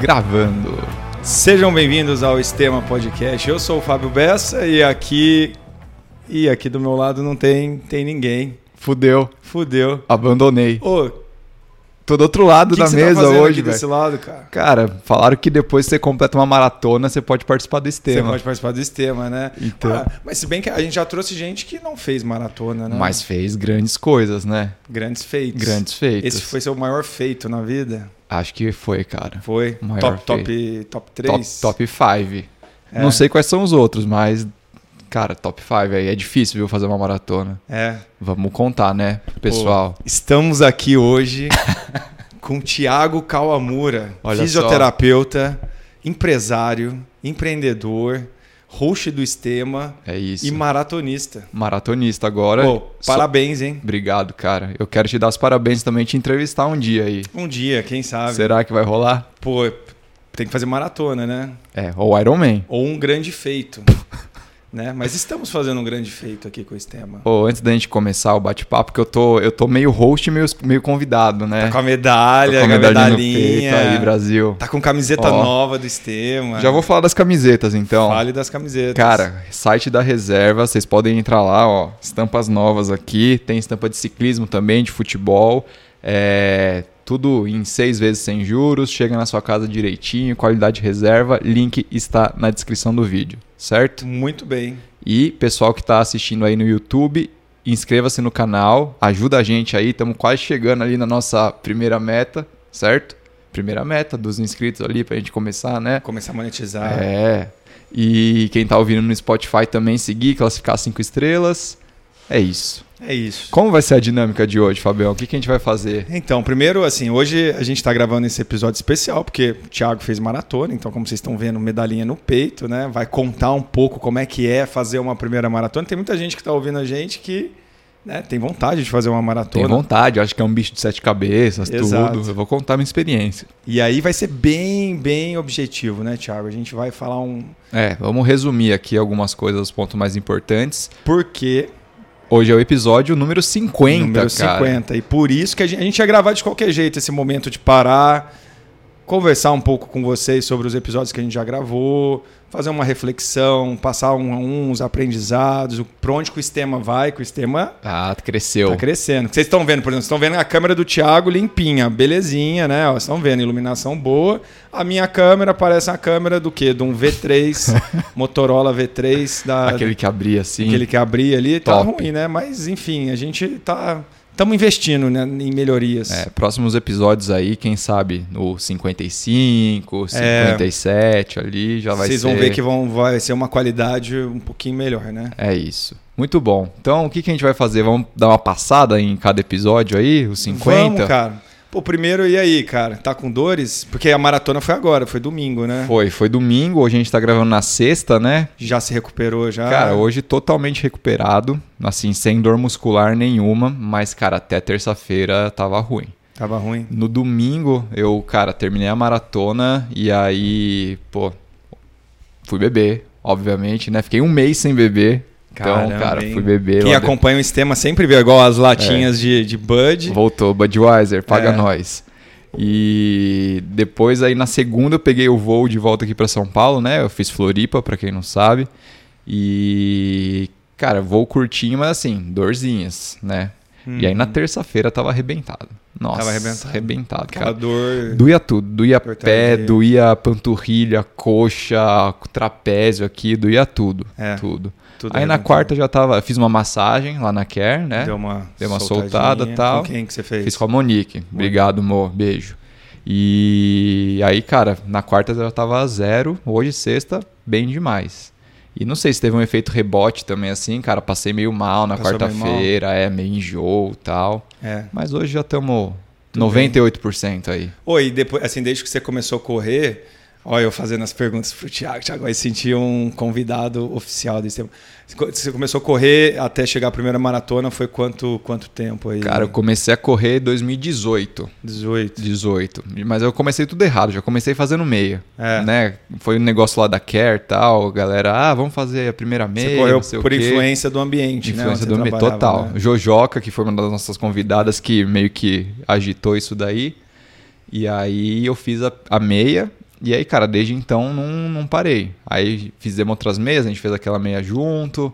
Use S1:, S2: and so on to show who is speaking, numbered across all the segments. S1: gravando. Sejam bem-vindos ao Estema Podcast. Eu sou o Fábio Bessa e aqui e aqui do meu lado não tem tem ninguém.
S2: Fudeu,
S1: Fudeu.
S2: abandonei.
S1: Ô, o
S2: Tô do outro lado
S1: que,
S2: da
S1: que você
S2: mesa
S1: tá fazendo
S2: hoje,
S1: aqui desse
S2: velho.
S1: lado, cara?
S2: Cara, falaram que depois que você completa uma maratona, você pode participar desse
S1: Você
S2: tema.
S1: pode participar do Estema, né?
S2: Então.
S1: Ah, mas se bem que a gente já trouxe gente que não fez maratona, né?
S2: Mas fez grandes coisas, né?
S1: grandes feitos.
S2: Grandes feitos.
S1: Esse foi seu maior feito na vida?
S2: Acho que foi, cara.
S1: Foi.
S2: Maior
S1: top, top, top 3?
S2: Top 5.
S1: É.
S2: Não sei quais são os outros, mas, cara, top 5 aí. É difícil, viu, fazer uma maratona.
S1: É.
S2: Vamos contar, né, pessoal?
S1: Estamos aqui hoje com Tiago Kawamura,
S2: Olha
S1: fisioterapeuta, empresário, empreendedor, host do Estema
S2: É isso.
S1: e maratonista.
S2: Maratonista agora.
S1: Pô,
S2: Só-
S1: parabéns, hein?
S2: Obrigado, cara. Eu quero te dar os parabéns também te entrevistar um dia aí.
S1: Um dia, quem sabe?
S2: Será que vai rolar?
S1: Pô, tem que fazer maratona, né?
S2: É, ou Iron Man.
S1: Ou um grande feito. né? Mas estamos fazendo um grande feito aqui com o Estema.
S2: Pô, antes da gente começar o bate-papo, que eu tô, eu tô meio host e meio, meio convidado, né?
S1: Tá com a
S2: Tô
S1: medalha,
S2: com
S1: com a
S2: medalhinha no peito aí,
S1: medalhinha.
S2: Brasil.
S1: Tá com camiseta
S2: Ó.
S1: nova do Estema.
S2: Já vou falar das camisetas, então.
S1: Fale das camisetas.
S2: Cara, site da reserva, vocês podem entrar lá, ó. Estampas novas aqui, tem estampa de ciclismo também, de futebol. É, tudo em seis vezes sem juros, chega na sua casa direitinho, qualidade reserva. Link está na descrição do vídeo, certo?
S1: Muito bem.
S2: E pessoal que está assistindo aí no YouTube, inscreva-se no canal, ajuda a gente aí, estamos quase chegando ali na nossa primeira meta, certo? Primeira meta dos inscritos ali pra gente começar, né?
S1: Começar a monetizar.
S2: É. E quem tá ouvindo no Spotify também seguir, classificar cinco estrelas. É isso.
S1: É isso.
S2: Como vai ser a dinâmica de hoje, Fabião? O que, que a gente vai fazer?
S1: Então, primeiro, assim, hoje a gente está gravando esse episódio especial, porque o Thiago fez maratona, então, como vocês estão vendo, medalhinha no peito, né? Vai contar um pouco como é que é fazer uma primeira maratona. Tem muita gente que está ouvindo a gente que né, tem vontade de fazer uma
S2: Tem
S1: maratona.
S2: vontade, eu acho que é um bicho de sete cabeças,
S1: Exato.
S2: tudo. Eu vou contar minha experiência.
S1: E aí vai ser bem, bem objetivo, né, Thiago? A gente vai falar um
S2: É, vamos resumir aqui algumas coisas, os pontos mais importantes.
S1: porquê
S2: Hoje é o episódio número 50,
S1: número
S2: cara.
S1: 50. E por isso que a gente, a gente ia gravar de qualquer jeito esse momento de parar, conversar um pouco com vocês sobre os episódios que a gente já gravou, fazer uma reflexão, passar um a um os aprendizados, o- pra onde que o sistema vai, que o sistema
S2: Ah, cresceu.
S1: tá crescendo. Vocês estão vendo, por exemplo, vocês estão vendo a câmera do Thiago limpinha, belezinha, né? Ó, Vocês estão vendo, iluminação boa. A minha câmera parece a câmera do quê? De um V3, Motorola V3 da
S2: Aquele que abria assim.
S1: aquele que abrir ali, tá
S2: Top.
S1: ruim, né? Mas enfim, a gente tá estamos investindo né, em melhorias.
S2: É, próximos episódios aí, quem sabe no 55, 57 ali, já vai
S1: É. Vocês
S2: ser.
S1: vão ver que vão, vai ser uma qualidade um pouquinho melhor, né?
S2: É isso. Muito bom. Então, o que, que a gente vai fazer? Vamos dar uma passada em cada episódio aí, os 50?
S1: Vamos, cara. Pô, primeiro, e aí, cara? Tá com dores? Porque a maratona foi agora, foi domingo, né?
S2: Foi, foi domingo, hoje a gente tá gravando na sexta, né?
S1: Já se recuperou, já.
S2: Cara, hoje totalmente recuperado, assim, sem dor muscular nenhuma, mas, cara, até terça-feira tava ruim.
S1: Tava ruim.
S2: No domingo, eu, cara, terminei a maratona e aí, pô, fui beber, obviamente, né? Fiquei um mês sem beber.
S1: Caramba,
S2: então, cara,
S1: hein?
S2: fui beber.
S1: Quem
S2: lá
S1: acompanha o sistema sempre vê igual as latinhas
S2: É.
S1: de, de Bud.
S2: Voltou, Budweiser, paga
S1: É.
S2: nós. E depois aí na segunda eu peguei o voo de volta aqui pra São Paulo, né? Eu fiz Floripa, pra quem não sabe. E cara, voo curtinho, mas assim, dorzinhas, né? E aí na terça-feira eu tava arrebentado. Nossa,
S1: Uhum. Tava arrebentado.
S2: arrebentado,
S1: Aquela
S2: cara.
S1: dor.
S2: Doía tudo, doía
S1: Cortar
S2: pé,
S1: de-
S2: doía panturrilha, coxa, trapézio aqui, doía tudo,
S1: É,
S2: tudo.
S1: tudo
S2: Aí na
S1: arrebentado.
S2: quarta já tava, fiz uma massagem lá na Care, né?
S1: Deu um uma,
S2: Deu uma
S1: soltadinha.
S2: soltada e tal.
S1: Com quem que você fez?
S2: Fiz com a Monique. Obrigado, amor. Beijo. E aí, cara, na quarta eu tava zero, hoje sexta, bem demais. E não sei se teve um efeito rebote também, assim, cara. Passei meio mal na
S1: Passou meio mal.
S2: quarta-feira, é, meio enjoo e tal.
S1: É.
S2: Mas hoje já estamos 98% aí.
S1: Oi, e depois, assim, desde que você começou a correr, olha eu fazendo as perguntas pro Thiago, Thiago vai sentir um convidado oficial desse tempo. Você começou a correr até chegar à primeira maratona, foi quanto, quanto tempo aí?
S2: Cara, eu comecei a correr em 2018.
S1: 18.
S2: 18. Mas eu comecei tudo errado, já comecei fazendo meia.
S1: É.
S2: Né? Foi um negócio lá da Care e tal, a galera, ah, vamos fazer a primeira meia.
S1: Você
S2: não
S1: correu
S2: sei o
S1: por
S2: quê.
S1: influência do ambiente, né?
S2: Influência
S1: onde
S2: do
S1: você
S2: meio
S1: trabalhava,
S2: total.
S1: né?
S2: Jojoca, que foi uma das nossas convidadas que meio que agitou isso daí. E aí eu fiz a, a meia E aí, cara, desde então não, não parei. Aí fizemos outras meias, a gente fez aquela meia junto.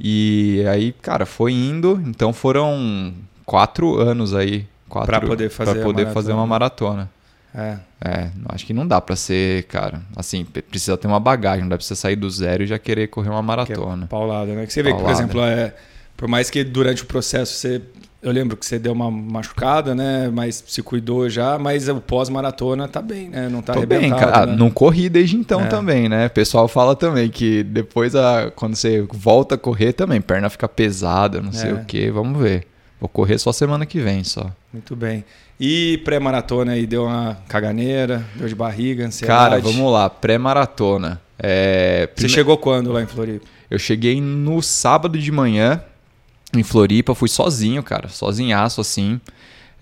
S2: E aí, cara, foi indo. Então foram quatro anos aí. Quatro,
S1: Pra poder fazer
S2: pra
S1: a
S2: poder fazer
S1: maratona.
S2: uma maratona.
S1: É.
S2: É, acho que não dá pra ser, cara. Assim, pe- precisa ter uma bagagem, não dá pra você sair do zero e já querer correr uma
S1: Que é
S2: maratona.
S1: paulada, né? Que você vê que, por
S2: Paulada.
S1: exemplo, é, por mais que durante o processo você. Eu lembro que você deu uma machucada, né? Mas se cuidou já, mas o pós-maratona tá bem, né? Não tá
S2: Tô bem,
S1: arrebentado.
S2: cara. Ah,
S1: né?
S2: Não corri desde então
S1: É.
S2: também, né? O pessoal fala também que depois, a, quando você volta a correr também, perna fica pesada, não sei
S1: É.
S2: o que. Vamos ver. Vou correr só semana que vem, só.
S1: Muito bem. E pré-maratona aí, deu uma caganeira, deu de barriga, ansiedade.
S2: Cara, vamos lá. Pré-maratona. É,
S1: Você
S2: prime-
S1: chegou quando lá em Floripa?
S2: Eu cheguei no sábado de manhã em Floripa, fui sozinho, cara, sozinhaço assim.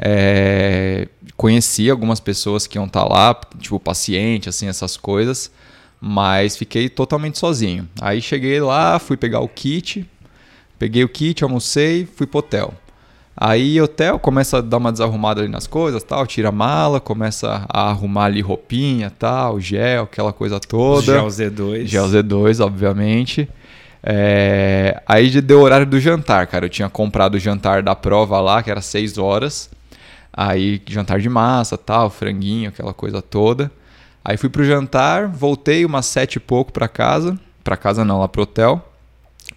S2: É, conheci algumas pessoas que iam estar lá, tipo paciente, assim, essas coisas, mas fiquei totalmente sozinho. Aí cheguei lá, fui pegar o kit, peguei o kit, almocei, fui pro hotel. Aí hotel começa a dar uma desarrumada ali nas coisas, tal, tira a mala, começa a arrumar ali roupinha, tal, gel, aquela coisa toda.
S1: Gel Z2.
S2: Gel Z2, obviamente. É, Aí de- deu o horário do jantar, cara. Eu tinha comprado o jantar da prova lá, que era 6 horas. Aí jantar de massa, tal, franguinho, aquela coisa toda. Aí fui pro jantar, voltei umas sete e pouco pra casa. Pra casa não, lá pro hotel.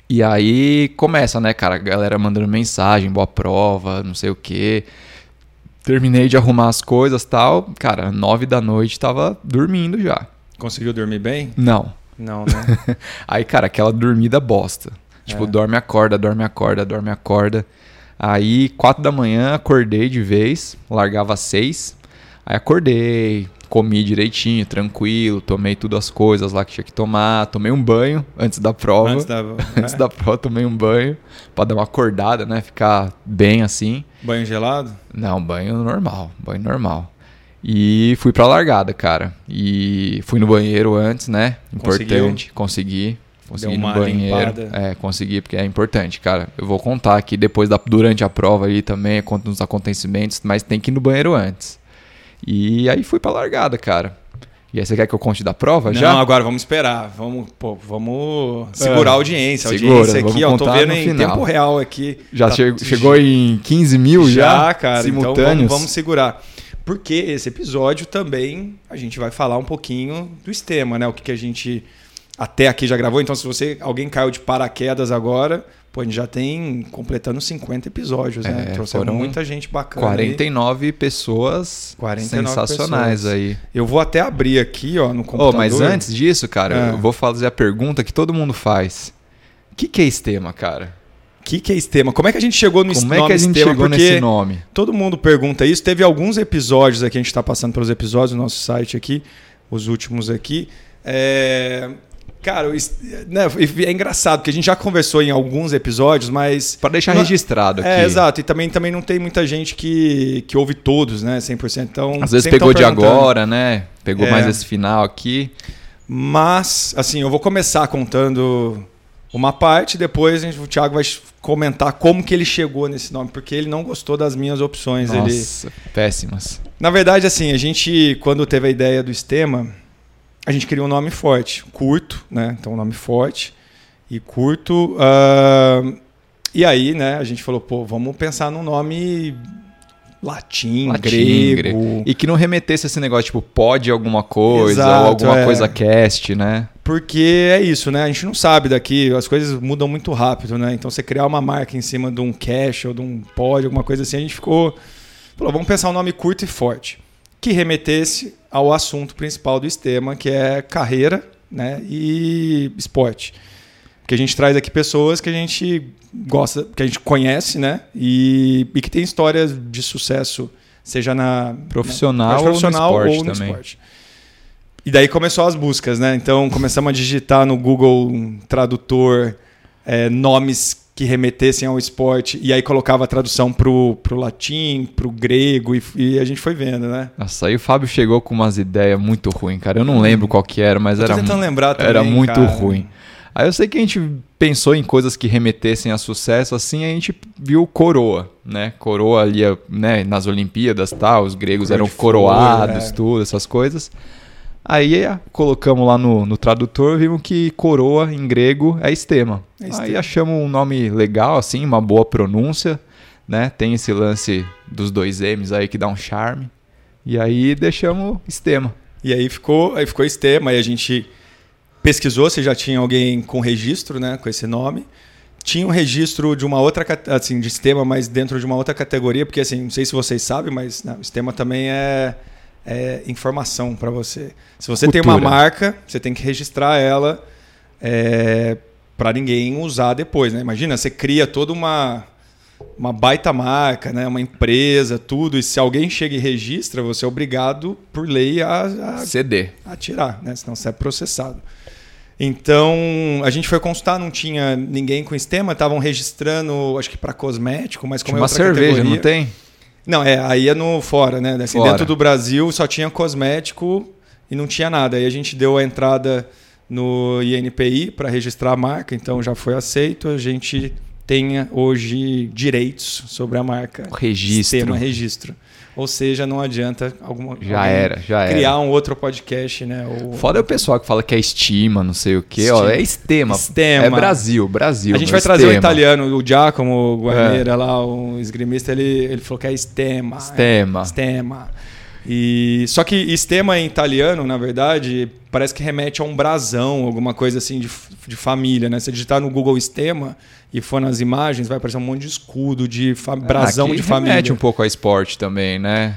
S2: E aí começa, né, cara? A galera mandando mensagem, boa prova, não sei o quê. Terminei de arrumar as coisas tal. Cara, nove da noite tava dormindo já.
S1: Conseguiu dormir bem?
S2: Não.
S1: Não, né?
S2: Aí, cara, aquela dormida bosta. Tipo,
S1: É.
S2: dorme, acorda, dorme, acorda, dorme, acorda. Aí, quatro da manhã, acordei de vez, largava às seis. Aí acordei, comi direitinho, tranquilo, tomei tudo as coisas lá que tinha que tomar, tomei um banho antes da prova.
S1: Antes né? da,
S2: Antes da prova, tomei um banho pra dar uma acordada, né? Ficar bem assim.
S1: Banho gelado?
S2: Não, banho normal, banho normal. E fui pra largada, cara. E fui no banheiro antes, né? Importante, consegui. Consegui
S1: Deu
S2: no
S1: uma
S2: banheiro.
S1: limpada.
S2: É, consegui, porque é importante, cara. Eu vou contar aqui depois, da, durante a prova ali também, conta uns acontecimentos, mas tem que ir no banheiro antes. E aí fui pra largada, cara. E aí você quer que eu conte da prova
S1: Não,
S2: já?
S1: agora vamos esperar. Vamos, pô, vamos segurar a
S2: É.
S1: audiência. A
S2: Segura,
S1: audiência aqui,
S2: vamos
S1: ó. Tô
S2: contar
S1: vendo
S2: no
S1: em
S2: final.
S1: tempo real aqui.
S2: Já
S1: Tá-
S2: che- chegou em 15 mil já?
S1: Já, cara.
S2: Simultâneos?
S1: Então vamos, vamos segurar. Porque esse episódio também a gente vai falar um pouquinho do sistema, né? O que, que a gente até aqui já gravou. Então, se você alguém caiu de paraquedas agora, pô, a gente já tem completando 50 episódios, né?
S2: É,
S1: Trouxeram
S2: foram
S1: muita gente bacana. aí.
S2: 49 pessoas
S1: 49
S2: sensacionais
S1: pessoas.
S2: aí.
S1: Eu vou até abrir aqui, ó, no
S2: Oh,
S1: computador.
S2: mas antes disso, cara,
S1: É.
S2: eu vou fazer a pergunta que todo mundo faz. O que, que é estema, cara?
S1: O que, que é estema? Como é que a gente chegou no
S2: Como
S1: nome
S2: é que a gente
S1: estema?
S2: chegou
S1: Porque
S2: nesse nome?
S1: Todo mundo pergunta isso. Teve alguns episódios aqui, a gente está passando pelos episódios do nosso site aqui, os últimos aqui. É, Cara, isso- né, é engraçado, porque a gente já conversou em alguns episódios, mas.
S2: Pra deixar
S1: Não-
S2: registrado aqui.
S1: É, exato. E também, também não tem muita gente que, que ouve todos, né? 100%. Então,
S2: Às vezes
S1: sempre
S2: pegou
S1: tão
S2: de
S1: perguntando.
S2: agora, né? Pegou
S1: É.
S2: mais esse final aqui.
S1: Mas, assim, eu vou começar contando uma parte, depois a gente- o Thiago vai comentar como que ele chegou nesse nome, porque ele não gostou das minhas opções. Ele,
S2: Nossa, péssimas.
S1: Na verdade, assim, a gente, quando teve a ideia do Estema, a gente queria um nome forte, curto, né? Então, um nome forte e curto. ah, e aí, né, a gente falou, pô, vamos pensar num nome latim,
S2: Latim,
S1: grego.
S2: E que não remetesse a esse negócio, tipo, pode alguma coisa,
S1: Exato,
S2: ou alguma
S1: é.
S2: coisa cast, né?
S1: Porque é isso, né? A gente não sabe daqui, as coisas mudam muito rápido, né? Então, você criar uma marca em cima de um cash ou de um pod, alguma coisa assim, a gente ficou. Falou, vamos pensar um nome curto e forte. Que remetesse ao assunto principal do sistema, que é carreira né? e esporte. Porque a gente traz aqui pessoas que a gente gosta, que a gente conhece, né? E, e que tem histórias de sucesso, seja na,
S2: Profissional,
S1: parte É, profissional
S2: ou no esporte
S1: ou no
S2: também.
S1: esporte. E daí começou as buscas, né? Então começamos a digitar no Google um Tradutor eh, nomes que remetessem ao esporte, e aí colocava a tradução pro, pro latim, pro grego, e, e a gente foi vendo, né?
S2: Nossa, aí o Fábio chegou com umas ideias muito ruins, cara. Eu não lembro qual que era, mas
S1: Hum. Eu tô
S2: era
S1: tentando lembrar também,
S2: Era muito
S1: cara.
S2: ruim. Aí eu sei que a gente pensou em coisas que remetessem a sucesso, assim, a gente viu coroa, né? Coroa ali, né, nas Olimpíadas, tal, os gregos
S1: Coroa
S2: eram
S1: de flor,
S2: coroados,
S1: é.
S2: tudo, essas coisas. Aí a- colocamos lá no, no tradutor, vimos que coroa em grego é estema.
S1: É estema.
S2: Aí achamos um nome legal, assim, uma boa pronúncia, né? Tem esse lance dos dois M's aí que dá um charme. E aí deixamos estema.
S1: E aí ficou, aí ficou esse tema, aí a gente pesquisou se já tinha alguém com registro, né, com esse nome. Tinha um registro de uma outra, cate- assim, de sistema, mas dentro de uma outra categoria, porque assim, não sei se vocês sabem, mas né, o sistema também é, é informação para você. Se você tem uma
S2: Cultura.
S1: marca, você tem que registrar ela é, para ninguém usar depois, né? Imagina, você cria toda uma uma baita marca, né? Uma empresa, tudo, e se alguém chega e registra, você é obrigado por lei a, a
S2: CD.
S1: atirar, né? Senão você é processado. Então, a gente foi consultar, não tinha ninguém com estema, estavam registrando, acho que para cosmético, mas como
S2: Tinha
S1: é
S2: uma
S1: outra
S2: cerveja, né? não
S1: categoria...
S2: tem?
S1: Não, é, aí é no fora, né? Assim,
S2: Fora.
S1: Dentro do Brasil só tinha cosmético e não tinha nada. Aí a gente deu a entrada no INPI para registrar a marca, então já foi aceito. A gente tem hoje direitos sobre a marca.
S2: O um registro.
S1: Sistema registro. Ou seja, não adianta alguma,
S2: Já
S1: alguém
S2: era, já
S1: criar
S2: era.
S1: um outro podcast, né? Ou-
S2: Foda é o pessoal que fala que é estima, não sei o quê. Ó,
S1: Estima.
S2: é estema.
S1: Estema.
S2: É Brasil, é Brasil.
S1: A gente
S2: meu,
S1: vai trazer o
S2: estema.
S1: italiano, o Giacomo Guarneira lá, o esgrimista, ele, ele falou que é estema.
S2: Estema.
S1: Estema. Ah. E, só que estema em italiano, na verdade, parece que remete a um brasão, alguma coisa assim de, f- de família, né? Se digitar no Google estema e for nas imagens, vai aparecer um monte de escudo, de fa- brasão
S2: Ah, Aqui
S1: de família.
S2: remete um pouco a esporte também, né?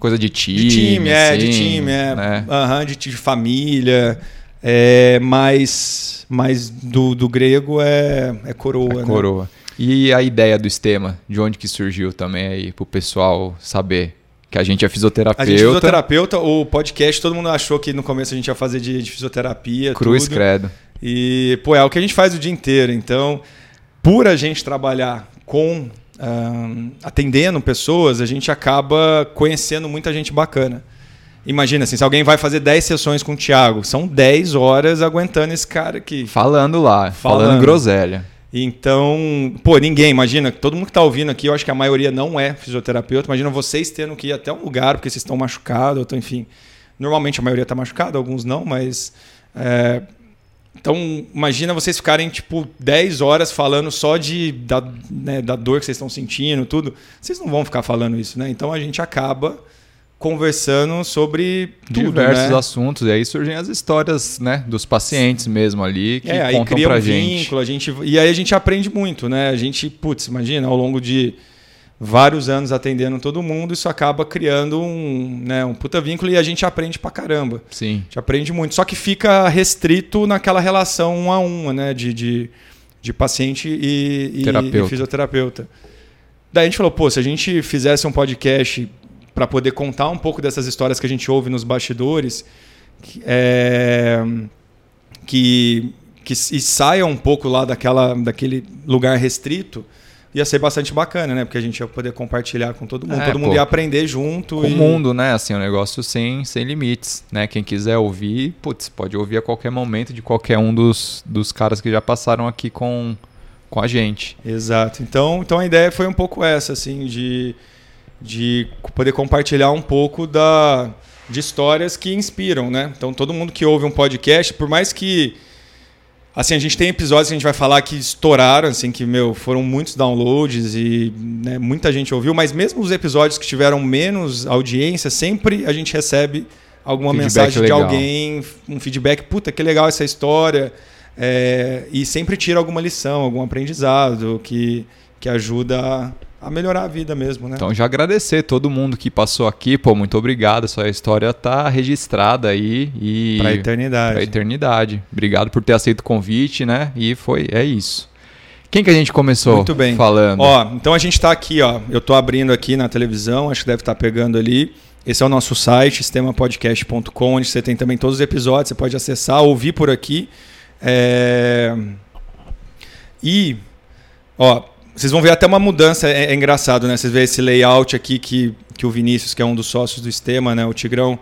S2: Coisa de time.
S1: De time, é, de
S2: assim,
S1: time, é.
S2: né?
S1: Aham, de, ti- de família. É, mas mas do, do grego é, é coroa,
S2: A
S1: né?
S2: coroa. E a ideia do estema, de onde que surgiu também aí, pro pessoal saber que a gente é fisioterapeuta.
S1: A gente é fisioterapeuta, o podcast, todo mundo achou que no começo a gente ia fazer de, de fisioterapia,
S2: Cruz
S1: tudo.
S2: credo.
S1: E, pô, é o que a gente faz o dia inteiro. Então, por a gente trabalhar com. ahn, atendendo pessoas, a gente acaba conhecendo muita gente bacana. Imagina assim, se alguém vai fazer 10 sessões com o Thiago, são 10 horas aguentando esse cara aqui.
S2: Falando lá, falando,
S1: Falando.
S2: groselha.
S1: Então, pô, ninguém, imagina, todo mundo que tá ouvindo aqui, eu acho que a maioria não é fisioterapeuta. Imagina vocês tendo que ir até um lugar porque vocês estão machucados, ou tão, enfim. Normalmente a maioria tá machucada, alguns não, mas. é, Então, imagina vocês ficarem, tipo, 10 horas falando só de, da, né, da dor que vocês estão sentindo, tudo. Vocês não vão ficar falando isso, né? Então a gente acaba conversando sobre tudo,
S2: Diversos
S1: né?
S2: assuntos. E aí surgem as histórias, né? Dos pacientes mesmo ali, que
S1: é, aí
S2: contam
S1: cria
S2: pra
S1: um
S2: gente.
S1: vínculo, a gente e aí a gente aprende muito, né? A gente, putz, imagina, ao longo de vários anos atendendo todo mundo, isso acaba criando um, né, um puta vínculo e a gente aprende pra caramba.
S2: Sim.
S1: A gente aprende muito, só que fica restrito naquela relação um a um, né, de, de, de paciente e, e-
S2: Terapeuta.
S1: e fisioterapeuta. Daí a gente falou, pô, se a gente fizesse um podcast pra poder contar um pouco dessas histórias que a gente ouve nos bastidores, que- é, que, que s- e saia um pouco lá daquela, daquele lugar restrito, ia ser bastante bacana, né? Porque a gente ia poder compartilhar com todo mundo,
S2: É,
S1: todo mundo
S2: pô.
S1: ia aprender junto.
S2: Com o
S1: e-
S2: mundo, né? Assim, um negócio sem, sem limites, né? Quem quiser ouvir, putz, pode ouvir a qualquer momento de qualquer um dos, dos caras que já passaram aqui com, com a gente.
S1: Exato. Então, então a ideia foi um pouco essa, assim, de, de poder compartilhar um pouco da, de histórias que inspiram, né? Então, todo mundo que ouve um podcast, por mais que. Assim, a gente tem episódios que a gente vai falar que estouraram, assim, que, meu, foram muitos downloads e né, muita gente ouviu, mas mesmo os episódios que tiveram menos audiência, sempre a gente recebe alguma
S2: Feedback
S1: mensagem
S2: legal.
S1: de alguém, um feedback, puta, que legal essa história. É, e sempre tira alguma lição, algum aprendizado que, que ajuda a, a melhorar a vida mesmo, né?
S2: Então, já agradecer todo mundo que passou aqui, pô, muito obrigado. Sua história tá registrada aí e.
S1: Pra eternidade.
S2: Pra eternidade. Obrigado por ter aceito o convite, né? E foi, é isso. Quem que a gente começou
S1: Muito bem.
S2: falando?
S1: Ó, então a gente tá aqui, ó. Eu tô abrindo aqui na televisão, acho que deve estar pegando ali. Esse é o nosso site, sistemapodcast.com, onde você tem também todos os episódios, você pode acessar, ouvir por aqui. É, E, ó, vocês vão ver até uma mudança, é, é engraçado, né? Vocês vêem esse layout aqui que, que o Vinícius, que é um dos sócios do Sistema, né? O Tigrão,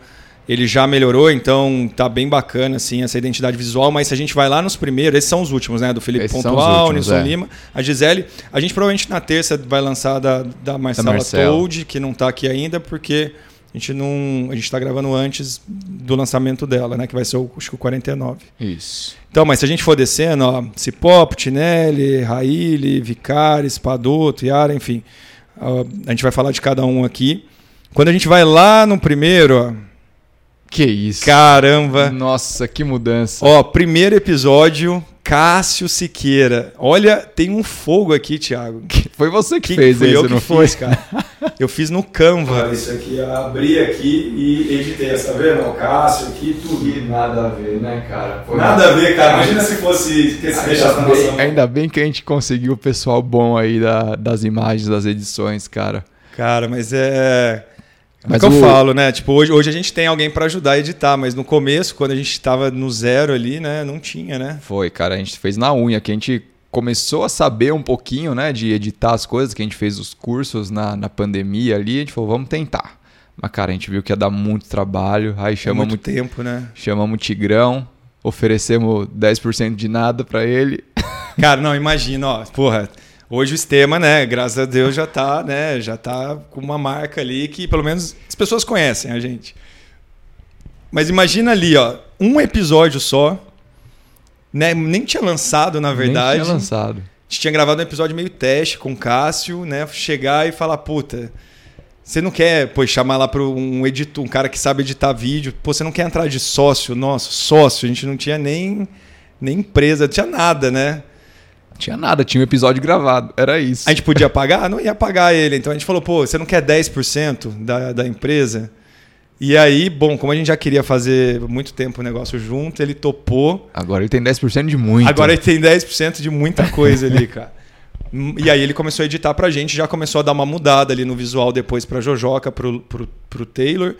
S1: ele já melhorou, então tá bem bacana, assim, essa identidade visual. Mas se a gente vai lá nos primeiros, esses são os últimos, né? Do Felipe
S2: Esses são os
S1: Pontual,
S2: últimos,
S1: Nilson
S2: é.
S1: Lima, a Gisele. A gente provavelmente na terça vai lançar da, da Marcela
S2: Marcela.
S1: Told, que não tá aqui ainda, porque A gente não. A gente tá gravando antes do lançamento dela, né? Que vai ser o, acho que o 49.
S2: Isso.
S1: Então, mas se a gente for descendo, ó, Cipó, Putinelli, Raile, Vicari, Spadoto, Yara, enfim. ó, a gente vai falar de cada um aqui. Quando a gente vai lá no primeiro, ó,
S2: Que isso.
S1: caramba!
S2: Nossa, que mudança.
S1: Ó, primeiro episódio, Cássio Siqueira. Olha, tem um fogo aqui, Thiago. Que
S2: Foi você que, fez
S1: fui
S2: isso,
S1: eu que
S2: não foi?
S1: fiz, cara. Eu fiz no Canva. Isso aqui, abri aqui e editei. Tá vendo? O Cássio aqui, tudo.
S2: Nada a ver, né, cara?
S1: a ver, cara. Imagina se fosse que se
S2: Ainda bem que a gente conseguiu o pessoal bom aí da- das imagens, das edições, cara.
S1: Cara, mas é. Mas
S2: Mas
S1: que eu
S2: o-
S1: falo, né? Tipo, hoje, hoje a gente tem alguém pra ajudar a editar, mas no começo, quando a gente tava no zero ali, né? Não tinha, né?
S2: Foi, cara, a gente fez na unha, que a gente começou a saber um pouquinho, né, de editar as coisas, que a gente fez os cursos na, na pandemia ali, a gente falou, vamos tentar. Mas, cara, a gente viu que ia dar muito trabalho, aí
S1: Chama
S2: chamamos,
S1: muito tempo, né?
S2: chamamos o Tigrão, oferecemos 10% de nada pra ele.
S1: Cara, não, imagina, ó, porra, hoje o Estema, né, graças a Deus já tá, né, já tá com uma marca ali que pelo menos as pessoas conhecem a gente. Mas imagina ali, ó, um episódio só, né, nem tinha lançado, na verdade.
S2: Nem tinha lançado.
S1: A gente tinha gravado um episódio meio teste com o Cássio, né? Chegar e falar, puta, você não quer, pô, chamar lá para um editor, um cara que sabe editar vídeo, pô, você não quer entrar de sócio, nosso, sócio, a gente não tinha nem, nem empresa, não tinha nada, né?
S2: Não tinha nada, tinha um episódio gravado, era isso.
S1: A gente podia pagar? Não ia pagar ele. Então a gente falou, pô, você não quer 10% da, da empresa? E aí, bom, como a gente já queria fazer muito tempo o negócio junto, ele topou.
S2: Agora ele tem 10% de muito.
S1: Agora ele tem 10% de muita coisa ali, cara. Hum, E aí ele começou a editar pra gente, já começou a dar uma mudada ali no visual depois pra Jojoca, pro, pro, pro Taylor.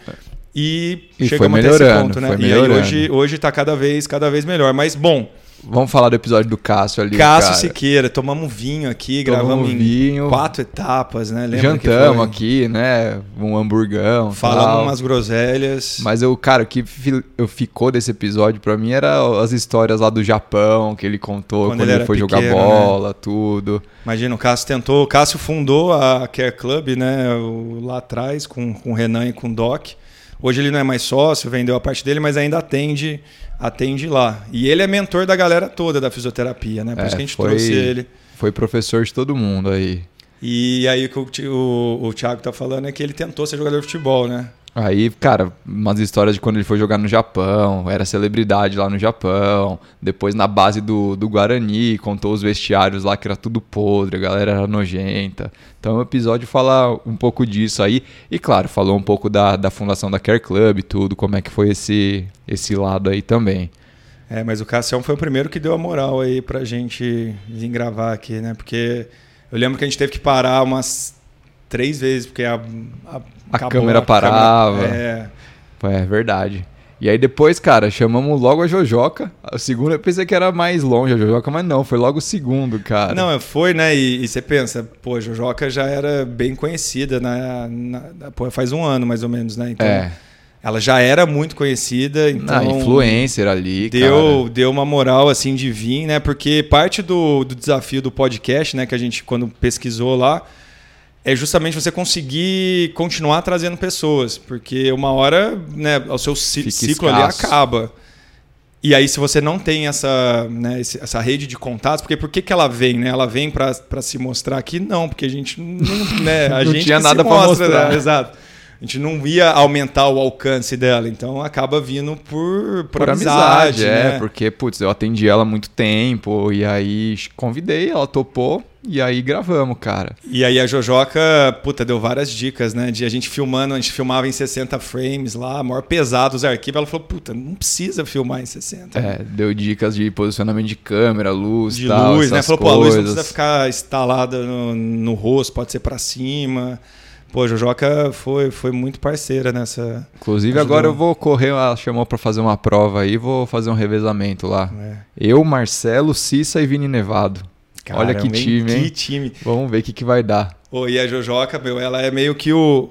S1: E,
S2: E foi
S1: chegamos até esse
S2: melhorando,
S1: ponto, né?
S2: foi
S1: E aí
S2: melhorando.
S1: hoje, hoje tá cada vez, cada vez melhor. Mas, bom,
S2: Vamos falar do episódio do Cássio ali,
S1: Cássio
S2: cara.
S1: Siqueira, tomamos um vinho aqui,
S2: Tomamos
S1: gravamos em
S2: vinho.
S1: quatro etapas, né? Lembra que
S2: Jantamos
S1: foi?
S2: aqui, né? Um hamburgão.
S1: Falando
S2: tal.
S1: umas groselhas.
S2: Mas eu, cara, o que fi- eu ficou desse episódio pra mim era as histórias lá do Japão que ele contou
S1: Quando
S2: quando,
S1: ele
S2: ele,
S1: era
S2: foi jogar
S1: pequeno, né?
S2: bola, tudo.
S1: Imagina, o Cássio tentou. O Cássio fundou a Care Club, né? o- Lá atrás, com, com o Renan e com o Doc. Hoje ele não é mais sócio, vendeu a parte dele, mas ainda atende, atende lá. E ele é mentor da galera toda da fisioterapia, né? Por
S2: É,
S1: isso que a gente
S2: foi-
S1: trouxe ele.
S2: Foi professor de todo mundo aí.
S1: E aí o que o, Ti- o, o Thiago tá falando é que ele tentou ser jogador de futebol, né?
S2: Aí, cara, umas histórias de quando ele foi jogar no Japão, era celebridade lá no Japão, depois na base do, do Guarani, contou os vestiários lá que era tudo podre, a galera era nojenta. Então o episódio fala um pouco disso aí, e claro, falou um pouco da, da fundação da Care Club e tudo, como é que foi esse, esse lado aí também.
S1: É, mas o Cassião foi o primeiro que deu a moral aí pra gente vir gravar aqui, né? Porque eu lembro que a gente teve que parar umas três vezes, porque a, a, acabou
S2: câmera parava.
S1: É.
S2: É verdade. E aí depois, cara, chamamos logo a Jojoca. O segundo eu pensei que era mais longe a Jojoca, mas não, foi logo o segundo, cara.
S1: Não, foi, né? E, e você pensa, pô, a Jojoca já era bem conhecida, na, na- pô, faz um ano mais ou menos, né? Então,
S2: é,
S1: ela já era muito conhecida, então...
S2: na influencer ali, cara.
S1: Deu, deu uma moral assim de vir, né? Porque parte do, do desafio do podcast, né, que a gente quando pesquisou lá, é justamente você conseguir continuar trazendo pessoas, porque uma hora, né, o seu ci-
S2: Fica
S1: ciclo ali
S2: escasso.
S1: acaba. E aí se você não tem essa, né, esse- essa rede de contatos, porque por que, que ela vem, né? Ela vem para se mostrar aqui? Não, porque a gente não, né, a
S2: Não
S1: gente
S2: tinha
S1: que
S2: nada
S1: se
S2: pra
S1: mostra,
S2: mostrar.
S1: né? Exato. A gente não ia aumentar o alcance dela, então acaba vindo por, por,
S2: por
S1: amizade,
S2: amizade,
S1: né?
S2: é, porque, putz, eu atendi ela há muito tempo, e aí convidei, ela topou, e aí gravamos, cara.
S1: E aí a Jojoca, puta, deu várias dicas, né? De a gente filmando, a gente filmava em 60 frames lá, maior pesado os arquivos. Ela falou, puta, não precisa filmar em 60.
S2: É, deu dicas de posicionamento de câmera, luz,
S1: Tá. De
S2: tal,
S1: luz, né?
S2: essas
S1: Falou, pô, a luz não
S2: coisas.
S1: precisa ficar instalada no, no rosto, pode ser pra cima. Pô, a Jojoca foi, foi muito parceira nessa.
S2: Inclusive,
S1: Ajudou.
S2: agora eu vou correr, ela chamou pra fazer uma prova aí, vou fazer um revezamento lá.
S1: é.
S2: Eu, Marcelo, Cissa e Vini Nevado. Olha que
S1: Caramba, hein?
S2: time,
S1: Que
S2: hein?
S1: time.
S2: Vamos ver o que, que vai dar.
S1: Ô, e a Jojoca, meu, ela é meio que o.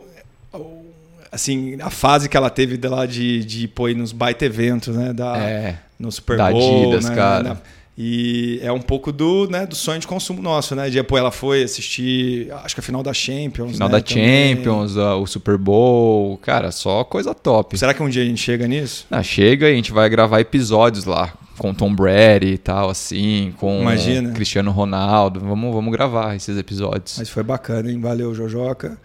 S1: o- Assim, a fase que ela teve de lá de, de pô, ir nos baita eventos, né? Da,
S2: É.
S1: No Super
S2: Da
S1: Bowl.
S2: Adidas,
S1: né?
S2: cara.
S1: Na- E é um pouco do, né, do sonho de consumo nosso, né? De, pô, ela foi assistir, acho que a final da Champions.
S2: Final
S1: né,
S2: da
S1: também.
S2: Champions, a- o Super Bowl, cara, só coisa top.
S1: Será que um dia a gente chega nisso?
S2: Ah, chega e a gente vai gravar episódios lá com Tom Brady e tal, assim, com
S1: Imagina.
S2: Cristiano Ronaldo. Vamos, vamos gravar esses episódios.
S1: Mas foi bacana, hein? Valeu, Jojoca.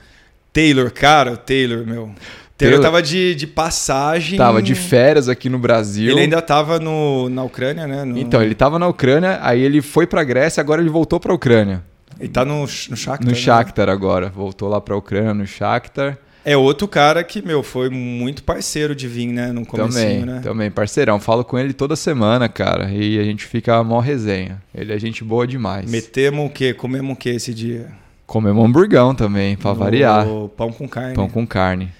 S1: Taylor, cara, o Taylor, meu. Taylor,
S2: Taylor-
S1: tava de, de passagem.
S2: Tava de férias aqui no Brasil.
S1: Ele ainda tava no, na Ucrânia, né? No-
S2: Então, ele tava na Ucrânia, aí ele foi pra Grécia, agora ele voltou pra Ucrânia.
S1: Ele tá no, no Shakhtar.
S2: No
S1: né?
S2: Shakhtar agora. Voltou lá pra Ucrânia, no Shakhtar.
S1: É outro cara que, meu, foi muito parceiro de Vim, né? No comecinho,
S2: Também, então.
S1: né?
S2: também, parceirão. Falo com ele toda semana, cara. E a gente fica mó resenha. Ele é gente boa demais.
S1: Metemos o quê? Comemos o quê esse dia?
S2: Comemos um hamburgão também, pra variar.
S1: O pão com carne.
S2: Pão com carne.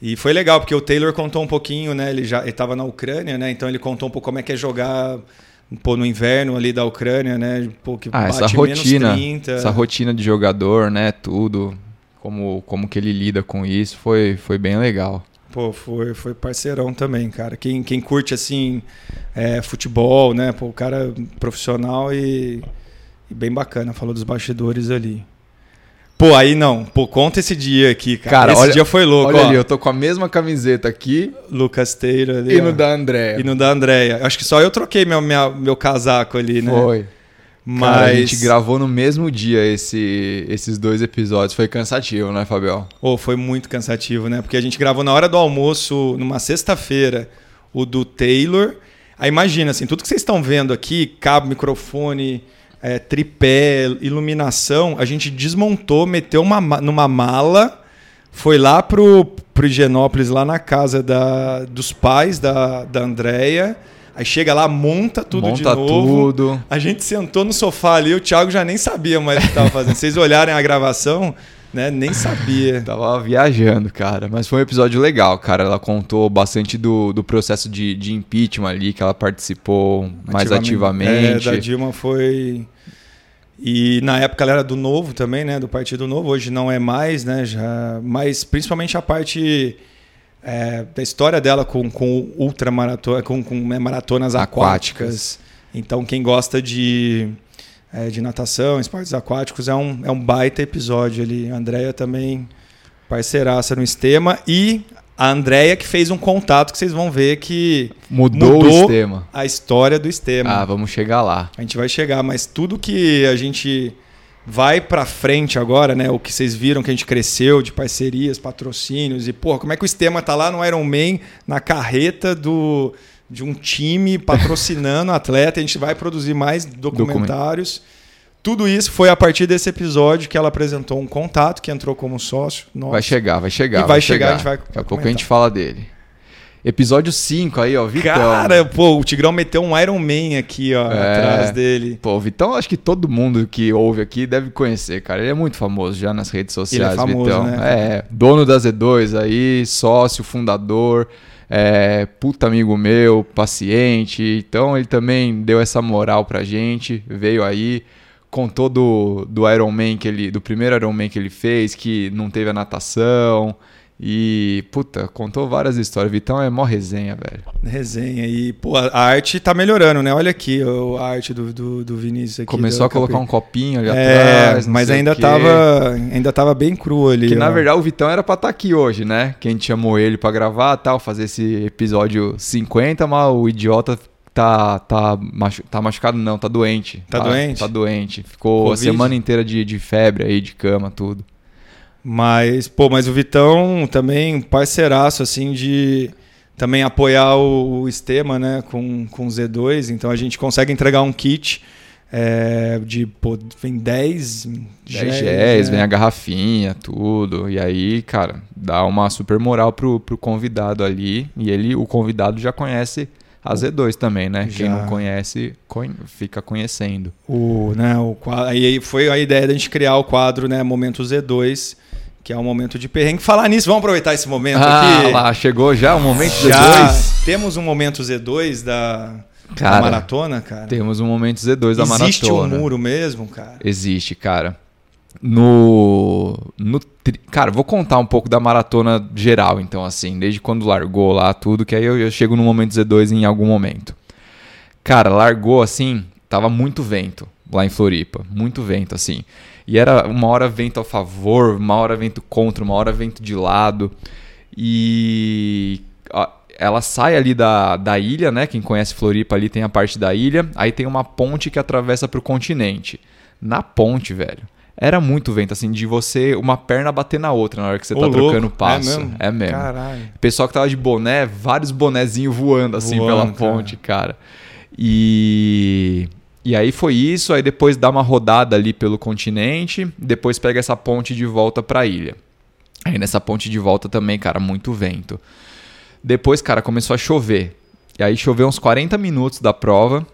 S1: E foi legal, porque o Taylor contou um pouquinho, né? Ele já estava na Ucrânia, né? Então ele contou um pouco como é que é jogar pô, no inverno ali da Ucrânia, né? Pô, que
S2: Ah, essa
S1: bate menos
S2: rotina.
S1: 30.
S2: Essa rotina de jogador, né? Tudo. Como, como que ele lida com isso foi, foi bem legal.
S1: Pô, foi, foi parceirão também, cara. Quem, quem curte, assim, é, futebol, né? Pô, o cara profissional e, e bem bacana. Falou dos bastidores ali. Pô, aí não. Pô, conta esse dia aqui, cara.
S2: Cara,
S1: esse
S2: olha-
S1: dia foi louco,
S2: Olha
S1: ó.
S2: ali, eu tô com a mesma camiseta aqui
S1: Lucas Taylor ali,
S2: e
S1: ó.
S2: no da André.
S1: E no da Andréia. Acho que só eu troquei meu, minha- meu casaco ali, né?
S2: Foi.
S1: Mas...
S2: Cara, a gente gravou no mesmo dia esse, esses dois episódios. Foi cansativo, né, Fabião?
S1: Ô, foi muito cansativo, né? Porque a gente gravou na hora do almoço, numa sexta-feira, o do Taylor. Aí imagina, assim, tudo que vocês estão vendo aqui, cabo, microfone, é, tripé, iluminação, a gente desmontou, meteu uma, ma- numa mala, foi lá pro, pro Higienópolis, lá na casa da, dos pais da, da Andrea. Aí chega lá, monta tudo de
S2: Monta
S1: novo.
S2: tudo.
S1: A gente sentou no sofá ali, o Thiago já nem sabia mais o que estava fazendo. Vocês olharem a gravação, né? Nem sabia.
S2: Tava viajando, cara. Mas foi um episódio legal, cara. Ela contou bastante do, do processo de, de impeachment ali, que ela participou mais ativamente.
S1: É, da Dilma foi. E na época ela era do Novo também, né? Do Partido Novo. Hoje não é mais, né? Já... Mas principalmente a parte é, da história dela com, com ultramaratona, com, com né, maratonas aquáticas.
S2: Aquáticas.
S1: Então, quem gosta de, é, de natação, esportes aquáticos, é um, é um baita episódio ali. A Andrea também parceiraça no sistema. E a Andrea que fez um contato que vocês vão ver que
S2: Mudou,
S1: Mudou.
S2: o sistema.
S1: a história do sistema.
S2: Ah, vamos chegar lá.
S1: A gente vai chegar, mas tudo que a gente vai pra frente agora, né? O que vocês viram que a gente cresceu de parcerias, patrocínios e porra, como é que o Estema tá lá no Iron Man, na carreta do de um time patrocinando atleta, a gente vai produzir mais documentários. Tudo isso foi a partir desse episódio que ela apresentou um contato que entrou como sócio. Nossa.
S2: Vai chegar, vai chegar.
S1: E vai chegar, a gente vai
S2: Daqui a pouco
S1: comentar.
S2: a gente fala dele. Episódio 5 aí, ó, Vitão.
S1: Cara, pô, o Tigrão meteu um Iron Man aqui, ó,
S2: É.
S1: atrás dele.
S2: Pô, o Vitão, acho que todo mundo que ouve aqui deve conhecer, cara. Ele é muito famoso já nas redes sociais,
S1: Ele é famoso,
S2: Vitão.
S1: né?
S2: É, dono da Z2 aí, sócio, fundador, é, puta amigo meu, paciente. Então ele também deu essa moral pra gente, veio aí, contou do, do Iron Man que ele. do primeiro Iron Man que ele fez, que não teve a natação. E, puta, contou várias histórias. Vitão é mó resenha, velho.
S1: Resenha e, pô, a a arte tá melhorando, né? Olha aqui ó, a arte do, do, do Vinícius aqui.
S2: Começou a colocar um copinho ali
S1: É,
S2: atrás. não
S1: mas
S2: sei o
S1: ainda
S2: quê.
S1: tava, ainda tava bem cru ali.
S2: Que na
S1: ó.
S2: verdade o Vitão era pra estar aqui hoje, né? Que a gente chamou ele pra gravar tal, fazer esse episódio 50, mas o idiota tá, tá, machu- tá machucado, não, tá doente.
S1: Tá doente?
S2: Tá doente. Ficou
S1: Covid?
S2: a semana inteira de, de febre aí, de cama, tudo.
S1: Mas, pô, mas o Vitão também um parceiraço, assim, de também apoiar o, o Estema, né, com, com o Z2. Então a gente consegue entregar um kit é, de, pô, vem 10
S2: 10
S1: géis,
S2: géis,
S1: né?
S2: vem a garrafinha, tudo. E aí, cara, dá uma super moral pro, pro convidado ali. E ele, o convidado já conhece a Z2 também, né? Quem
S1: Já.
S2: não conhece, conhe- fica conhecendo.
S1: O, né, o quadro, aí foi a ideia da gente criar o quadro, né, Momento Z2, que é um momento de perrengue. Falar nisso, vamos aproveitar esse momento
S2: Ah,
S1: aqui.
S2: lá, chegou já o momento
S1: Já
S2: Z2.
S1: temos um momento Z2 da, da
S2: Cara,
S1: maratona, cara.
S2: Temos um momento Z2 da
S1: Existe
S2: maratona.
S1: um muro mesmo, cara.
S2: Existe, cara. No, no. tri- Cara, vou contar um pouco da maratona geral, então, assim, desde quando largou lá, tudo, que aí eu, eu chego no momento Z2 em algum momento. Cara, largou assim, tava muito vento lá em Floripa, muito vento assim. E era uma hora vento a favor, uma hora vento contra, uma hora vento de lado. E a- ela sai ali da, da ilha, né? Quem conhece Floripa ali tem a parte da ilha. Aí tem uma ponte que atravessa pro continente. Na ponte, velho. Era muito vento, assim, de você uma perna bater na outra na hora que você
S1: Ô,
S2: tá
S1: louco,
S2: trocando
S1: é
S2: passo.
S1: mesmo?
S2: É mesmo.
S1: Caralho.
S2: O pessoal que tava de boné, vários bonezinhos voando assim
S1: Voando,
S2: pela ponte, cara. E e aí foi isso, aí depois dá uma rodada ali pelo continente, depois pega essa ponte de volta pra ilha. Aí nessa ponte de volta também, cara, muito vento. Depois, cara, começou a chover. E aí choveu uns 40 minutos da prova.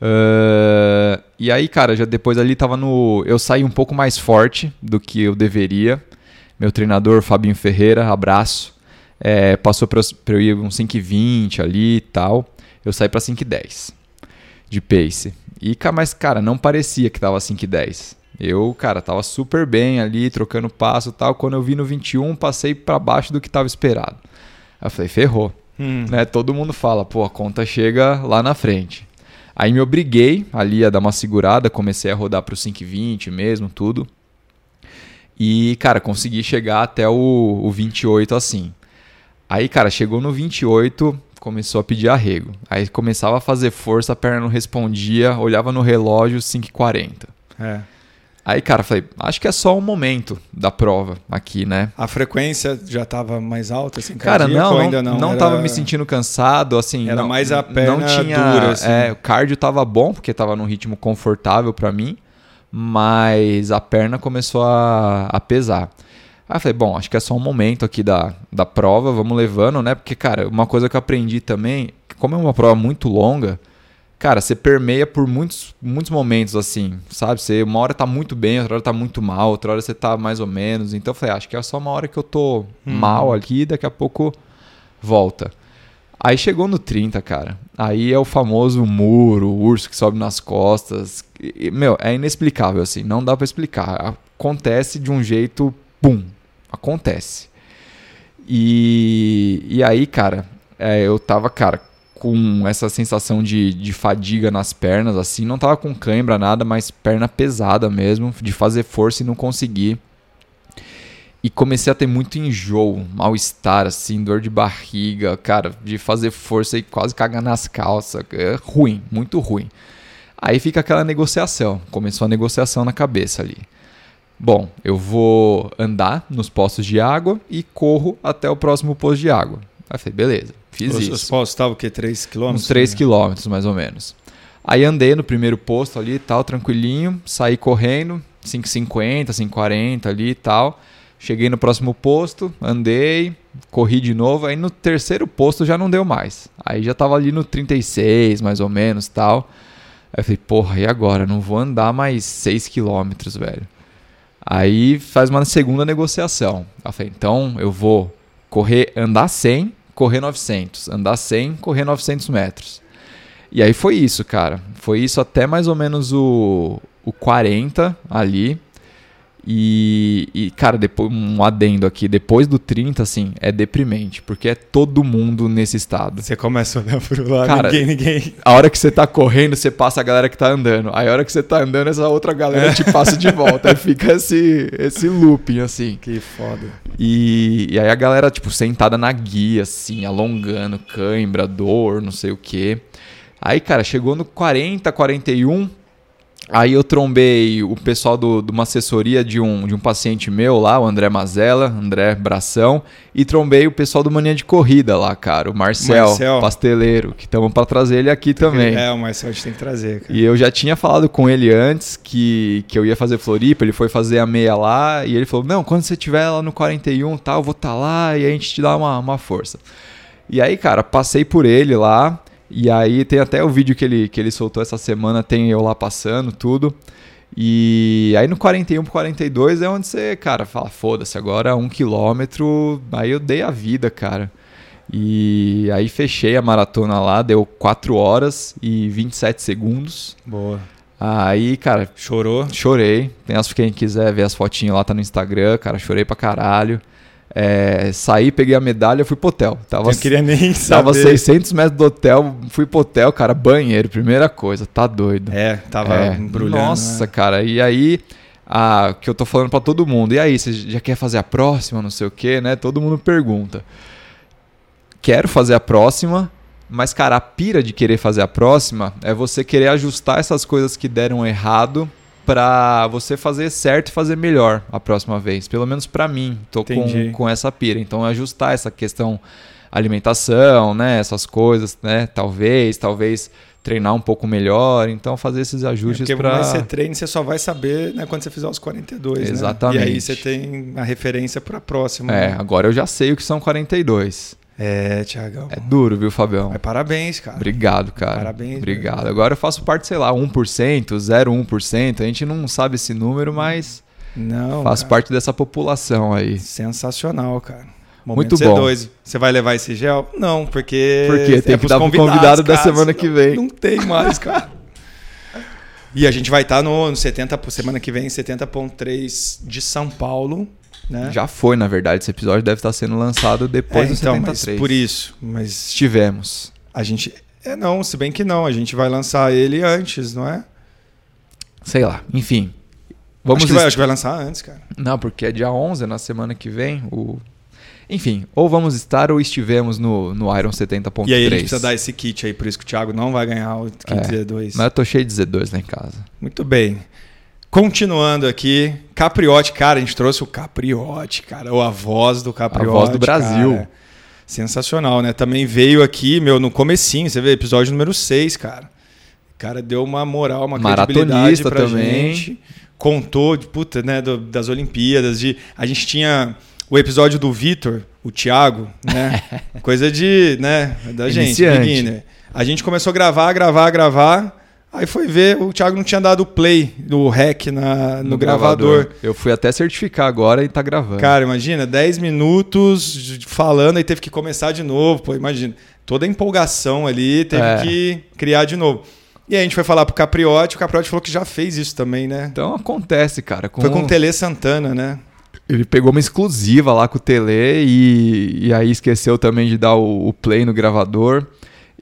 S2: Ahn, e aí, cara, já depois ali tava no. Eu saí um pouco mais forte do que eu deveria. Meu treinador, Fabinho Ferreira, abraço. É, passou pra, eu- pra eu ir um uns 5,20 ali e tal. Eu saí pra 5,10 de pace. E, ca- mas, cara, não parecia que tava 5,10. Eu, cara, tava super bem ali, trocando passo e tal. Quando eu vi no 21, passei pra baixo do que tava esperado. Aí eu falei, ferrou
S1: Hum.
S2: né? Todo mundo fala, pô, a conta chega lá na frente. Aí me obriguei ali a dar uma segurada, comecei a rodar pro 5,20 mesmo, tudo. E, cara, consegui chegar até o, o 28 assim. Aí, cara, chegou no 28, começou a pedir arrego. Aí começava a fazer força, a perna não respondia, olhava no relógio, 5,40.
S1: É.
S2: Aí, cara, falei, acho que é só o momento da prova aqui, né?
S1: A frequência já estava mais alta, assim,
S2: Cara,
S1: cardíaco,
S2: não,
S1: ou
S2: não,
S1: ainda não.
S2: não
S1: Era-
S2: tava me sentindo cansado, assim.
S1: Era
S2: não,
S1: mais a
S2: não
S1: perna
S2: tinha,
S1: dura, assim.
S2: É, o cardio tava bom, porque tava num ritmo confortável pra mim, mas a perna começou a, a pesar. Aí eu falei, bom, acho que é só um momento aqui da, da prova, vamos levando, né? Porque, cara, uma coisa que eu aprendi também, que como é uma prova muito longa, cara, você permeia por muitos, muitos momentos, assim, sabe? Você, uma hora tá muito bem, outra hora tá muito mal, outra hora você tá mais ou menos. Então eu falei, acho que é só uma hora que eu tô mal aqui, daqui a pouco volta. Aí chegou no 30, cara. Aí é o famoso muro, o urso que sobe nas costas. E, e, meu, é inexplicável assim, não dá pra explicar. Acontece de um jeito, pum, acontece. E, e aí, cara, é, eu tava, cara, com essa sensação de, de fadiga nas pernas, assim, não tava com cãibra, nada, mas perna pesada mesmo, de fazer força e não conseguir. E comecei a ter muito enjoo, mal-estar, assim, dor de barriga, cara, de fazer força e quase cagar nas calças. É ruim, muito ruim. Aí fica aquela negociação. Começou a negociação na cabeça ali. Bom, eu vou andar nos postos de água e corro até o próximo posto de água. Aí eu falei, beleza, fiz
S1: Os,
S2: isso.
S1: os postos estavam o quê? Né? 3 km?
S2: Uns 3 quilômetros, mais ou menos. Aí andei no primeiro posto ali e tal, tranquilinho. Saí correndo, 5,50, 5,40 ali e tal. Cheguei no próximo posto, andei, corri de novo. Aí no terceiro posto já não deu mais. Aí já tava ali no 36, mais ou menos tal. Aí eu falei, porra, e agora? Não vou andar mais 6 quilômetros, velho. Aí faz uma segunda negociação. Eu falei, então eu vou correr, andar 100, correr 900. Andar 100, correr 900 metros. E aí foi isso, cara. Foi isso até mais ou menos o, o 40 ali. E, e, cara, depois, um adendo aqui. Depois do 30, assim, é deprimente. Porque é todo mundo nesse estado.
S1: Você começa a olhar pro lado,
S2: Cara,
S1: ninguém, ninguém.
S2: A hora que você tá correndo, você passa a galera que tá andando. Aí a hora que você tá andando, essa outra galera te passa de volta. Aí fica esse, esse looping, assim.
S1: Que foda.
S2: E, e aí a galera, tipo, sentada na guia, assim, alongando, cãibra, dor, não sei o quê. Aí, cara, chegou no 40, 41. Aí eu trombei o pessoal do- de uma assessoria de um, de um paciente meu lá, o André Mazella, André Bração, e trombei o pessoal do Mania de Corrida lá, cara, o Marcel,
S1: Marcel.
S2: pasteleiro, que estamos pra trazer ele aqui também.
S1: É, o Marcel a gente tem que trazer, cara.
S2: E eu já tinha falado com ele antes que, que eu ia fazer Floripa, ele foi fazer a meia lá, e ele falou, não, quando você estiver lá no 41 tal, eu vou estar lá e a gente te dá uma, uma força. E aí, cara, passei por ele lá, e aí tem até o vídeo que ele, que ele soltou essa semana, tem eu lá passando, tudo. E aí no 41 pro 42 é onde você, cara, fala, foda-se, agora um quilômetro, aí eu dei a vida, cara. E aí fechei a maratona lá, deu 4 horas e 27 segundos.
S1: Boa.
S2: Aí, cara,
S1: Chorou?
S2: chorei. Tem as quem quiser ver as fotinhas lá, tá no Instagram, cara, chorei pra caralho. É, saí, peguei a medalha, fui pro hotel. Tava,
S1: não queria nem saber.
S2: tava 600 metros do hotel, fui pro hotel, cara, banheiro, primeira coisa, tá doido.
S1: É, tava
S2: É,
S1: embrulhando.
S2: Nossa,
S1: né?
S2: cara, e aí a, que eu tô falando pra todo mundo. E aí, você já quer fazer a próxima, não sei o quê, né? Todo mundo pergunta. Quero fazer a próxima, mas, cara, a pira de querer fazer a próxima é você querer ajustar essas coisas que deram errado pra você fazer certo e fazer melhor a próxima vez. Pelo menos pra mim, tô
S1: Entendi.
S2: com, com essa pira. Então, é ajustar essa questão alimentação, né? Essas coisas, né? Talvez, talvez treinar um pouco melhor. Então, fazer esses
S1: É
S2: ajustes
S1: Porque por
S2: pra...
S1: mais que você treine, você só vai saber né, quando você fizer os 42, né?
S2: Exatamente.
S1: E aí você tem a referência para a próxima.
S2: É,
S1: né?
S2: agora eu já sei o que são 42.
S1: É, Tiagão.
S2: É duro, viu, Fabião?
S1: Mas parabéns, cara.
S2: Obrigado, cara.
S1: Parabéns,
S2: Obrigado. Agora eu faço parte, sei lá, 1%, 0,1%. A gente não sabe esse número, mas
S1: Não,
S2: faço
S1: cara.
S2: parte dessa população aí.
S1: Sensacional, cara.
S2: Muito
S1: C2.
S2: bom.
S1: Você vai levar esse gel? Não, porque.
S2: Porque tem que
S1: é pros
S2: dar pro
S1: convidados,
S2: convidado da
S1: cara,
S2: semana que
S1: senão
S2: vem.
S1: Não tem mais, cara. e a gente vai estar no, no 70, po- semana que vem, 70.3 de São Paulo, né?
S2: Já foi, na verdade. Esse episódio deve estar sendo lançado depois
S1: é,
S2: do
S1: então, mas
S2: 73.
S1: por isso. Mas
S2: Estivemos.
S1: a gente. É, não, se bem que não. A gente vai lançar ele antes, não é?
S2: Sei lá. Enfim. Vamos
S1: acho, que vai,
S2: est-
S1: acho que vai lançar antes, cara.
S2: Não, porque é dia 11, na semana que vem. O... Enfim, ou vamos estar ou estivemos no, no Iron 70.3.
S1: E aí a gente precisa dar esse kit aí, por isso que o Thiago não vai ganhar o kit
S2: É,
S1: Z2.
S2: Mas eu tô cheio de Z2 lá em casa.
S1: Muito bem. Continuando aqui, Capriotti, cara, a gente trouxe o Capriotti, cara, ou a voz do Capriotti.
S2: voz do Brasil.
S1: cara. Sensacional, né? Também veio aqui, meu, no comecinho, você vê, episódio número 6, cara. O cara deu uma moral, uma credibilidade
S2: Maratonista
S1: pra
S2: também.
S1: gente. Contou, de, puta, né, do- das Olimpíadas, de... A gente tinha o episódio do Vitor, o Thiago, né? Coisa de, né, da gente,
S2: Iniciante.
S1: beginner. A gente começou a gravar, gravar, gravar. Aí foi ver, o Thiago não tinha dado o play do REC na, no, gravador.
S2: Eu fui até certificar agora e tá gravando.
S1: Cara, imagina, 10 minutos de- falando, aí teve que começar de novo. Pô, imagina. Toda a empolgação ali, teve
S2: É.
S1: que criar de novo. E aí a gente foi falar pro Capriotti, o Capriotti falou que já fez isso também, né?
S2: Então acontece, cara.
S1: Foi com o Tele Santana, né?
S2: Ele pegou uma exclusiva lá com o Tele e, e aí esqueceu também de dar o, o play no gravador.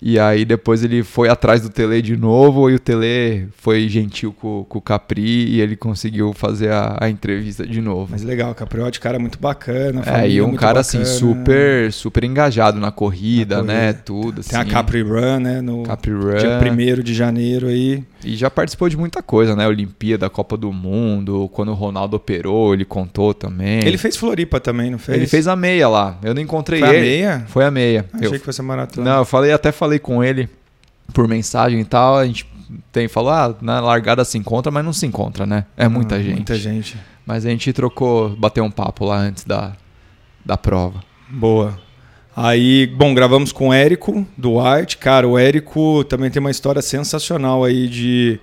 S2: E aí depois ele foi atrás do Tele de novo e o Tele foi gentil com, com o Capri e ele conseguiu fazer a, a entrevista de novo.
S1: Mas legal, o Capriotti, cara muito bacana.
S2: É, e
S1: família
S2: um
S1: muito
S2: cara
S1: bacana.
S2: assim super, super engajado na corrida,
S1: Na corrida.
S2: né? Tudo assim.
S1: Tem a Capri Run, né? No
S2: Capri Run.
S1: dia 1 de janeiro aí.
S2: E já participou de muita coisa, né? Olimpíada, Copa do Mundo, quando o Ronaldo operou, ele contou também.
S1: Ele fez Floripa também, não fez?
S2: Ele fez a meia lá. Eu não encontrei
S1: Foi a
S2: ele.
S1: meia?
S2: Foi a meia.
S1: Achei
S2: Eu...
S1: que fosse a maratona.
S2: Não, eu falei, até falei com ele por mensagem e tal. A gente tem falou, ah, na largada se encontra, mas não se encontra, né? É muita
S1: Ah,
S2: gente.
S1: Muita gente.
S2: Mas a gente trocou, bateu um papo lá antes da, da prova.
S1: Né? Boa. Aí, bom, gravamos com o Érico Duarte. Cara, o Érico também tem uma história sensacional aí de.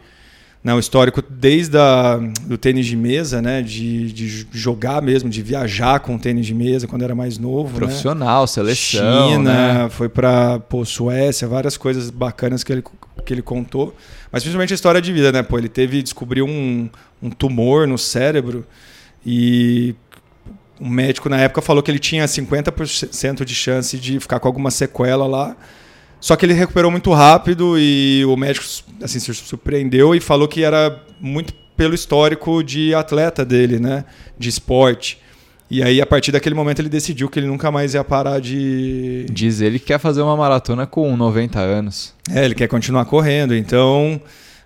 S1: Né, o histórico desde a, do tênis de mesa, né? De, de jogar mesmo, de viajar com o tênis de mesa quando era mais novo. né?
S2: Profissional, seleção,
S1: China,
S2: né?
S1: foi pra pô, Suécia, várias coisas bacanas que ele, que ele contou. Mas principalmente a história de vida, né? Pô, ele teve, descobriu um, um tumor no cérebro e o um médico na época falou que ele tinha 50% de chance de ficar com alguma sequela lá. Só que ele recuperou muito rápido e o médico assim, se surpreendeu e falou que era muito pelo histórico de atleta dele, né? De esporte. E aí, a partir daquele momento, ele decidiu que ele nunca mais ia parar de.
S2: Diz ele que quer fazer uma maratona com 90 anos.
S1: É, ele quer continuar correndo. Então,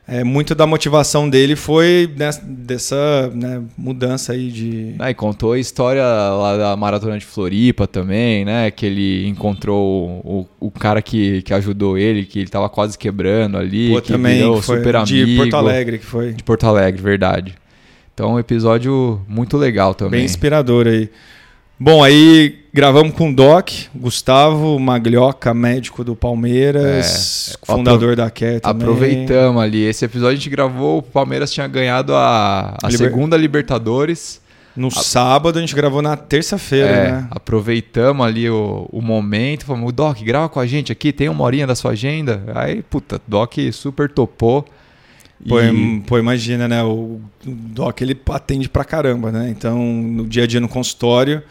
S1: é, muito da motivação dele foi nessa- dessa né, mudança aí de.
S2: Ah, e contou a história lá da Maratona de Floripa também, né? Que ele encontrou o, o cara que, que ajudou ele, que ele tava quase quebrando ali,
S1: Pô,
S2: que virou
S1: que foi
S2: super amigo.
S1: de Porto Alegre, que foi.
S2: De Porto Alegre, verdade. Então, um episódio muito legal também.
S1: Bem inspirador aí. Bom, aí gravamos com o Doc, Gustavo Maglioca, médico do Palmeiras,
S2: É,
S1: fundador da Care também.
S2: Aproveitamos ali. Esse episódio a gente gravou, o Palmeiras tinha ganhado a, a
S1: Liber-
S2: segunda Libertadores.
S1: No sábado, a gente gravou na terça-feira,
S2: É,
S1: né?
S2: aproveitamos ali o, o momento, falamos, Doc, grava com a gente aqui, tem uma horinha da sua agenda? Aí, puta, Doc super topou.
S1: Pô,
S2: E-
S1: im- pô, imagina, né? O o Doc ele atende pra caramba, né? Então, no dia a dia no consultório.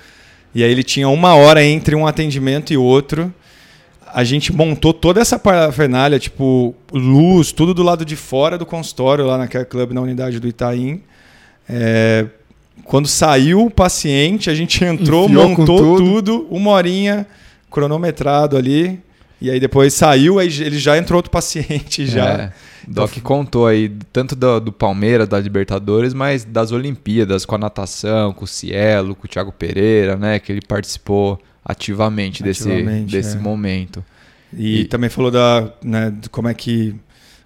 S1: E aí ele tinha uma hora entre um atendimento e outro. A gente montou toda essa parafernália, tipo, luz, tudo do lado de fora do consultório, lá naquela club, na unidade do Itaim. É, quando saiu o paciente, a gente entrou,
S2: Enfiou com
S1: montou
S2: tudo.
S1: tudo, uma horinha, cronometrado ali. E aí depois saiu, aí ele já entrou outro paciente já.
S2: É, Doc contou aí tanto do, do Palmeiras, da Libertadores, mas das Olimpíadas, com a natação, com o Cielo, com o Thiago Pereira, né? Que ele participou ativamente, desse,
S1: Ativamente,
S2: desse
S1: é.
S2: momento.
S1: E,
S2: E-
S1: também falou da, né, de como é que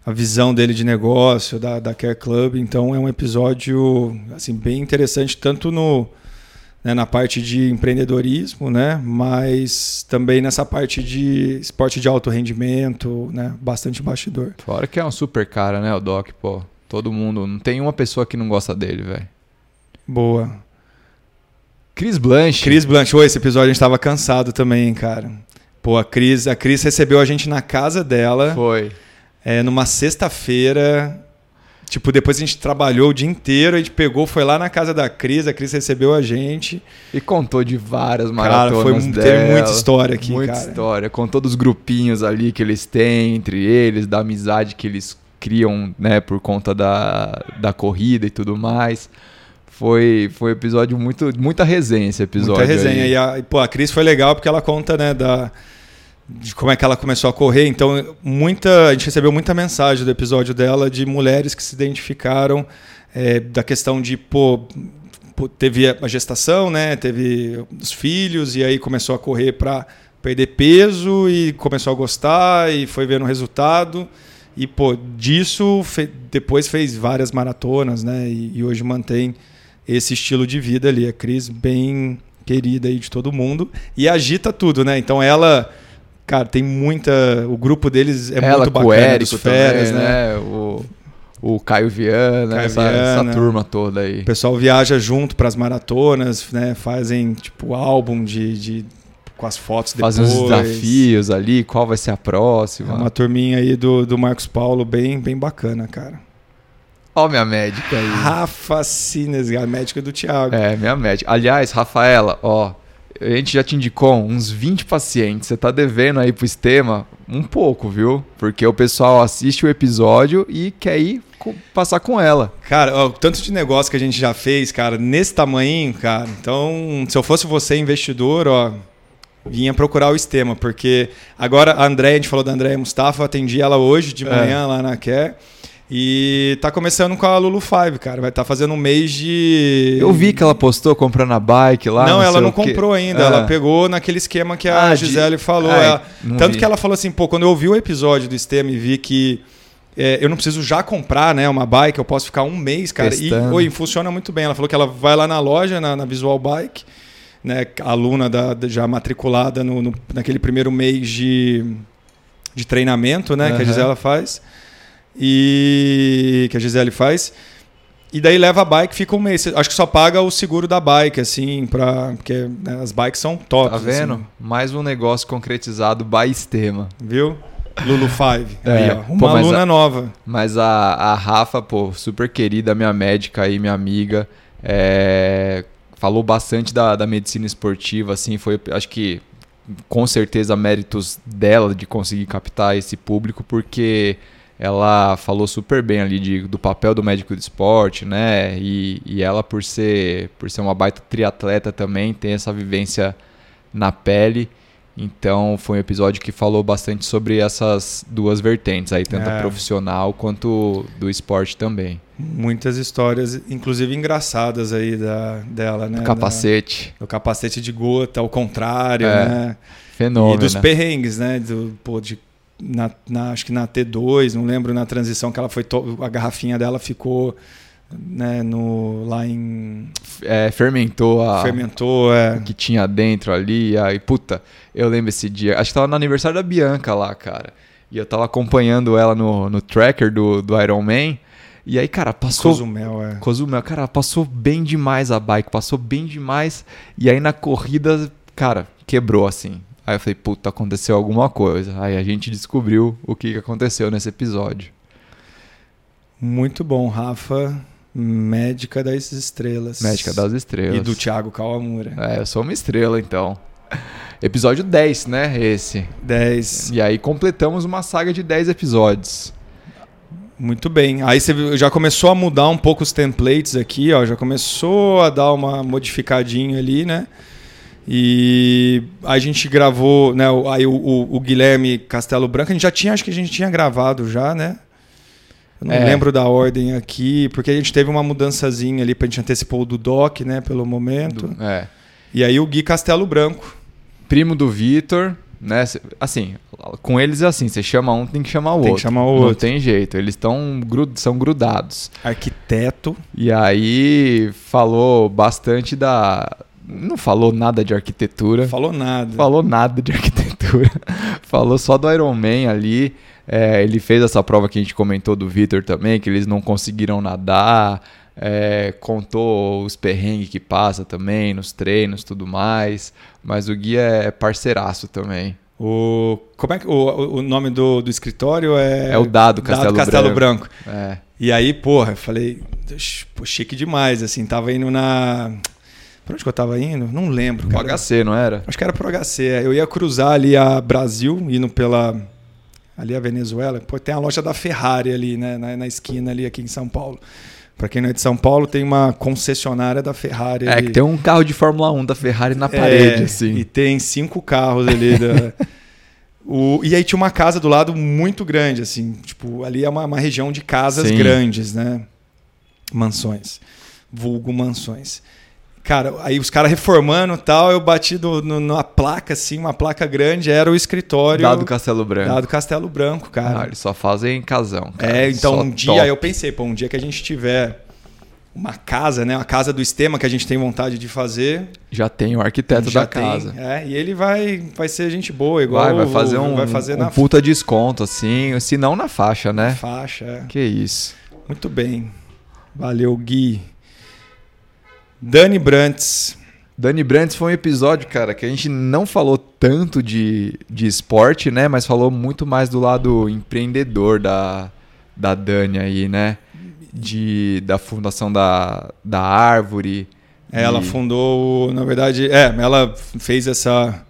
S1: a visão dele de negócio, da, da Care Club. Então é um episódio assim bem interessante, tanto no, né, na parte de empreendedorismo, né, mas também nessa parte de esporte de alto rendimento, né, bastante bastidor.
S2: Fora que é um super cara, né? O Doc, pô. Todo mundo. Não tem uma pessoa que não gosta dele, velho.
S1: Boa.
S2: Cris Blanche.
S1: Cris Blanchot, esse episódio a gente estava cansado também, hein, cara. Pô, a Cris, a Cris recebeu a gente na casa dela.
S2: né, Foi.
S1: É, numa sexta-feira. Tipo, depois a gente trabalhou o dia inteiro, a gente pegou, foi lá na casa da Cris, a Cris recebeu a gente.
S2: E contou de várias
S1: Cara,
S2: maratonas
S1: foi, mu-
S2: dela.
S1: teve muita história aqui,
S2: Muita
S1: cara.
S2: história. Contou dos grupinhos ali que eles têm entre eles, da amizade que eles criam, né, por conta da, da corrida e tudo mais. Foi, foi um episódio muito. Muita resenha esse episódio.
S1: Muita resenha.
S2: aí.
S1: E a, e, pô, a Cris foi legal porque ela conta, né, da, de como é que ela começou a correr. Então, muita, a gente recebeu muita mensagem do episódio dela de mulheres que se identificaram é, da questão de, pô, pô, teve a gestação, né, teve os filhos e aí começou a correr para perder peso e começou a gostar e foi vendo o resultado. E, pô, disso fe- depois fez várias maratonas, né? E, e hoje mantém esse estilo de vida ali. A Cris, bem querida aí de todo mundo. E agita tudo, né? Então ela, cara, tem muita. O grupo deles é
S2: Ela
S1: muito
S2: com
S1: bacana.
S2: o Érico
S1: dos feras,
S2: também, né? O, o Caio Viana,
S1: Caio
S2: essa, essa
S1: Viana.
S2: turma toda aí.
S1: O pessoal viaja junto para as maratonas, né? Fazem, tipo, álbum de. de- com as fotos depois.
S2: Fazer os desafios ali, qual vai ser a
S1: É
S2: próxima.
S1: uma turminha aí do, do Marcos Paulo bem, bem bacana, cara.
S2: Ó, minha médica aí.
S1: Rafa Sines, a médica do Thiago.
S2: É, minha médica. Aliás, Rafaela, ó, a gente já te indicou uns 20 pacientes. Você tá devendo aí pro sistema um pouco, viu? Porque o pessoal assiste o episódio e quer ir co- passar com ela.
S1: Cara, ó, o tanto de negócio que a gente já fez, cara, nesse tamanho, cara. Então, se eu fosse você, investidor, ó, vinha procurar o Estema, porque agora a Andréia, a gente falou da Andréia Mustafa, eu atendi ela hoje de
S2: É.
S1: manhã lá na Care. E tá começando com a Lulu 5, cara. Vai estar fazendo um mês de.
S2: Eu vi que ela postou comprando a bike lá.
S1: não, ela
S2: sei
S1: não
S2: o quê.
S1: comprou ainda.
S2: Ah,
S1: Ela pegou naquele esquema que a
S2: Ah, de-
S1: Gisele falou.
S2: Ai,
S1: ela-
S2: não
S1: Tanto
S2: vi.
S1: que ela falou assim, pô, quando eu ouvi o episódio do Stem e vi que é, eu não preciso já comprar né, uma bike, eu posso ficar um mês, cara. E
S2: Testando.
S1: oi, funciona muito bem. Ela falou que ela vai lá na loja, na, na Visual Bike, né, aluna da- da- já matriculada no, no- naquele primeiro mês de, de treinamento né, que a
S2: Aham.
S1: Gisela faz. E que a Gisele faz. E daí leva a bike, fica um mês. Acho que só paga o seguro da bike, assim, pra. Porque né, as bikes são assim. top.
S2: Tá vendo? Mais um negócio concretizado by Estema.
S1: viu? Lulu 5.
S2: É,
S1: Aí, ó.
S2: pô,
S1: Uma
S2: mas
S1: aluna
S2: a-
S1: nova.
S2: Mas a, a Rafa, pô, super querida, minha médica aí, minha amiga, é, falou bastante da, da medicina esportiva, assim, foi, acho que com certeza méritos dela de conseguir captar esse público, porque ela falou super bem ali de, do papel do médico do esporte, né? E, e ela, por ser, por ser uma baita triatleta também, tem essa vivência na pele. Então, foi um episódio que falou bastante sobre essas duas vertentes aí, tanto
S1: É.
S2: a profissional quanto do esporte também.
S1: Muitas histórias, inclusive engraçadas aí da, dela, né?
S2: do
S1: Da-
S2: capacete,
S1: do capacete de gota, ao contrário,
S2: É,
S1: né?
S2: fenômeno.
S1: E dos perrengues, né? Do, pô, de, na, na- acho que na T2, não lembro, na transição que ela foi. to- A garrafinha dela ficou. Né, no, lá em.
S2: É, fermentou a...
S1: Fermentou, é.
S2: que tinha dentro ali. Aí, puta, eu lembro esse dia. Acho que tava no aniversário da Bianca lá, cara. E eu tava acompanhando ela no, no tracker do, do Iron Man. E aí, cara, passou.
S1: Cozumel, é.
S2: Cozumel, cara, passou bem demais a bike, passou bem demais. E aí na corrida, cara, quebrou assim. Aí eu falei, puta, aconteceu alguma coisa. Aí a gente descobriu o que que aconteceu nesse episódio.
S1: Muito bom, Rafa. Médica das Estrelas.
S2: Médica das Estrelas.
S1: E do Thiago Kawamura.
S2: É, eu sou uma estrela, então. Episódio 10, né? Esse.
S1: 10.
S2: E aí completamos uma saga de 10 episódios.
S1: Muito bem. Aí você viu- já começou a mudar um pouco os templates aqui, ó. Já começou a dar uma modificadinha ali, né? E a gente gravou, né? o- Aí o, o- o Guilherme Castelo Branco, a gente já tinha, acho que a gente tinha gravado já, né? Eu não
S2: É.
S1: lembro da ordem aqui, porque a gente teve uma mudançazinha ali pra gente antecipou o do Doc, né? Pelo momento.
S2: É.
S1: E aí o Gui Castelo Branco.
S2: Primo do Vitor, né? Cê- Assim, com eles é assim, você chama um, tem que chamar o
S1: Tem que
S2: outro.
S1: chamar o
S2: Não
S1: outro.
S2: tem jeito, eles estão gru- são grudados.
S1: Arquiteto.
S2: E aí falou bastante da. Não falou nada de arquitetura.
S1: Falou nada.
S2: Falou nada de arquitetura. Falou só do Iron Man ali. É, ele fez essa prova que a gente comentou do Vitor também, que eles não conseguiram nadar. É, contou os perrengues que passa também, nos treinos tudo mais. Mas o Gui é parceiraço também.
S1: O, como é que, o, o nome do, do escritório é.
S2: É o Dado Castelo
S1: Branco.
S2: É,
S1: E aí, porra, eu falei, "Oxi, pô, chique demais, assim, tava indo na. Pra onde que eu tava indo? Não lembro,
S2: o
S1: cara.
S2: HC, não era?
S1: Acho que era pro HC. é. Eu ia cruzar ali a Brasil, indo pela. Ali a Venezuela. Pô, tem a loja da Ferrari ali, né? Na, na esquina ali, aqui em São Paulo. Pra quem não é de São Paulo, tem uma concessionária da Ferrari.
S2: É,
S1: ali.
S2: que tem um carro de Fórmula 1 da Ferrari na parede,
S1: É,
S2: assim.
S1: E tem cinco carros ali. da- o, e aí tinha uma casa do lado muito grande, assim. Tipo, ali é uma, uma região de casas
S2: Sim.
S1: grandes, né? Mansões. Vulgo mansões. Cara, aí os caras reformando e tal, eu bati no, no- na placa, assim, uma placa grande, era o escritório
S2: Dado Castelo Branco.
S1: lá do Castelo Branco, cara.
S2: Não, eles só fazem casão. cara.
S1: É, então
S2: Só
S1: um dia
S2: top.
S1: eu pensei, pô, um dia que a gente tiver uma casa, né? Uma casa do esquema que a gente tem vontade de fazer,
S2: Já tem o arquiteto
S1: já
S2: da
S1: tem,
S2: casa.
S1: É, e ele vai, vai ser gente boa, igual
S2: Vai, vai
S1: o-
S2: fazer um,
S1: vai fazer
S2: um
S1: na
S2: puta desconto, assim, se não na faixa, né?
S1: faixa. é.
S2: Que isso.
S1: Muito bem. Valeu, Gui. Dani Brantes.
S2: Dani Brandes foi um episódio, cara, que a gente não falou tanto de, de esporte, né? Mas falou muito mais do lado empreendedor da, da Dani aí, né? De, da fundação da, da árvore.
S1: É, Ela
S2: E-
S1: fundou, o- na verdade, é, ela fez essa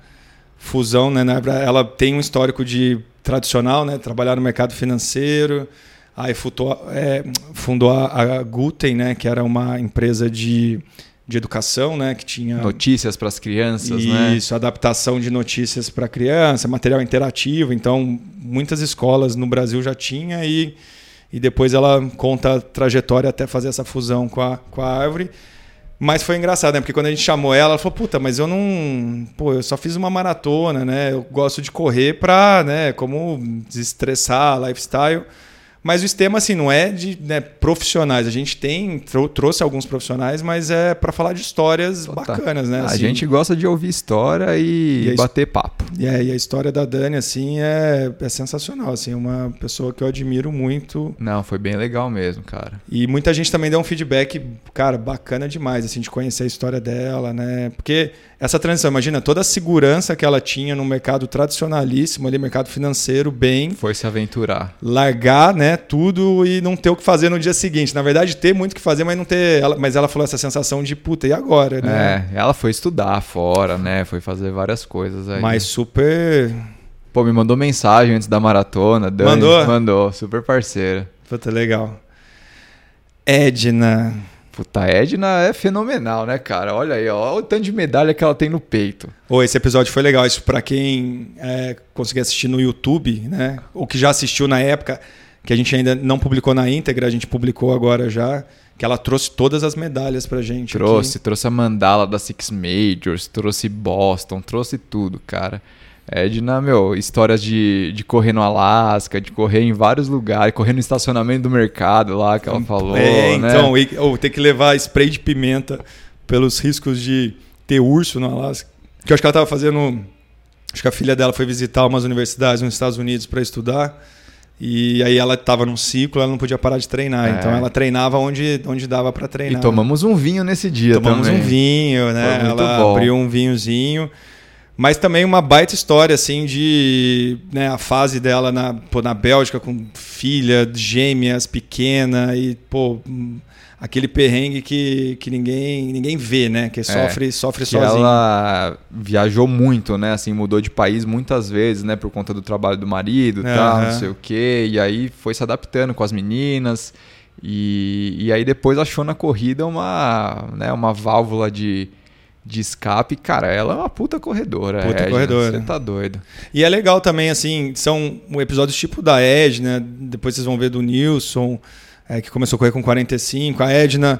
S1: fusão, né? na verdade, Ela tem um histórico de tradicional, né? Trabalhar no mercado financeiro. Aí futou- é, fundou a, a Guten, né? Que era uma empresa de, de educação, né? Que tinha
S2: notícias para as crianças, né?
S1: Isso, adaptação de notícias para criança, material interativo. Então, muitas escolas no Brasil já tinha e, e depois ela conta a trajetória até fazer essa fusão com a, com a árvore. Mas foi engraçado, né? Porque quando a gente chamou ela, ela falou: "Puta, mas eu não, pô, eu só fiz uma maratona, né? Eu gosto de correr pra, né, como desestressar, lifestyle. Mas o sistema assim não é de né, profissionais. A gente tem trou- trouxe alguns profissionais, mas é para falar de histórias
S2: Total.
S1: bacanas, né?
S2: A
S1: assim.
S2: gente gosta de ouvir história e,
S1: E a his-
S2: bater papo.
S1: E, é, e a história da Dani, assim, é, é sensacional. Assim, é uma pessoa que eu admiro muito.
S2: Não, foi bem legal mesmo, cara.
S1: E muita gente também deu um feedback, cara, bacana demais, assim, de conhecer a história dela, né? Porque essa transição, imagina, toda a segurança que ela tinha no mercado tradicionalíssimo ali, mercado financeiro, bem,
S2: Foi se aventurar.
S1: largar, né, tudo e não ter o que fazer no dia seguinte. Na verdade, ter muito o que fazer, mas não ter. ela- mas ela falou essa sensação de puta, e agora, né?
S2: É, ela foi estudar fora, né? Foi fazer várias coisas aí.
S1: Mas super.
S2: Pô, me mandou mensagem antes da maratona. Dani,
S1: Mandou?
S2: Mandou, super parceira.
S1: Puta, legal. Edna.
S2: Puta, a Edna é fenomenal, né, cara? Olha aí, ó, olha o tanto de medalha que ela tem no peito.
S1: Ô, esse episódio foi legal. Isso pra quem é, conseguir assistir no YouTube, né? Ou que já assistiu na época, que a gente ainda não publicou na íntegra, a gente publicou agora já, que ela trouxe todas as medalhas pra gente. aqui.
S2: Trouxe, trouxe a mandala da Six Majors, trouxe Boston, trouxe tudo, cara. Edna, meu, histórias de, de correr no Alasca, de correr em vários lugares, correr no estacionamento do mercado lá que ela falou.
S1: É,
S2: né?
S1: então, e- ou ter que levar spray de pimenta pelos riscos de ter urso no Alasca. Que eu acho que ela tava fazendo. Acho que a filha dela foi visitar umas universidades nos Estados Unidos pra estudar. E aí ela tava num ciclo, ela não podia parar de treinar.
S2: É.
S1: Então ela treinava onde, onde dava pra
S2: E
S1: treinar.
S2: tomamos um vinho nesse dia
S1: Tomamos
S2: também.
S1: um vinho, né?
S2: Foi muito
S1: Ela
S2: bom.
S1: abriu um vinhozinho. Mas também uma baita história, assim, de né, a fase dela na, pô, na Bélgica com filha, gêmeas, pequena, e, pô, hum, aquele perrengue que, que ninguém, ninguém vê, né? Que sofre, sofre
S2: É. que
S1: sozinho.
S2: ela viajou muito, né? Assim, mudou de país muitas vezes, né? Por conta do trabalho do marido,
S1: Aham.
S2: tal, não sei o quê. E aí foi se adaptando com as meninas. E, e aí depois achou na corrida uma, né, uma válvula de, de escape. Cara, ela é uma puta corredora.
S1: Puta
S2: Edna,
S1: corredora.
S2: Você tá doido.
S1: E é legal também, assim, são episódios tipo da Edna, depois vocês vão ver do Nilson, é, que começou a correr com 45, a Edna,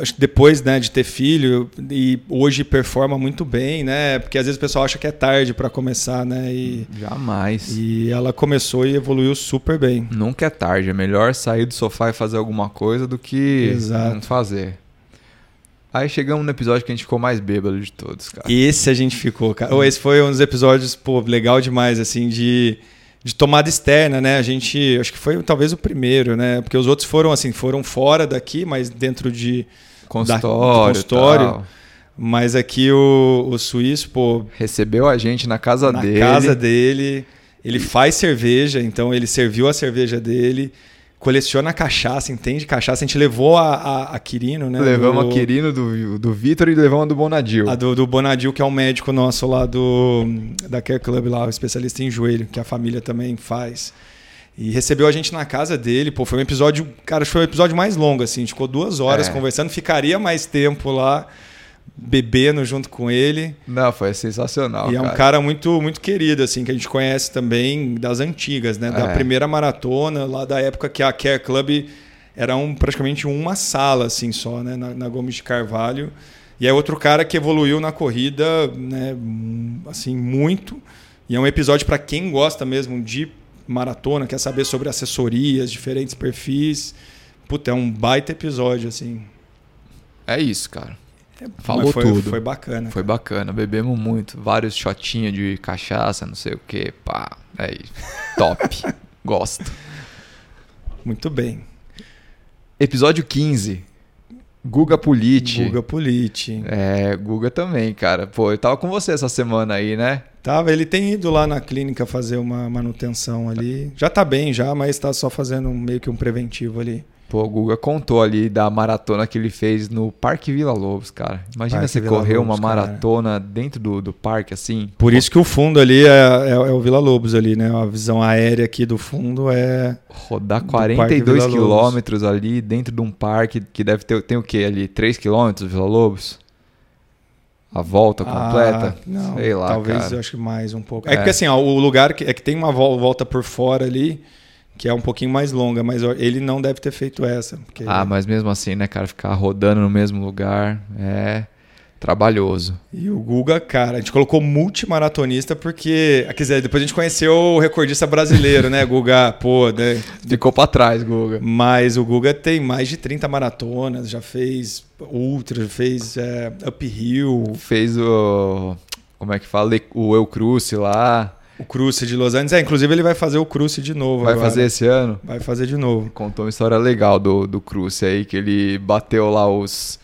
S1: acho que depois né, de ter filho, e hoje performa muito bem, né? Porque às vezes o pessoal acha que é tarde para começar, né? E,
S2: Jamais.
S1: e ela começou e evoluiu super bem.
S2: Nunca é tarde. É melhor sair do sofá e fazer alguma coisa do que
S1: Exato.
S2: não fazer. Aí chegamos no episódio que a gente ficou mais bêbado de todos, cara.
S1: Esse a gente ficou, cara. Ô, Esse foi um dos episódios, pô, legal demais, assim, de, de tomada externa, né? A gente, acho que foi talvez o primeiro, né? Porque os outros foram, assim, foram fora daqui, mas dentro de.
S2: consultório,
S1: consultório.
S2: tal.
S1: Mas aqui o, o suíço, pô,
S2: Recebeu a gente na casa
S1: na
S2: dele.
S1: casa dele, ele faz cerveja, então ele serviu a cerveja dele, coleciona cachaça, entende cachaça. A gente levou a, a, a Quirino, né?
S2: Levamos
S1: do,
S2: a Quirino do, do Vitor e levamos a do Bonadil.
S1: a do, do Bonadil, que é um médico nosso lá do da Care Club, lá, o especialista em joelho, que a família também faz. E recebeu a gente na casa dele, pô, foi um episódio, cara, acho que foi o episódio mais longo, assim, a gente ficou duas horas
S2: É.
S1: conversando, ficaria mais tempo lá, bebendo junto com ele.
S2: Não, foi sensacional.
S1: E é um
S2: cara.
S1: cara muito, muito querido, assim, que a gente conhece também das antigas, né? Da
S2: É.
S1: primeira maratona, lá da época que a Care Club era um, praticamente uma sala, assim, só, né? Na, na Gomes de Carvalho. E é outro cara que evoluiu na corrida, né? hum, Assim, muito. E é um episódio para quem gosta mesmo de maratona, quer saber sobre assessorias, diferentes perfis. Puta, é um baita episódio, assim.
S2: É isso, cara. Falou
S1: Mas foi,
S2: tudo.
S1: Foi bacana.
S2: Foi bacana. Bebemos muito. Vários shotinhos de cachaça, não sei o que. Pá. É isso. Top. Gosto.
S1: Muito bem.
S2: Episódio 15. Guga Politi.
S1: Guga Politi.
S2: É, Guga também, cara. Pô, eu tava com você essa semana aí, né?
S1: Tava, ele tem ido lá na clínica fazer uma manutenção ali. Já tá bem já, mas tá só fazendo um- meio que um preventivo ali.
S2: Pô, o Guga contou ali da maratona que ele fez no Parque Vila Lobos, cara. Imagina
S1: Parque
S2: você
S1: Vila
S2: correr
S1: Lobos,
S2: uma
S1: cara.
S2: maratona dentro do, do parque, assim.
S1: Por isso que o fundo ali é, é- é o Vila Lobos ali, né? A visão aérea aqui do fundo é
S2: Rodar
S1: Do
S2: 42
S1: Parque Vila Lobos.
S2: quilômetros ali dentro de um parque que deve ter. Tem o quê ali? 3 quilômetros, Vila Lobos? A volta completa?
S1: Ah, não,
S2: Sei lá,
S1: talvez
S2: cara.
S1: eu acho que mais um pouco. É,
S2: É.
S1: porque assim, ó, o lugar que, é que tem uma vol- volta por fora ali que é um pouquinho mais longa, mas ó, ele não deve ter feito essa, porque
S2: Ah, mas mesmo assim, né, cara? Ficar rodando no mesmo lugar é trabalhoso.
S1: E o Guga, cara, a gente colocou multimaratonista porque, ah, quer dizer, depois a gente conheceu o recordista brasileiro, né, Guga? Pô, né?
S2: Ficou pra trás, Guga.
S1: Mas o Guga tem mais de 30 maratonas, já fez ultra, já fez é, uphill,
S2: Fez o. Como é que fala? O Eu Cruce lá.
S1: o cruce de Los Angeles. É, inclusive ele vai fazer o cruce de novo
S2: Vai
S1: agora.
S2: fazer esse ano?
S1: Vai fazer de novo.
S2: Contou uma história legal do, do Cruze aí, que ele bateu lá os.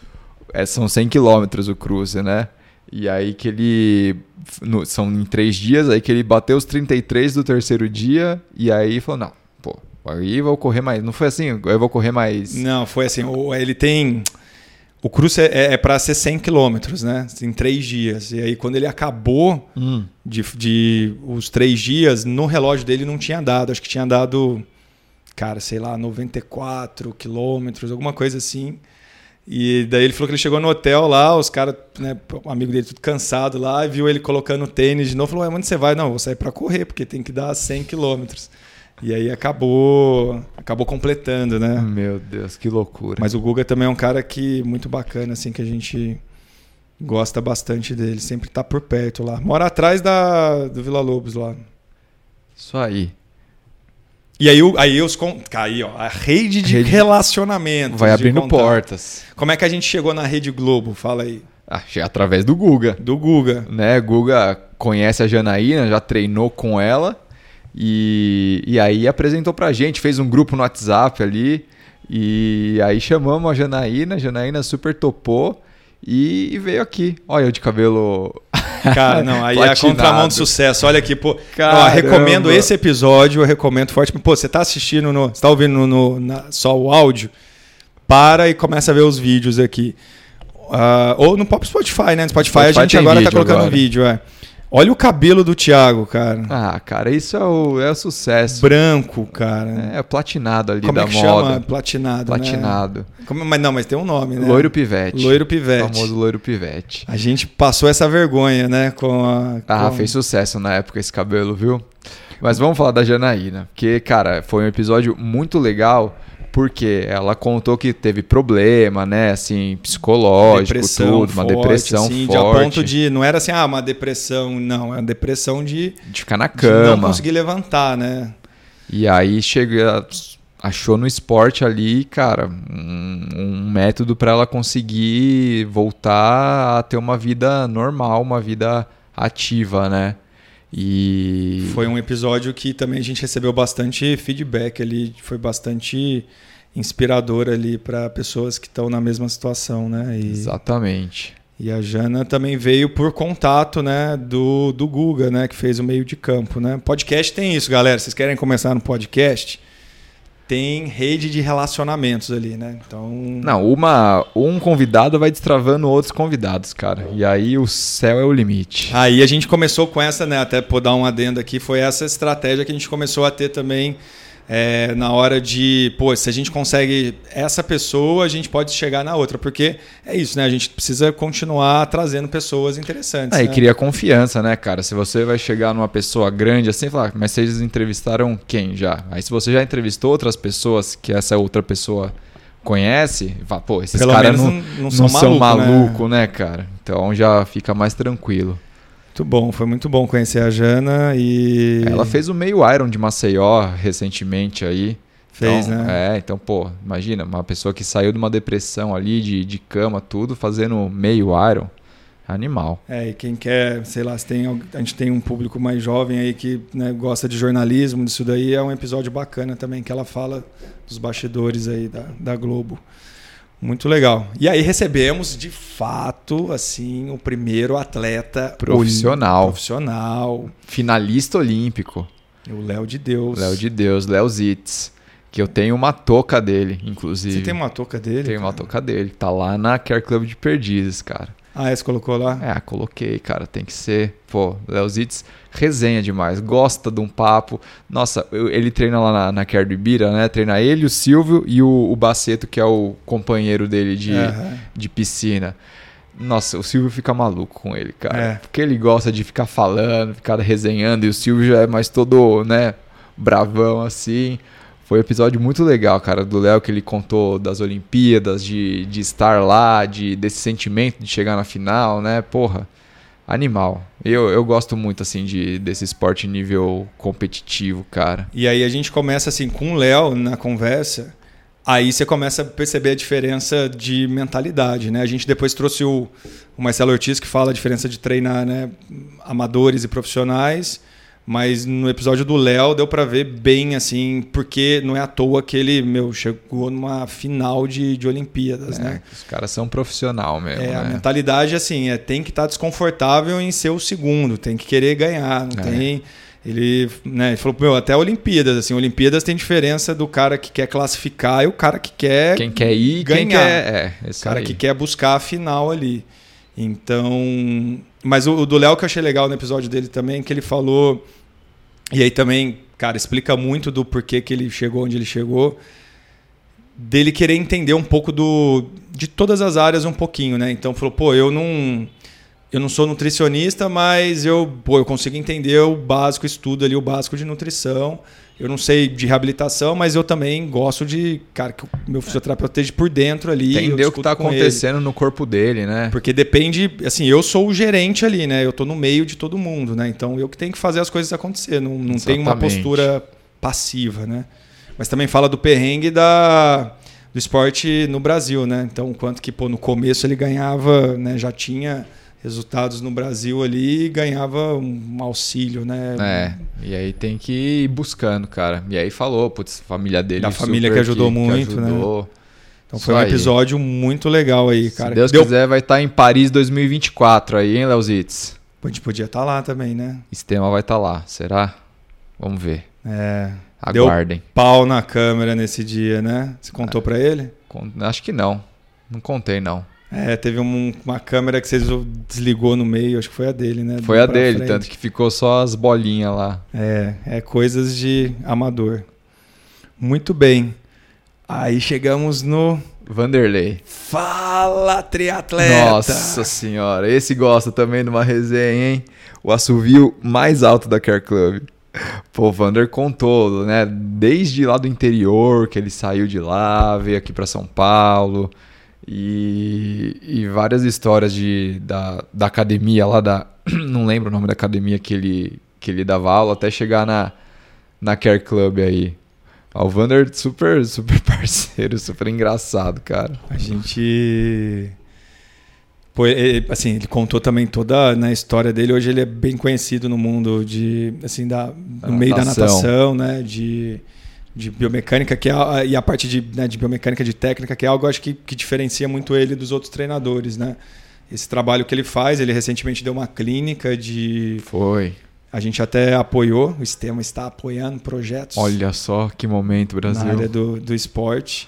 S2: é, são 100 quilômetros o Cruze, né? E aí que ele. no- são em três dias, aí que ele bateu os 33 do terceiro dia, e aí falou: não, pô, aí eu vou correr mais. Não foi assim, eu vou correr mais.
S1: Não, foi assim, o- ele tem... O cruce é, é para ser 100 quilômetros, né? Em três dias. E aí quando ele acabou...
S2: Hum.
S1: de, de os três dias, no relógio dele não tinha dado. Acho que tinha dado, cara, sei lá, 94 quilômetros, alguma coisa assim. E daí ele falou que ele chegou no hotel lá, os caras, né, um amigo dele tudo cansado lá, e viu ele colocando o tênis de novo, falou, "Ué, onde você vai? Não, eu vou sair pra correr, porque tem que dar 100 quilômetros. E aí acabou, acabou completando, né?
S2: Meu Deus, que loucura.
S1: Mas o Guga também é um cara que muito bacana, assim, que a gente gosta bastante dele, sempre tá por perto lá. Mora atrás da, do Vila Lobos lá.
S2: Isso aí.
S1: E aí, o- aí os. con- Cara, Aí, ó, a rede de
S2: Rede-
S1: relacionamentos.
S2: Vai
S1: de
S2: abrindo
S1: contato.
S2: portas.
S1: Como é que a gente chegou na Rede Globo? Fala aí.
S2: Ah, através do Guga.
S1: Do Guga.
S2: né? Guga conhece a Janaína, já treinou com ela e, e aí apresentou pra gente, fez um grupo no WhatsApp ali e aí chamamos a Janaína, a Janaína super topou e, e veio aqui. Olha eu de cabelo.
S1: Cara, não, aí é a
S2: Platinado.
S1: contramão do sucesso. Olha aqui, pô. Ó,
S2: Caramba.
S1: recomendo esse episódio, eu recomendo forte. Pô, você tá assistindo no. Você tá ouvindo no, no- na- só o áudio? para e começa a ver os vídeos aqui. Ah, ou no próprio Spotify, né? No Spotify,
S2: Spotify
S1: a gente
S2: tem
S1: agora tá
S2: vídeo
S1: colocando
S2: agora.
S1: vídeo, é. Olha o cabelo do Thiago, cara.
S2: Ah, cara, isso é o, é o sucesso.
S1: Branco, cara.
S2: É platinado ali
S1: Como
S2: da
S1: é que
S2: moda.
S1: chama? Platinado, né?
S2: Platinado.
S1: Como- Mas não, mas tem um nome, né?
S2: Loiro pivete.
S1: Loiro pivete.
S2: Famoso loiro pivete.
S1: A gente passou essa vergonha, né? Com a.
S2: Ah,
S1: com-
S2: fez sucesso na época esse cabelo, viu? Mas vamos falar da Janaína, porque, cara, foi um episódio muito legal, porque ela contou que teve problema, né, assim, psicológico, tudo, uma
S1: forte,
S2: depressão
S1: assim, De a
S2: forte,
S1: ponto de. Não era assim, ah, uma depressão, não. É uma depressão de,
S2: de ficar na
S1: de não
S2: cama.
S1: conseguir levantar, né?
S2: E aí chega, achou no esporte ali, cara, um, um método pra ela conseguir voltar a ter uma vida normal, uma vida ativa, né? E
S1: Foi um episódio que também a gente recebeu bastante feedback ali, foi bastante inspirador ali para pessoas que estão na mesma situação, né? E,
S2: exatamente.
S1: e a Jana também veio por contato, né, do, do Guga, né, que fez o meio de campo, né? Podcast tem isso, galera. Vocês querem começar no podcast? Tem rede de relacionamentos ali, né? Então,
S2: Não, uma, um convidado vai destravando outros convidados, cara. E aí o céu é o limite.
S1: Aí a gente começou com essa, né? Até por dar um adendo aqui, foi essa estratégia que a gente começou a ter também é, na hora de, pô, se a gente consegue essa pessoa, a gente pode chegar na outra, porque é isso, né? A gente precisa continuar trazendo pessoas interessantes.
S2: Ah, e
S1: né?
S2: cria confiança, né, cara? Se você vai chegar numa pessoa grande assim e falar, mas vocês entrevistaram quem já? Aí se você já entrevistou outras pessoas que essa outra pessoa conhece, fala, pô, esses
S1: Pelo
S2: caras
S1: menos
S2: não,
S1: não, não
S2: não
S1: são,
S2: são
S1: maluco, né?
S2: maluco, né? cara? Então já fica mais tranquilo.
S1: Muito bom, foi muito bom conhecer a Jana e.
S2: Ela fez o meio Iron de Maceió recentemente aí.
S1: Fez,
S2: Então,
S1: né?
S2: É, então, pô, imagina, uma pessoa que saiu de uma depressão ali, de, de cama, tudo, fazendo meio Iron. Animal.
S1: É, e quem quer, sei lá, se tem, al- a gente tem um público mais jovem aí que né, gosta de jornalismo, disso daí, é um episódio bacana também, que ela fala dos bastidores aí da, da Globo. Muito legal. E aí recebemos, de fato, assim, o primeiro atleta
S2: Profissional.
S1: olí- profissional,
S2: Finalista olímpico.
S1: o Léo de Deus.
S2: Léo de Deus, Léo Zitz. Que eu tenho uma touca dele, inclusive.
S1: Você tem uma touca dele?
S2: Tenho uma
S1: cara?
S2: touca dele. Tá lá na Care Club de Perdizes, cara.
S1: Ah, é, você colocou lá?
S2: É, coloquei, cara. Tem que ser. Pô, Léo Zitz resenha demais. Gosta de um papo. Nossa, eu- ele treina lá na, na Care do Ibira, né? Treina ele, o Silvio e o, o Baceto, que é o companheiro dele de,
S1: Aham.
S2: de piscina. Nossa, o Silvio fica maluco com ele, cara.
S1: É.
S2: Porque ele gosta de ficar falando, ficar resenhando, e o Silvio já é mais todo, né, bravão assim. Foi um episódio muito legal, cara, do Léo, que ele contou das Olimpíadas, de, de estar lá, de, desse sentimento de chegar na final, né? Porra, animal. Eu, eu gosto muito, assim, de, desse esporte nível competitivo, cara.
S1: E aí a gente começa assim com o Léo na conversa. Aí você começa a perceber a diferença de mentalidade, né? A gente depois trouxe o, o Marcelo Ortiz que fala a diferença de treinar, né, amadores e profissionais, mas no episódio do Léo deu pra ver bem assim, porque não é à toa que ele, meu, chegou numa final de, de Olimpíadas, né?
S2: É, Os caras são profissional mesmo,
S1: É, a
S2: né?
S1: mentalidade assim, é tem que estar desconfortável em ser o segundo, tem que querer ganhar, não
S2: É.
S1: tem. Ele, né, ele falou, meu, até Olimpíadas, assim, Olimpíadas tem diferença do cara que quer classificar e o cara que quer,
S2: Quem quer ir, quem
S1: ganhar.
S2: quer... É, esse
S1: o cara
S2: aí.
S1: que quer buscar a final ali. Então, mas o, o do Léo que eu achei legal no episódio dele também, que ele falou e aí também, cara, explica muito do porquê que ele chegou onde ele chegou dele querer entender um pouco do de todas as áreas um pouquinho, né? Então falou, pô, eu não eu não sou nutricionista, mas eu, pô, eu consigo entender o básico, estudo ali o básico de nutrição. Eu não sei de reabilitação, mas eu também gosto de, cara, que o meu fisioterapeuta esteja por dentro ali, eu
S2: entender o que
S1: discuto
S2: tá
S1: com ele.
S2: acontecendo no corpo dele, né?
S1: Porque depende, assim, eu sou o gerente ali, né? Eu tô no meio de todo mundo, né? Então eu que tenho que fazer as coisas acontecer, não, não tem uma
S2: Exatamente.
S1: postura passiva, né? Mas também fala do perrengue da, do esporte no Brasil, né? Então, o quanto que, pô, no começo ele ganhava, né? Já tinha resultados no Brasil ali e ganhava um auxílio, né?
S2: É, e aí tem que ir buscando, cara. E aí falou, putz, a família dele.
S1: Da família
S2: super
S1: que ajudou muito, né? Então foi
S2: Isso
S1: um
S2: aí.
S1: episódio muito legal aí, cara.
S2: Se Deus
S1: Deu-
S2: quiser, vai estar em Paris 2024 aí, hein, Leozitz?
S1: A gente podia estar lá também, né?
S2: Esse tema vai estar lá, será? Vamos ver.
S1: É. Deu-
S2: Aguardem. Ah.
S1: Pau na câmera nesse dia, né? Você contou pra ele?
S2: Con- Acho que não. Não contei, não.
S1: É, teve um- uma câmera que vocês desligou no meio, acho que foi a dele, né?
S2: Foi a
S1: Pra
S2: dele,
S1: frente.
S2: tanto que ficou só as bolinhas lá.
S1: É, é coisas de amador. Muito bem. Aí chegamos no
S2: Vanderlei.
S1: Fala Triatleta.
S2: Nossa senhora, esse gosta também de uma resenha, hein? O assovio mais alto da Care Club. Pô, o Vander contou, né? Desde lá do interior, que ele saiu de lá, veio aqui pra São Paulo. E, e várias histórias de, da, da academia lá da. Não lembro o nome da academia que ele, que ele dava aula, até chegar na, na Care Club aí. Ah, O Vander super, super parceiro, super engraçado, cara.
S1: A gente. Pô, e- e, assim, ele contou também toda na história dele. Hoje ele é bem conhecido no mundo de, assim, da, no meio da
S2: natação.
S1: natação, né? De, de biomecânica que é, a- e a parte de, né, de biomecânica de técnica que é algo acho que, que diferencia muito ele dos outros treinadores, né? Esse trabalho que ele faz, ele recentemente deu uma clínica de
S2: Foi.
S1: a gente até apoiou, o Estema está apoiando projetos
S2: Olha só que momento,
S1: na área
S2: Brasil.
S1: é do, do esporte,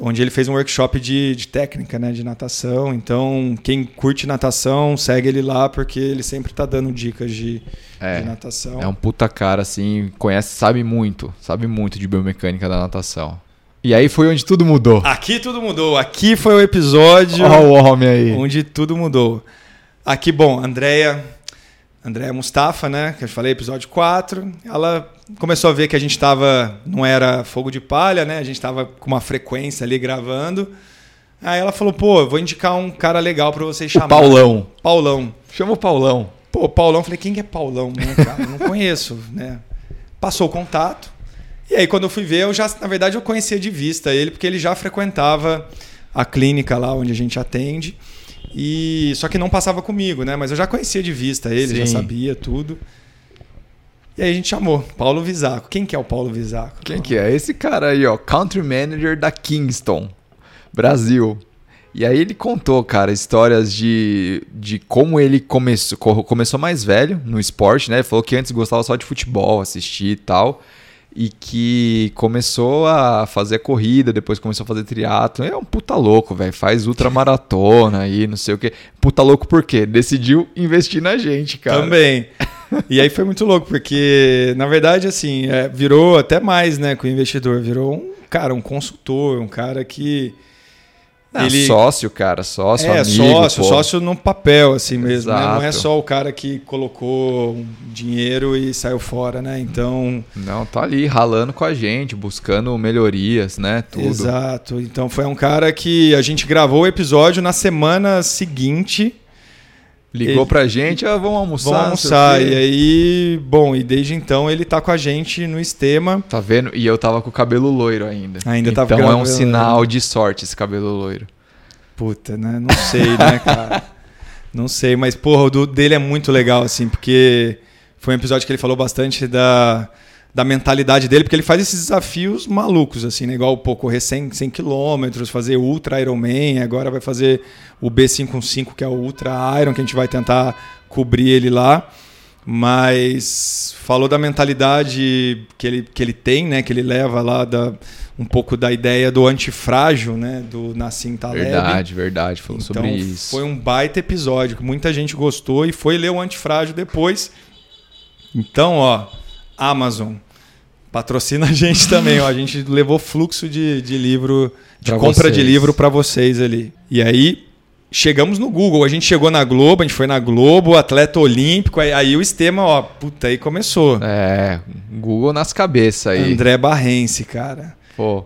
S1: onde ele fez um workshop de, de técnica, né, de natação. Então, quem curte natação, segue ele lá, porque ele sempre tá dando dicas de, de
S2: É,
S1: natação.
S2: é um puta cara assim, conhece, sabe muito, sabe muito de biomecânica da natação. E aí foi onde tudo mudou.
S1: Aqui tudo mudou. Aqui foi o episódio
S2: Ó o homem aí.
S1: onde tudo mudou. Aqui, bom, Andréia. Andréia Mustafa, né? Que eu falei, episódio 4. Ela começou a ver que a gente tava. Não era fogo de palha, né? A gente tava com uma frequência ali gravando. Aí ela falou, pô, eu vou indicar um cara legal pra vocês
S2: O
S1: chamarem.
S2: Paulão.
S1: Paulão.
S2: Chama o Paulão.
S1: Pô, Paulão, falei, quem que é Paulão, né, cara? Não conheço, né? Passou o contato. E aí, quando eu fui ver, eu já, na verdade, eu conhecia de vista ele, porque ele já frequentava a clínica lá onde a gente atende. E só que não passava comigo, né? Mas eu já conhecia de vista ele, já
S2: Sim.
S1: sabia tudo. E aí a gente chamou Paulo Visaco. Quem que é o Paulo Visaco?
S2: Quem que é? Esse cara aí, ó, Country Manager da Kingston, Brasil. E aí ele contou, cara, histórias de, de como ele começou, co- começou mais velho no esporte, né? Ele falou que antes gostava só de futebol, assistir e tal. E que começou a fazer corrida, depois começou a fazer triatlo. É um puta louco, velho. Faz ultramaratona aí, não sei o quê. Puta louco por quê? Decidiu investir na gente, cara.
S1: Também. E aí foi muito louco, porque, na verdade, assim, é, virou até mais, né, com o investidor. Virou um cara, um consultor, um cara que.
S2: Ah,
S1: ele-
S2: Sócio, cara. Sócio,
S1: é,
S2: amigo.
S1: sócio,
S2: pô.
S1: sócio no papel, assim mesmo. né? Não é
S2: Exato.
S1: só o cara que colocou um dinheiro e saiu fora, né? Então.
S2: Não, tá ali ralando com a gente, buscando melhorias, né? Tudo.
S1: Exato. Então foi um cara que a gente gravou o episódio na semana seguinte.
S2: Ligou
S1: Ele-
S2: pra gente, ah, vamos almoçar.
S1: Vamos
S2: não sei o
S1: almoçar.
S2: quê.
S1: E aí, bom, e desde então ele tá com a gente no Estema.
S2: Tá vendo? E eu tava com o cabelo loiro ainda.
S1: Ainda
S2: então
S1: tava
S2: é um
S1: gravando.
S2: sinal de sorte esse cabelo loiro.
S1: Puta, né? Não sei, né, cara? Não sei, mas, porra, o do- dele é muito legal, assim, porque foi um episódio que ele falou bastante da, da mentalidade dele, porque ele faz esses desafios malucos, assim, né? Igual, pô, correr 100, 100 quilômetros, fazer Ultra Ironman, agora vai fazer o B515, que é o Ultra Iron, que a gente vai tentar cobrir ele lá. Mas falou da mentalidade que ele, que ele tem, né? Que ele leva lá da, um pouco da ideia do antifrágil, né? Do Nassim Taleb.
S2: Verdade, verdade. Falou
S1: Então,
S2: sobre isso.
S1: Foi um baita episódio, que muita gente gostou e foi ler o Antifrágil depois. Então, ó, Amazon, patrocina a gente também, ó. A gente levou fluxo de, de livro, de
S2: Pra
S1: compra de
S2: vocês.
S1: livro pra vocês ali. E aí, chegamos no Google, a gente chegou na Globo, a gente foi na Globo, atleta olímpico, aí, aí o estema, ó, puta, aí começou.
S2: É, Google nas cabeças aí.
S1: André Barrense, cara.
S2: Pô,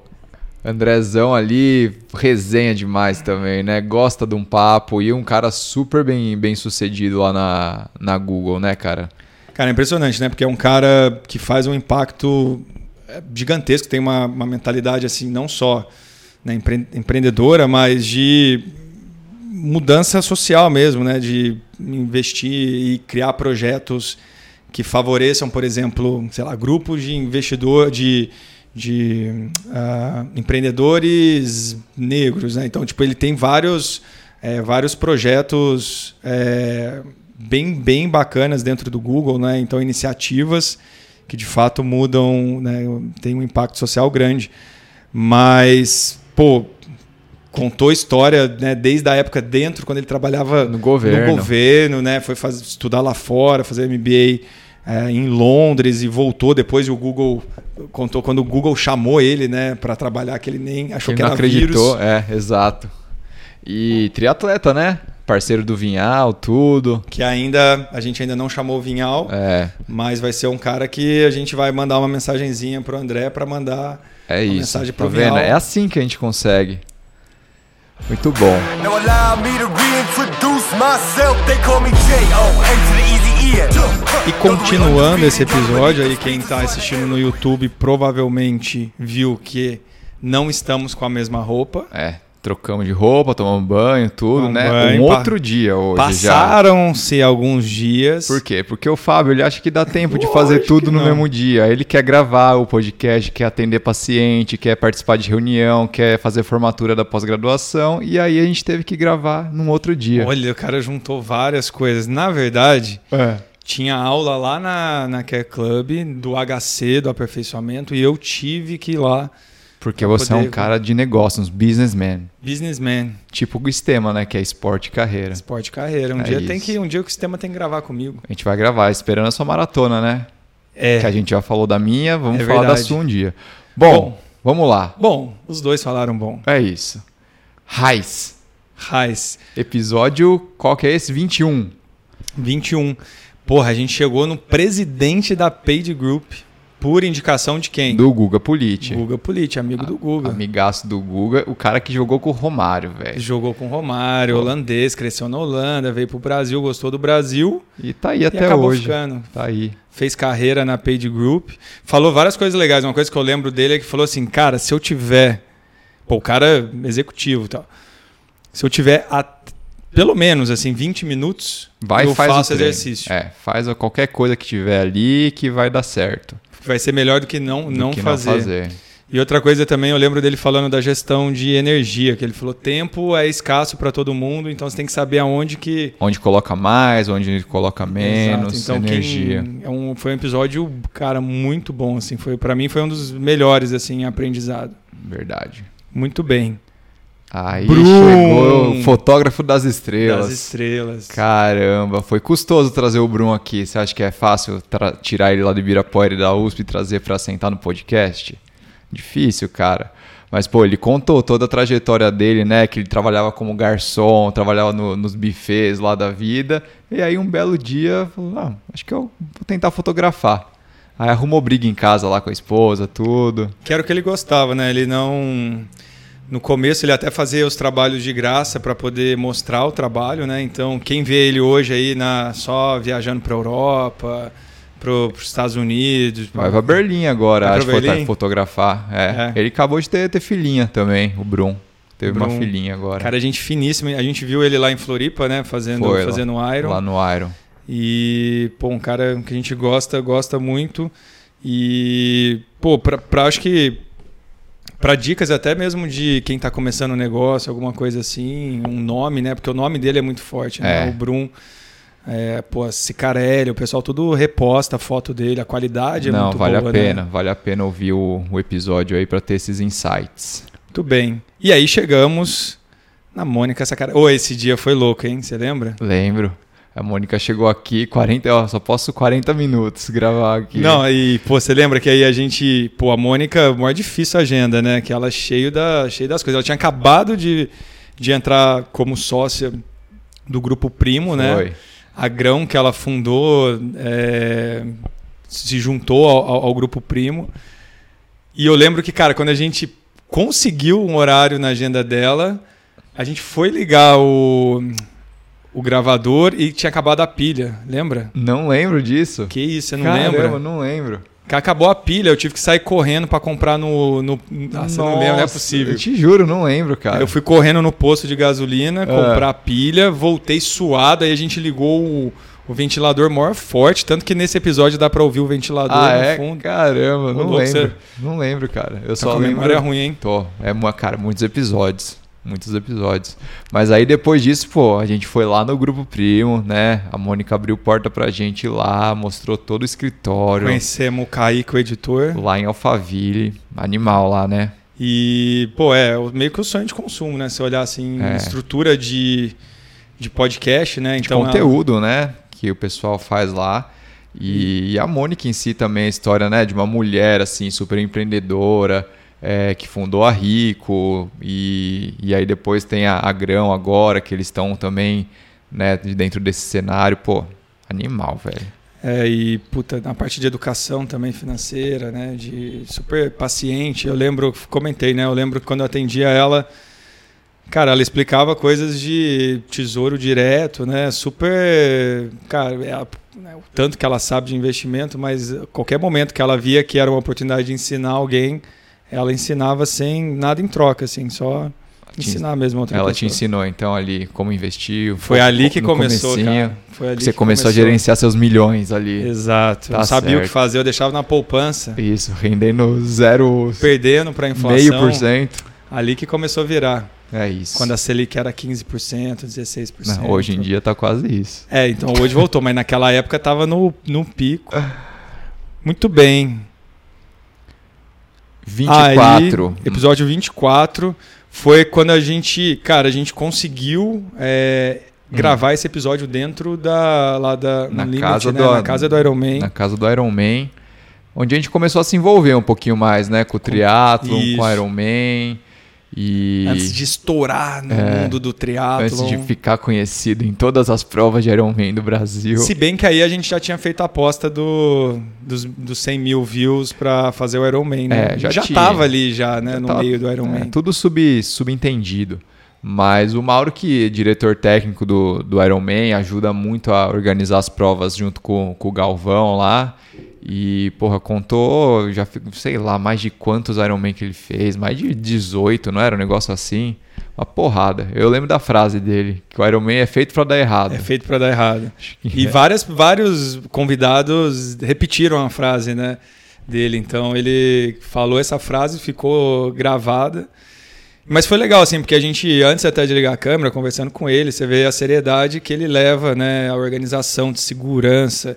S2: Andrezão ali, resenha demais também, né? Gosta de um papo e um cara super bem, bem sucedido lá na, na Google, né, cara?
S1: Cara, é impressionante, né? Porque é um cara que faz um impacto é, gigantesco, tem uma, uma mentalidade assim, não só né, empre- empreendedora, mas de mudança social mesmo, né? De investir e criar projetos que favoreçam, por exemplo, sei lá, grupos de investidor, de, de ah, empreendedores negros, né? Então, tipo, ele tem vários, eh, vários projetos eh, bem, bem bacanas dentro do Google, né? Então, iniciativas que de fato mudam, né? Tem um impacto social grande. Mas, pô, contou história, né, desde a época dentro, quando ele trabalhava
S2: No governo.
S1: no governo, né, foi faz- estudar lá fora, fazer MBA é, em Londres e voltou depois e o Google contou quando o Google chamou ele, né, para trabalhar que ele nem achou
S2: Ele
S1: que
S2: não
S1: era
S2: acreditou,
S1: vírus.
S2: é, exato. E triatleta, né? Parceiro do Vinhal, tudo.
S1: Que ainda a gente ainda não chamou o Vinhal,
S2: É,
S1: mas vai ser um cara que a gente vai mandar uma mensagenzinha pro André para mandar
S2: é
S1: Uma
S2: isso.
S1: mensagem
S2: Tá
S1: pro
S2: vendo?
S1: Vinhal.
S2: É assim que a gente consegue. Muito bom.
S3: Now allow me to reintroduce myself. They call me J-O-N to the easy E.
S1: E
S3: Então,
S1: continuando esse episódio aí, quem tá assistindo no YouTube provavelmente viu que não estamos com a mesma roupa.
S2: É, trocamos de roupa, tomamos banho, tudo,
S1: Tomamos
S2: né?
S1: banho,
S2: um
S1: pa-
S2: outro dia hoje já.
S1: Passaram-se alguns dias.
S2: Por quê? Porque o Fábio ele acha que dá tempo de
S1: Lógico
S2: fazer tudo
S1: que
S2: no
S1: não.
S2: mesmo dia. Ele quer gravar o podcast, quer atender paciente, quer participar de reunião, quer fazer formatura da pós-graduação. E aí a gente teve que gravar num outro dia.
S1: Olha, o cara juntou várias coisas. Na verdade,
S2: É.
S1: tinha aula lá na, na Care Club do HC, do aperfeiçoamento, e eu tive que ir lá,
S2: Porque
S1: Pra
S2: você é um
S1: poder-
S2: cara de negócios, um businessman.
S1: businessman,
S2: Tipo o Estema, né? Que é esporte e carreira.
S1: esporte e carreira. Um
S2: É
S1: dia tem
S2: isso.
S1: que, um dia o sistema tem que gravar comigo.
S2: A gente vai gravar, esperando a sua maratona, né?
S1: É.
S2: Que a gente já falou da minha, vamos
S1: É
S2: falar da
S1: verdade.
S2: sua um dia. Bom,
S1: Bom.
S2: vamos lá.
S1: Bom, os dois falaram bom.
S2: É isso. Raiz.
S1: Raiz.
S2: Episódio, qual que é esse? 21.
S1: 21. Porra, a gente chegou no presidente da Paid Group por indicação de quem?
S2: Do Ah, Guga Politi.
S1: Guga Politi, amigo do Guga.
S2: Amigaço do Guga, o cara que jogou com o Romário, velho.
S1: Jogou com o Romário, holandês, cresceu na Holanda, veio pro Brasil, gostou do Brasil
S2: E tá aí
S1: e
S2: até
S1: acabou
S2: hoje.
S1: ficando.
S2: Tá aí.
S1: Fez carreira na Paid Group. Falou várias coisas legais. Uma coisa que eu lembro dele é que falou assim: cara, se eu tiver. Pô, o cara é executivo e tal. Se eu tiver a- pelo menos assim, 20 minutos,
S2: Vai
S1: eu
S2: faz
S1: faço
S2: o treino.
S1: exercício.
S2: É, faz qualquer coisa que tiver ali que vai dar certo.
S1: Vai ser melhor do que não,
S2: Do
S1: não,
S2: que
S1: fazer.
S2: não fazer.
S1: E outra coisa também, eu lembro dele falando da gestão de energia, que ele falou: tempo é escasso para todo mundo, então você tem que saber aonde que.
S2: Onde coloca mais, onde coloca menos,
S1: Exato. Então, quem-
S2: energia.
S1: é um, foi um episódio, cara, muito bom, assim. Foi, para mim foi um dos melhores, assim, em aprendizado.
S2: Verdade.
S1: Muito bem.
S2: Aí
S1: Brum!
S2: chegou o fotógrafo das estrelas.
S1: Das estrelas.
S2: Caramba, foi custoso trazer o Brum aqui. Você acha que é fácil tra- tirar ele lá do Ibirapuera e da USP e trazer pra sentar no podcast? Difícil, cara. Mas, pô, ele contou toda a trajetória dele, né? Que ele trabalhava como garçom, trabalhava no- nos buffets lá da vida. E aí, um belo dia, falou: ah, acho que eu vou tentar fotografar. Aí arrumou briga em casa lá com a esposa, tudo.
S1: Que era o que ele gostava, né? Ele não. No começo ele até fazia os trabalhos de graça para poder mostrar o trabalho, né? Então quem vê ele hoje aí na só viajando para Europa, para os Estados Unidos,
S2: Vai pra Berlim agora,
S1: Vai
S2: acho
S1: pra
S2: que
S1: Berlim?
S2: fotografar. É.
S1: É.
S2: Ele acabou de ter, ter filhinha também, o Brum. Teve uma
S1: Brum.
S2: filhinha agora.
S1: Cara, gente finíssima. A gente viu ele lá em Floripa, né? Fazendo,
S2: Foi lá-
S1: fazendo um Iron.
S2: Lá no Iron.
S1: E, pô, um cara que a gente gosta, gosta muito. E, pô, pra, pra acho que. Pra dicas até mesmo de quem tá começando um negócio, alguma coisa assim, um nome, né? Porque o nome dele é muito forte, né?
S2: É.
S1: O Brum. É, pô, Cicarelli, o pessoal tudo reposta a foto dele, a qualidade é
S2: Não,
S1: muito
S2: vale
S1: boa,
S2: a
S1: né?
S2: pena. Vale a pena ouvir o, o episódio aí pra ter esses insights.
S1: Muito bem. E aí chegamos na Mônica Sacarelli. Ô, esse dia foi louco, hein? Você lembra?
S2: Lembro. A Mônica chegou aqui, 40, ó, só posso 40 minutos gravar aqui.
S1: Não, e pô, você lembra que aí a gente, pô, a Mônica, maior difícil a agenda, né? Que ela é cheio da, cheio das coisas. Ela tinha acabado de, de entrar como sócia do grupo Primo, né?
S2: Foi.
S1: A Grão que ela fundou, é, se juntou ao, ao- ao grupo Primo. E eu lembro que, cara, quando a gente conseguiu um horário na agenda dela, a gente foi ligar o o gravador e tinha acabado a pilha, lembra?
S2: Não lembro disso.
S1: Que isso, você não
S2: Caramba,
S1: lembra?
S2: não lembro.
S1: Que Acabou a pilha, eu tive que sair correndo pra comprar no. no... Ah, você não lembra, não é
S2: Nossa,
S1: possível.
S2: Eu te juro, não lembro, cara.
S1: Eu fui correndo no posto de
S2: É.
S1: gasolina, comprar a pilha, voltei suado, aí a gente ligou o, o ventilador maior forte, tanto que nesse episódio dá pra ouvir o ventilador
S2: Ah,
S1: no
S2: é?
S1: fundo.
S2: Caramba, não
S1: louco,
S2: lembro.
S1: você-
S2: Não lembro, cara. Eu
S1: Só
S2: só
S1: a
S2: lembro.
S1: memória é ruim, hein?
S2: Tô. É, uma- cara, muitos episódios. Muitos episódios. Mas aí depois disso, pô, a gente foi lá no Grupo Primo, né? A Mônica abriu porta pra gente lá, mostrou todo o escritório.
S1: Conhecemos o Kaique, o editor.
S2: Lá em Alphaville. Animal lá, né?
S1: E, pô, é o- meio que o sonho de consumo, né? Se olhar assim,
S2: É.
S1: estrutura de, de podcast, né?
S2: de conteúdo, né? Que o pessoal faz lá. E, e a Mônica em si também, a história né, de uma mulher assim, super empreendedora, é, que fundou a Rico, e, e aí depois tem a, a Grão agora, que eles estão também né, de dentro desse cenário, pô, animal, velho.
S1: É, e, puta, na parte de educação também financeira, né? De super paciente. Eu lembro, comentei, né? Eu lembro que quando eu atendia ela, cara, ela explicava coisas de tesouro direto, né? Super. Cara, ela- né, o tanto que ela sabe de investimento, mas a qualquer momento que ela via que era uma oportunidade de ensinar alguém, ela ensinava sem nada em troca, assim, só
S2: te-
S1: ensinar mesmo a outra
S2: Ela te
S1: pessoa.
S2: ensinou então ali como investir.
S1: Foi
S2: fo-
S1: ali que
S2: no
S1: começou,
S2: comecinho,
S1: cara. Foi ali
S2: que Você
S1: que
S2: começou, a gerenciar seus milhões ali.
S1: Exato.
S2: Tá
S1: não sabia o que
S2: certo.
S1: fazer, eu deixava na poupança.
S2: Isso, rendendo zero
S1: perdendo para inflação.
S2: meio por cento.
S1: Ali que começou a virar.
S2: É isso.
S1: Quando a Selic era 15%, 16%.
S2: Não, Né, hoje em dia tá quase isso.
S1: É, então hoje voltou, mas naquela época tava no, no pico. Muito bem.
S2: 24.
S1: Aí, episódio 24 foi quando a gente, cara, a gente conseguiu é, gravar esse episódio dentro da lá da no
S2: Hum. Na
S1: Limit,
S2: casa
S1: né?
S2: do-
S1: na casa do Iron Man.
S2: na casa do Iron Man, onde a gente começou a se envolver um pouquinho mais, né? Com o triatlon,
S1: Isso.
S2: com o Iron Man. E
S1: Antes de estourar no
S2: É.
S1: mundo do triatlon.
S2: antes de ficar conhecido em todas as provas de Iron Man do Brasil.
S1: Se bem que aí a gente já tinha feito a aposta do, dos, dos 100 mil views pra fazer o Iron Man, né?
S2: É, já tinha.
S1: tava ali já, né? no
S2: tava-
S1: meio do Iron
S2: É,
S1: Man.
S2: tudo sub, subentendido. Mas o Mauro, que é diretor técnico do, do Iron Man, ajuda muito a organizar as provas junto com, com o Galvão lá. E, porra, contou, já fi- sei lá, mais de quantos Iron Man que ele fez, mais de 18, não era um negócio assim? Uma porrada. Eu lembro da frase dele, que o Iron Man é feito pra dar errado.
S1: É feito pra dar errado. E
S2: é.
S1: várias, vários convidados repetiram a frase, né? Dele. Então ele falou essa frase, ficou gravada. Mas foi legal, assim, porque a gente, antes até de ligar a câmera, conversando com ele, você vê a seriedade que ele leva, né? A organização de segurança.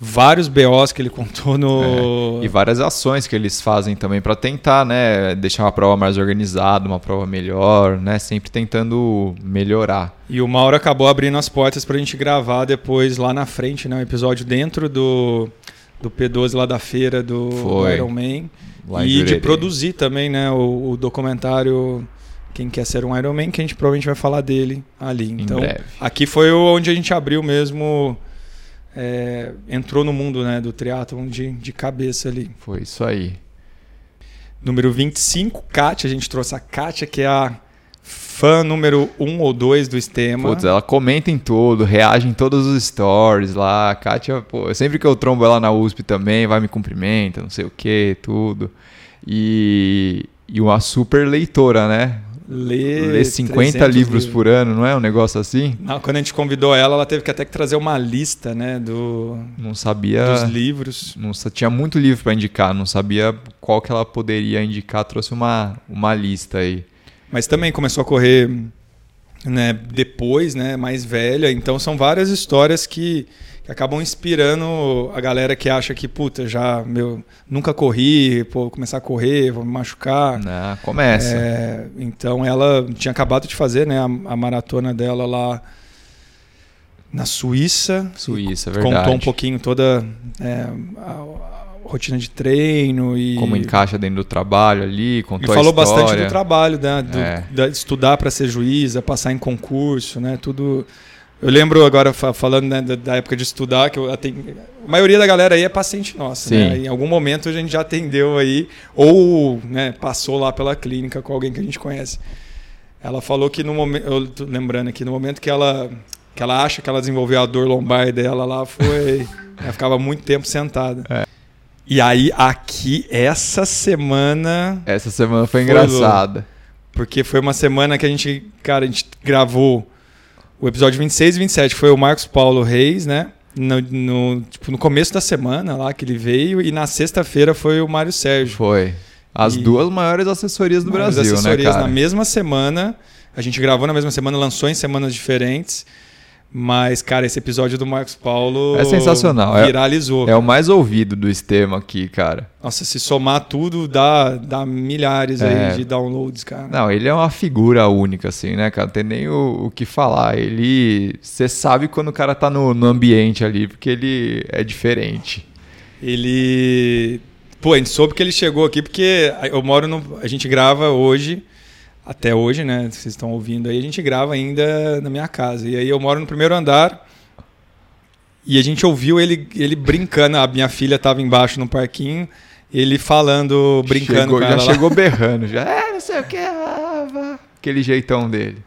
S1: Vários BOs que ele contou no.
S2: É, E várias ações que eles fazem também para tentar, né, deixar uma prova mais organizada, uma prova melhor, né, sempre tentando melhorar.
S1: E o Mauro acabou abrindo as portas pra gente gravar depois lá na frente, né? Um episódio dentro do, do P12 lá da feira do
S2: Foi.
S1: Iron Man.
S2: Lá em
S1: e de
S2: Jurerê.
S1: produzir também, né? O, o documentário Quem Quer Ser um Iron Man, que a gente provavelmente vai falar dele ali. Então,
S2: breve.
S1: aqui foi o- onde a gente abriu mesmo. é, entrou no mundo né, do triatlon de, de cabeça ali.
S2: Foi isso aí.
S1: Número 25, Kátia. A gente trouxe a Kátia, que é a fã número 1 ou 2 do Estema.
S2: Putz, ela comenta em tudo, reage em todos os stories lá. A Kátia, pô, sempre que eu trombo ela na USP também, vai me cumprimenta, não sei o que, tudo. E, e uma super leitora, né?
S1: Lê,
S2: Lê 50
S1: 300
S2: livros por ano, não é um negócio assim?
S1: Não, Ah, quando a gente convidou ela, ela teve que até que trazer uma lista, né, do,
S2: Não sabia.
S1: dos livros.
S2: Não sa- tinha muito livro para indicar, não sabia qual que ela poderia indicar, trouxe uma, uma lista aí.
S1: Mas também começou a correr, né, depois, né, mais velha. Então são várias histórias que, que acabam inspirando a galera que acha que, puta, já, meu, nunca corri, pô, vou começar a correr, vou me machucar.
S2: Ah, começa.
S1: É, então ela tinha acabado de fazer, né, a, a maratona dela lá na Suíça.
S2: Suíça, é verdade.
S1: contou um pouquinho toda é, a, a rotina de treino e,
S2: Como encaixa dentro do trabalho ali,
S1: e
S2: contou a
S1: falou
S2: história.
S1: bastante do trabalho, né? Do,
S2: É.
S1: da- estudar para ser juíza, passar em concurso, né? Tudo. Eu lembro agora fa- falando né, da, da época de estudar que eu aten- a maioria da galera aí é paciente nossa,
S2: Sim.
S1: né? Em algum momento a gente já atendeu aí ou né, passou lá pela clínica com alguém que a gente conhece. Ela falou que no momento, eu tô lembrando aqui, no momento que ela que ela acha que ela desenvolveu a dor lombar dela lá, foi ela ficava muito tempo sentada.
S2: É.
S1: E aí aqui essa semana
S2: Essa semana foi
S1: Foi
S2: engraçada.
S1: porque foi uma semana que a gente, cara, a gente gravou o episódio 26 e 27, foi o Marcos Paulo Reis, né? No, no- tipo, no começo da semana lá que ele veio, e na sexta-feira foi o Mário Sérgio.
S2: Foi. As
S1: E-
S2: duas maiores assessorias do
S1: As
S2: Brasil, né,
S1: assessorias
S2: cara?
S1: na mesma semana, a gente gravou na mesma semana, lançou em semanas diferentes. Mas, cara, esse episódio do Marcos Paulo.
S2: É sensacional, é-
S1: Viralizou.
S2: É o mais ouvido do Estema aqui, cara.
S1: Nossa, se somar tudo, dá, dá milhares
S2: É.
S1: aí de downloads, cara.
S2: Não, ele é uma figura única, assim, né, cara? Não tem nem o, o que falar. Ele. Você sabe quando o cara tá no, no ambiente ali, porque ele é diferente.
S1: Ele. Pô, a gente soube que ele chegou aqui porque eu moro no. A gente grava hoje, até hoje, né? Vocês estão ouvindo aí, a gente grava ainda na minha casa. E aí eu moro no primeiro andar. E a gente ouviu ele, ele brincando. A minha filha tava embaixo no parquinho, ele falando, brincando
S2: Chegou-
S1: com
S2: já
S1: ela. lá.
S2: chegou berrando, já. É, não sei o que. ah, vá", Aquele jeitão dele.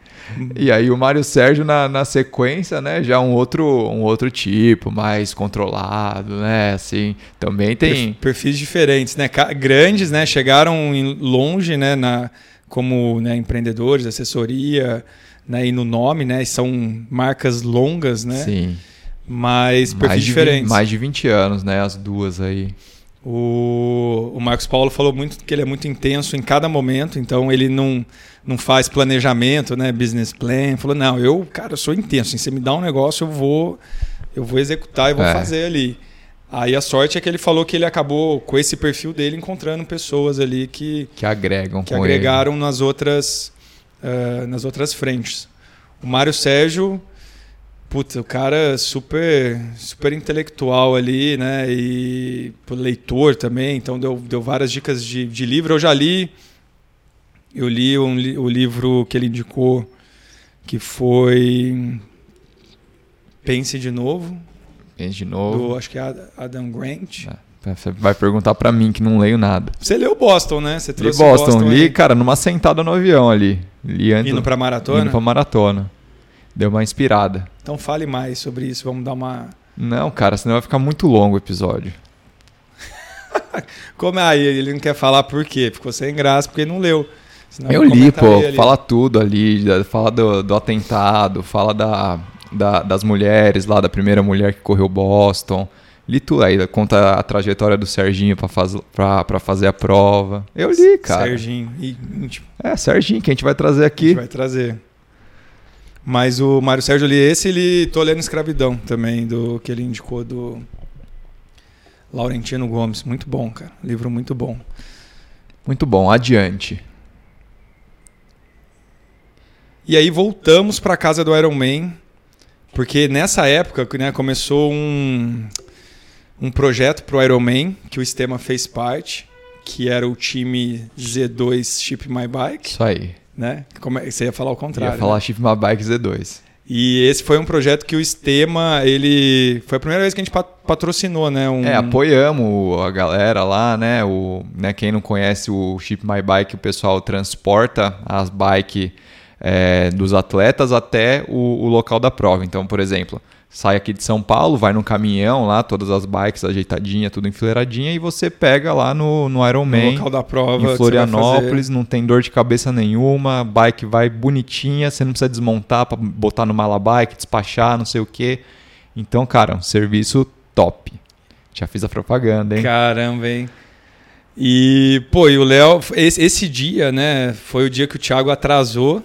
S2: E aí o Mário Sérgio na, na sequência, né? Já um outro, um outro tipo, mais controlado, né? Assim, também tem.
S1: Perf- Perfis diferentes, né? Ca- Grandes, né? Chegaram em- longe, né? Na, como né, empreendedores, assessoria, né? E no nome, né? E são marcas longas, né?
S2: Sim. Mais
S1: Mas perfis
S2: de, vin-
S1: diferentes.
S2: mais de 20 anos, né? As duas aí.
S1: O, o Marcos Paulo falou muito que ele é muito intenso em cada momento, então ele não, não faz planejamento, né? Business plan. Falou, não, eu, cara, eu sou intenso. Se você me dá um negócio, eu vou, eu vou executar e vou
S2: É.
S1: fazer ali. Aí a sorte é que ele falou que ele acabou, com esse perfil dele, encontrando pessoas ali que,
S2: Que agregam
S1: que
S2: com ele.
S1: agregaram nas outras eh, nas outras frentes. O Mário Sérgio, puta, o cara super super intelectual ali, né? E pô, leitor também, então deu, deu várias dicas de, de livro. Eu já li, eu li um li- o livro que ele indicou, que foi Pense de Novo,
S2: Pense de novo. É,
S1: do, acho que é Ad- Adam Grant.
S2: Você vai perguntar pra mim que não leio nada.
S1: Você leu Boston, né? Você
S2: Li
S1: trouxe
S2: Boston, li,
S1: aí,
S2: cara, numa sentada no avião ali. Li antes.
S1: indo para maratona.
S2: Indo pra maratona. Deu uma inspirada.
S1: Então fale mais sobre isso, vamos dar uma.
S2: Não, cara, senão vai ficar muito longo o episódio.
S1: Como aí? Ele não quer falar por quê? Ficou sem graça porque não leu. Senão
S2: eu
S1: ele
S2: li, pô.
S1: comentaria ali.
S2: Fala tudo ali. da- Fala do, do atentado, fala da, da- das mulheres lá, da primeira mulher que correu Boston. Li tudo aí. Conta a trajetória do Serginho pra, faz, pra, pra fazer a prova. Eu li, cara.
S1: Serginho. E, íntimo,
S2: É, Serginho, que a gente vai trazer
S1: a gente
S2: aqui.
S1: vai trazer. Mas o Mário Sérgio eu li esse, ele tô lendo Escravidão também, do que ele indicou do Laurentino Gomes. Muito bom, cara. Livro muito bom.
S2: Muito bom, adiante.
S1: E aí voltamos para casa do Iron Man, porque nessa época né, começou um, um projeto pro Iron Man, que o Estema fez parte, que era o time Z2 Ship My Bike,
S2: Isso aí.
S1: né? Como é- você ia falar o
S2: Ia
S1: contrário. né?
S2: falar Shift My Bike Z2.
S1: E esse foi um projeto que o Estema, ele. Foi a primeira vez que a gente pat- patrocinou, né? Um,
S2: É, apoiamos o- a galera lá, né? O, né, Quem não conhece o Ship My Bike, o pessoal transporta as bikes dos atletas até o, o local da prova. Então, por exemplo, sai aqui de São Paulo, vai num caminhão lá, todas as bikes ajeitadinha, tudo enfileiradinha, e você pega lá no, no Iron
S1: no
S2: Man.
S1: local da prova. que
S2: Em
S1: você vai fazer.
S2: Florianópolis, não tem dor de cabeça nenhuma, bike vai bonitinha, você não precisa desmontar pra botar no mala bike, despachar, não sei o quê. Então, cara, um serviço top. Já fiz a propaganda, hein?
S1: Caramba, hein? E, pô, e o Léo, esse, esse dia, né, foi o dia que o Thiago atrasou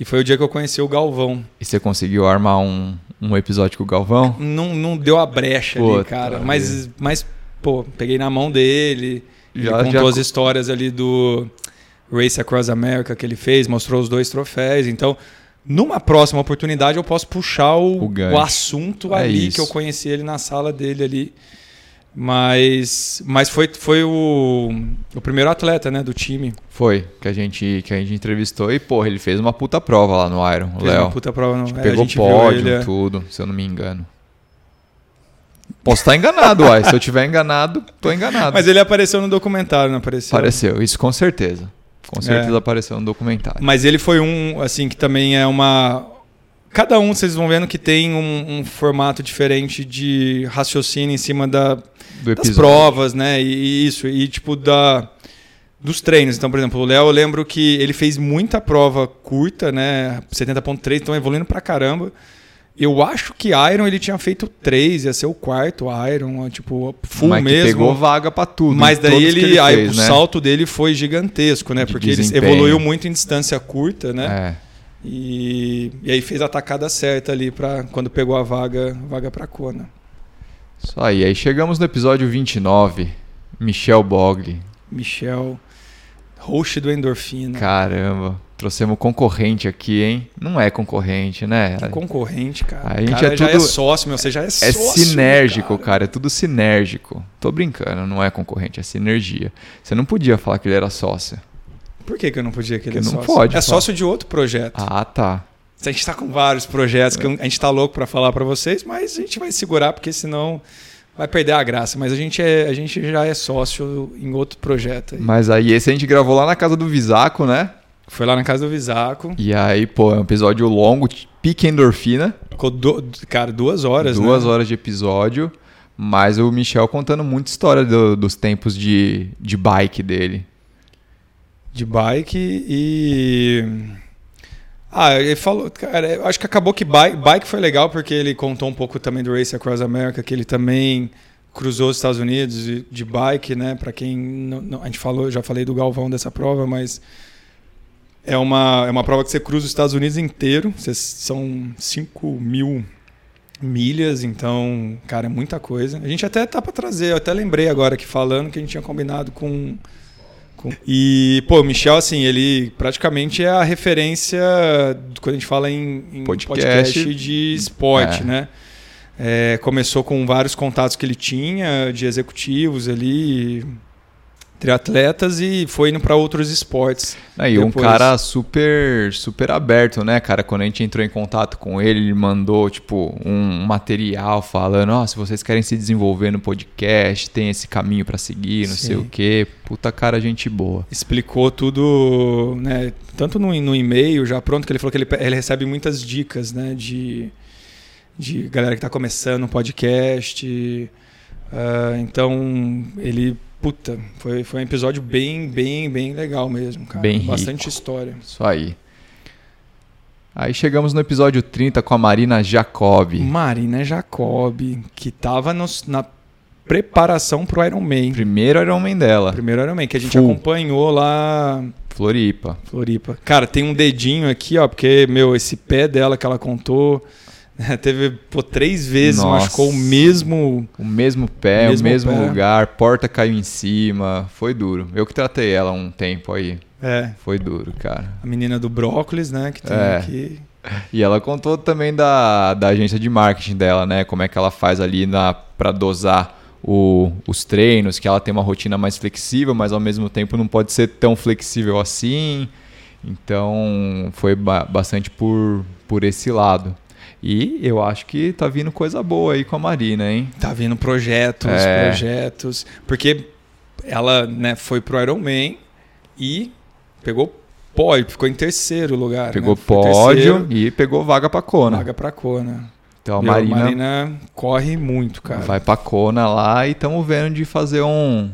S1: e foi o dia que eu conheci o Galvão.
S2: E você conseguiu armar um, um episódio com o Galvão?
S1: Não, não deu a brecha ali,
S2: Puta
S1: cara,
S2: vida.
S1: mas, mas, pô, peguei na mão dele, ele
S2: Já-
S1: contou
S2: já-
S1: as histórias ali do Race Across America que ele fez, mostrou os dois troféus, então... Numa próxima oportunidade eu posso puxar o,
S2: O gancho.
S1: o assunto
S2: É
S1: ali que
S2: isso.
S1: eu conheci ele na sala dele ali. Mas, mas foi, foi o, o primeiro atleta né, do time.
S2: Foi, que a gente que a gente entrevistou e, porra, ele fez uma puta prova lá no Iron, o
S1: Fez uma
S2: Léo.
S1: puta prova. Não. é, a
S2: Pegou
S1: gente viu
S2: pódio,
S1: ele, é.
S2: tudo, se eu não me engano. Posso estar enganado, uai. Se eu tiver enganado, tô enganado.
S1: Mas ele apareceu no documentário, não apareceu? É.
S2: Apareceu, isso com certeza. Com certeza apareceu no documentário.
S1: Mas ele foi um, assim, que também é uma. Cada um, vocês vão vendo que tem um, um formato diferente de raciocínio em cima da,
S2: Do
S1: das
S2: episódio.
S1: provas, né? E, e isso, e tipo da dos treinos. Então, por exemplo, o Léo, eu lembro que ele fez muita prova curta, né? 70.3, então evoluindo pra caramba. Eu acho que Iron ele tinha feito três, ia ser o quarto Iron, tipo, full
S2: Mas que
S1: mesmo.
S2: pegou vaga pra tudo.
S1: Mas
S2: em
S1: daí
S2: todos
S1: ele,
S2: que
S1: aí
S2: fez,
S1: o
S2: né?
S1: salto dele foi gigantesco, né?
S2: De
S1: Porque ele
S2: desempenho.
S1: evoluiu muito em distância curta, né?
S2: É.
S1: E, e aí fez a tacada certa ali para quando pegou a vaga, vaga para Kona.
S2: Isso aí, aí chegamos no episódio 29, Michel Bogli.
S1: Michel, host do Endorfina.
S2: Caramba, trouxemos concorrente aqui, hein? Não é concorrente, né?
S1: Que concorrente, cara.
S2: A gente
S1: Cara,
S2: é
S1: já é
S2: tudo-
S1: sócio, meu, você já é,
S2: É
S1: sócio.
S2: sinérgico,
S1: cara.
S2: cara. É tudo sinérgico. Tô brincando, não é concorrente, é sinergia. Você não podia falar que ele era sócio.
S1: Por que, que eu não podia que ele é
S2: Porque não
S1: sócio?
S2: pode falar.
S1: é sócio de outro projeto.
S2: Ah, tá.
S1: A gente tá com vários projetos que a gente tá louco para falar para vocês, mas a gente vai segurar porque senão vai perder a graça. Mas a gente, é, a gente já é sócio em outro projeto. aí.
S2: Mas aí esse a gente gravou lá na casa do Visaco, né?
S1: Foi lá na casa do Visaco,
S2: E aí, pô, é um episódio longo, pique endorfina.
S1: ficou, du- cara, duas horas.
S2: duas
S1: né?
S2: horas de episódio. Mas o Michel contando muita história do- dos tempos de, de bike dele.
S1: De bike e. Ah, ele falou, cara, eu acho que acabou que bike, bike foi legal porque ele contou um pouco também do Race Across America, que ele também cruzou os Estados Unidos de, de bike, né? Para quem não, não- a gente falou, eu já falei do Galvão dessa prova, mas é uma é uma prova que você cruza os Estados Unidos inteiro. Você, são 5 mil milhas, então, cara, é muita coisa. A gente até tá para trazer, eu até lembrei agora que falando que a gente tinha combinado com com- E, pô, o Michel, assim, ele praticamente é a referência do- quando a gente fala em, em
S2: Podcast.
S1: de esporte,
S2: É.
S1: né? É, começou com vários contatos que ele tinha de executivos ali, triatletas, e foi indo para outros esportes.
S2: Aí, um
S1: Depois-
S2: cara super super aberto, né, cara? Quando a gente entrou em contato com ele, ele mandou, tipo, um material falando: ó, se vocês querem se desenvolver no podcast, tem esse caminho pra seguir, não sei
S1: Sim.
S2: o quê. Puta cara, gente boa.
S1: explicou tudo, né? Tanto no, no e-mail já pronto que ele falou que ele, pe- ele recebe muitas dicas, né? De, de galera que tá começando um podcast. ah, então ele puta, foi, foi um episódio bem, bem, bem legal mesmo, cara.
S2: Bem
S1: Bastante história.
S2: Isso aí. Aí chegamos no episódio 30 com a Marina Jacobi.
S1: Marina Jacob, que tava nos- na preparação pro Iron Man.
S2: Primeiro Ironman dela,
S1: Primeiro Iron Man, que a gente
S2: Full.
S1: acompanhou lá
S2: Floripa.
S1: Floripa. Cara, tem um dedinho aqui, ó, porque, meu, esse pé dela que ela contou, né, teve, pô, três vezes,
S2: Nossa.
S1: machucou o mesmo.
S2: O mesmo pé,
S1: Mesmo
S2: o mesmo
S1: pé.
S2: lugar, porta caiu em cima. Foi duro. Eu que tratei ela um tempo aí.
S1: É,
S2: Foi duro, cara.
S1: a menina do brócolis, né, que tem
S2: É.
S1: aqui.
S2: E ela contou também da, da agência de marketing dela, né? Como é que ela faz ali na, pra dosar o- os treinos, que ela tem uma rotina mais flexível, mas ao mesmo tempo não pode ser tão flexível assim. Então foi ba- bastante por, por esse lado. E eu acho que tá vindo coisa boa aí com a Marina, hein?
S1: Tá vindo projetos,
S2: É.
S1: projetos. Porque ela, né, foi pro Iron Man e pegou pódio, ficou em terceiro lugar.
S2: Pegou
S1: né? Ficou em
S2: pódio
S1: terceiro,
S2: e pegou vaga pra Kona.
S1: Vaga pra Kona.
S2: Então a
S1: Meu,
S2: né? Marina,
S1: Marina corre muito, cara.
S2: vai pra Kona lá e estamos vendo de fazer um,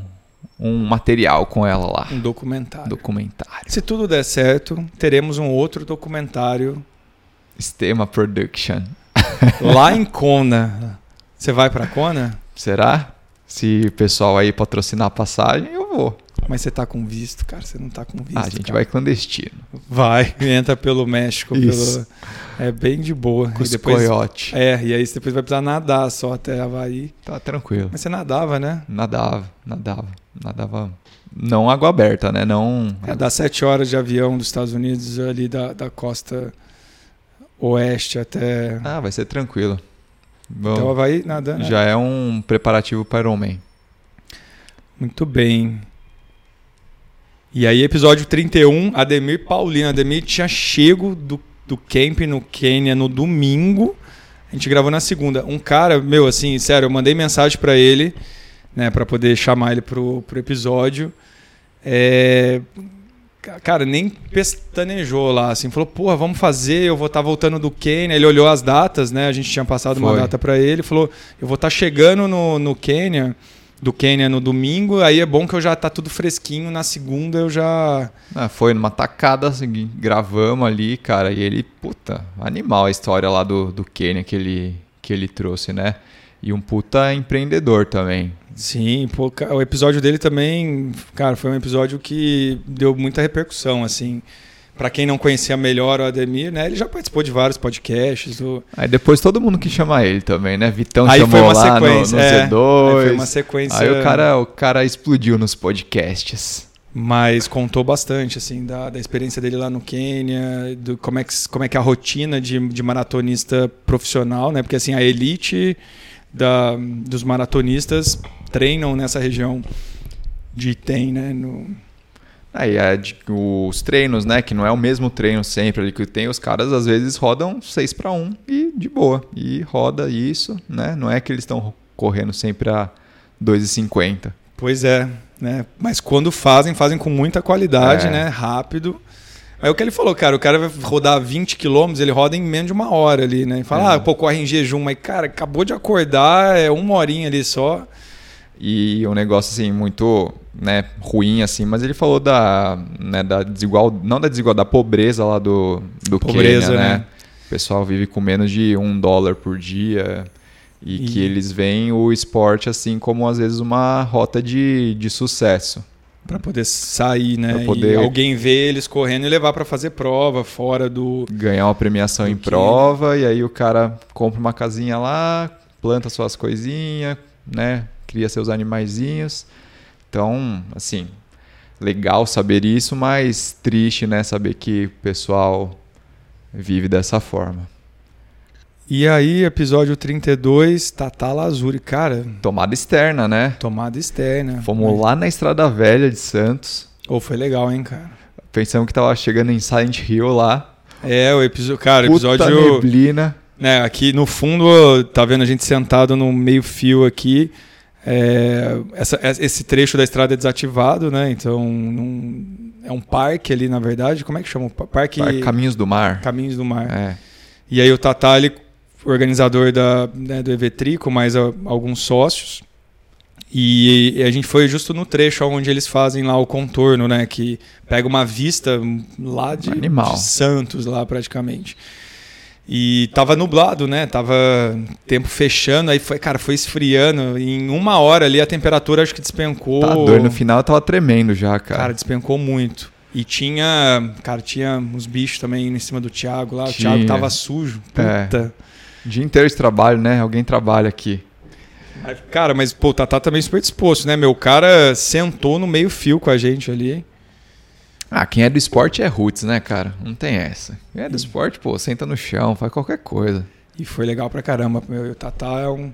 S2: um material com ela lá.
S1: Um documentário.
S2: Documentário.
S1: Se tudo der certo, teremos um outro documentário
S2: Stema Production.
S1: lá em Kona. Você vai pra Kona?
S2: Será? Se o pessoal aí patrocinar a passagem, eu vou.
S1: Mas você tá com visto, cara. Você não tá com visto.
S2: Ah, a gente
S1: cara.
S2: vai clandestino.
S1: vai. Vai, entra pelo México.
S2: Isso.
S1: Pelo... É bem de boa.
S2: Com
S1: e
S2: os
S1: depois...
S2: coiote.
S1: É, e aí você depois vai precisar nadar só até Havaí.
S2: Tá tranquilo.
S1: Mas você nadava, né?
S2: Nadava, nadava, nadava. Não água aberta, né? Não.
S1: É, dá sete horas de avião dos Estados Unidos, ali da, da costa oeste até,
S2: Ah, vai ser tranquilo.
S1: até o
S2: Bom,
S1: Havaí, nadando. né?
S2: já é um preparativo para homem.
S1: Muito bem. E aí, episódio 31, Ademir e Paulina. Ademir tinha chego do, do camp no Quênia no domingo. A gente gravou na segunda. Um cara, meu, assim, sério, eu mandei mensagem pra ele, né, pra poder chamar ele pro, pro episódio. É, ca- Cara, nem pestanejou lá, assim, falou, porra, vamos fazer, eu vou estar voltando do Quênia. Ele olhou as datas, né, a gente tinha passado uma
S2: Foi.
S1: data pra ele, falou, eu vou estar chegando no, no Quênia, do Quênia no domingo, aí é bom que eu já tá tudo fresquinho, na segunda eu já...
S2: Ah, foi numa tacada, assim, gravamos ali, cara, e ele, puta, animal a história lá do, do Kenya que ele, que ele trouxe, né? E um puta empreendedor também.
S1: Sim, pô, ca- o episódio dele também, cara, foi um episódio que deu muita repercussão, assim. Pra quem não conhecia melhor o Ademir, né? Ele já participou de vários podcasts. o-
S2: Aí depois todo mundo que chama ele também, né? Vitão
S1: Aí
S2: chamou
S1: foi uma
S2: lá no-
S1: sequência,
S2: no,
S1: é.
S2: C2.
S1: Aí foi uma sequência-
S2: Aí o cara, o cara explodiu nos podcasts.
S1: Mas contou bastante, assim, da, da experiência dele lá no Quênia, do como é que, como é, que é a rotina de, de maratonista profissional, né? Porque, assim, a elite da, dos maratonistas treinam nessa região de Item, né? No,
S2: Aí a de- os treinos, né? Que não é o mesmo treino sempre ali que tem, os caras às vezes rodam 6 para 1 e de boa. E roda isso, né? Não é que eles estão correndo sempre a 2,50.
S1: Pois é, né? Mas quando fazem, fazem com muita qualidade,
S2: É.
S1: né? Rápido. Aí o que ele falou, cara, o cara vai rodar 20 quilômetros, ele roda em menos de uma hora ali, né? E Fala,
S2: É.
S1: ah, pô, corre em jejum, mas, cara, acabou de acordar, é uma horinha ali só.
S2: e um negócio assim muito né, ruim assim, mas ele falou da né, da desigual, não da desigualdade, da pobreza lá do do
S1: Pobreza,
S2: Quênia, né?
S1: né?
S2: O pessoal vive com menos de um dólar por dia e,
S1: E-
S2: que eles veem o esporte assim como às vezes uma rota de, de sucesso.
S1: Pra poder sair, né?
S2: Pra poder-
S1: E alguém ver eles correndo e levar pra fazer prova fora do.
S2: Ganhar uma premiação
S1: Do
S2: em
S1: Quênia.
S2: prova e aí o cara compra uma casinha lá, planta suas coisinhas, né? Cria seus animaizinhos. Então, assim, legal saber isso, mas triste, né? Saber que o pessoal vive dessa forma.
S1: E aí, episódio 32, Tatá Lazuri. Cara,
S2: Tomada externa, né?
S1: tomada externa.
S2: Fomos lá na Estrada Velha de Santos,
S1: Ou foi legal, hein, cara?
S2: pensamos que tava chegando em Silent Hill lá.
S1: É, o episódio. Cara, o
S2: Puta
S1: episódio.
S2: neblina.
S1: né, aqui no fundo, ó, tá vendo a gente sentado no meio fio aqui. É, essa- es- esse trecho da estrada é desativado, né? Então não- é um parque ali, na verdade. Como é que chama? Pa- Parque,
S2: Par- Caminhos do Mar.
S1: Caminhos do Mar.
S2: É.
S1: E aí o Tatá, ele, organizador da, né, do Evetrico, mais a- alguns sócios. E, e a gente foi justo no trecho onde eles fazem lá o contorno, né? Que pega uma vista lá de,
S2: Animal.
S1: de Santos, lá praticamente. E tava nublado, né? Tava tempo fechando, aí foi, cara, foi esfriando. E em uma hora ali a temperatura acho que despencou.
S2: Tá doido. No final eu tava tremendo já, cara.
S1: Cara, despencou muito. E tinha, cara, tinha uns bichos também em cima do Thiago lá. O
S2: Tinha.
S1: Thiago tava sujo.
S2: É.
S1: Puta.
S2: Dia inteiro de trabalho, né? Alguém trabalha aqui.
S1: Aí, Cara, mas pô, o Tatá também super disposto, né? Meu O cara sentou no meio fio com a gente ali.
S2: Ah, quem é do esporte é roots, né, cara? Não tem essa. Quem é do esporte, pô, senta no chão, faz qualquer coisa.
S1: E foi legal pra caramba. Meu, e o Tatá é um.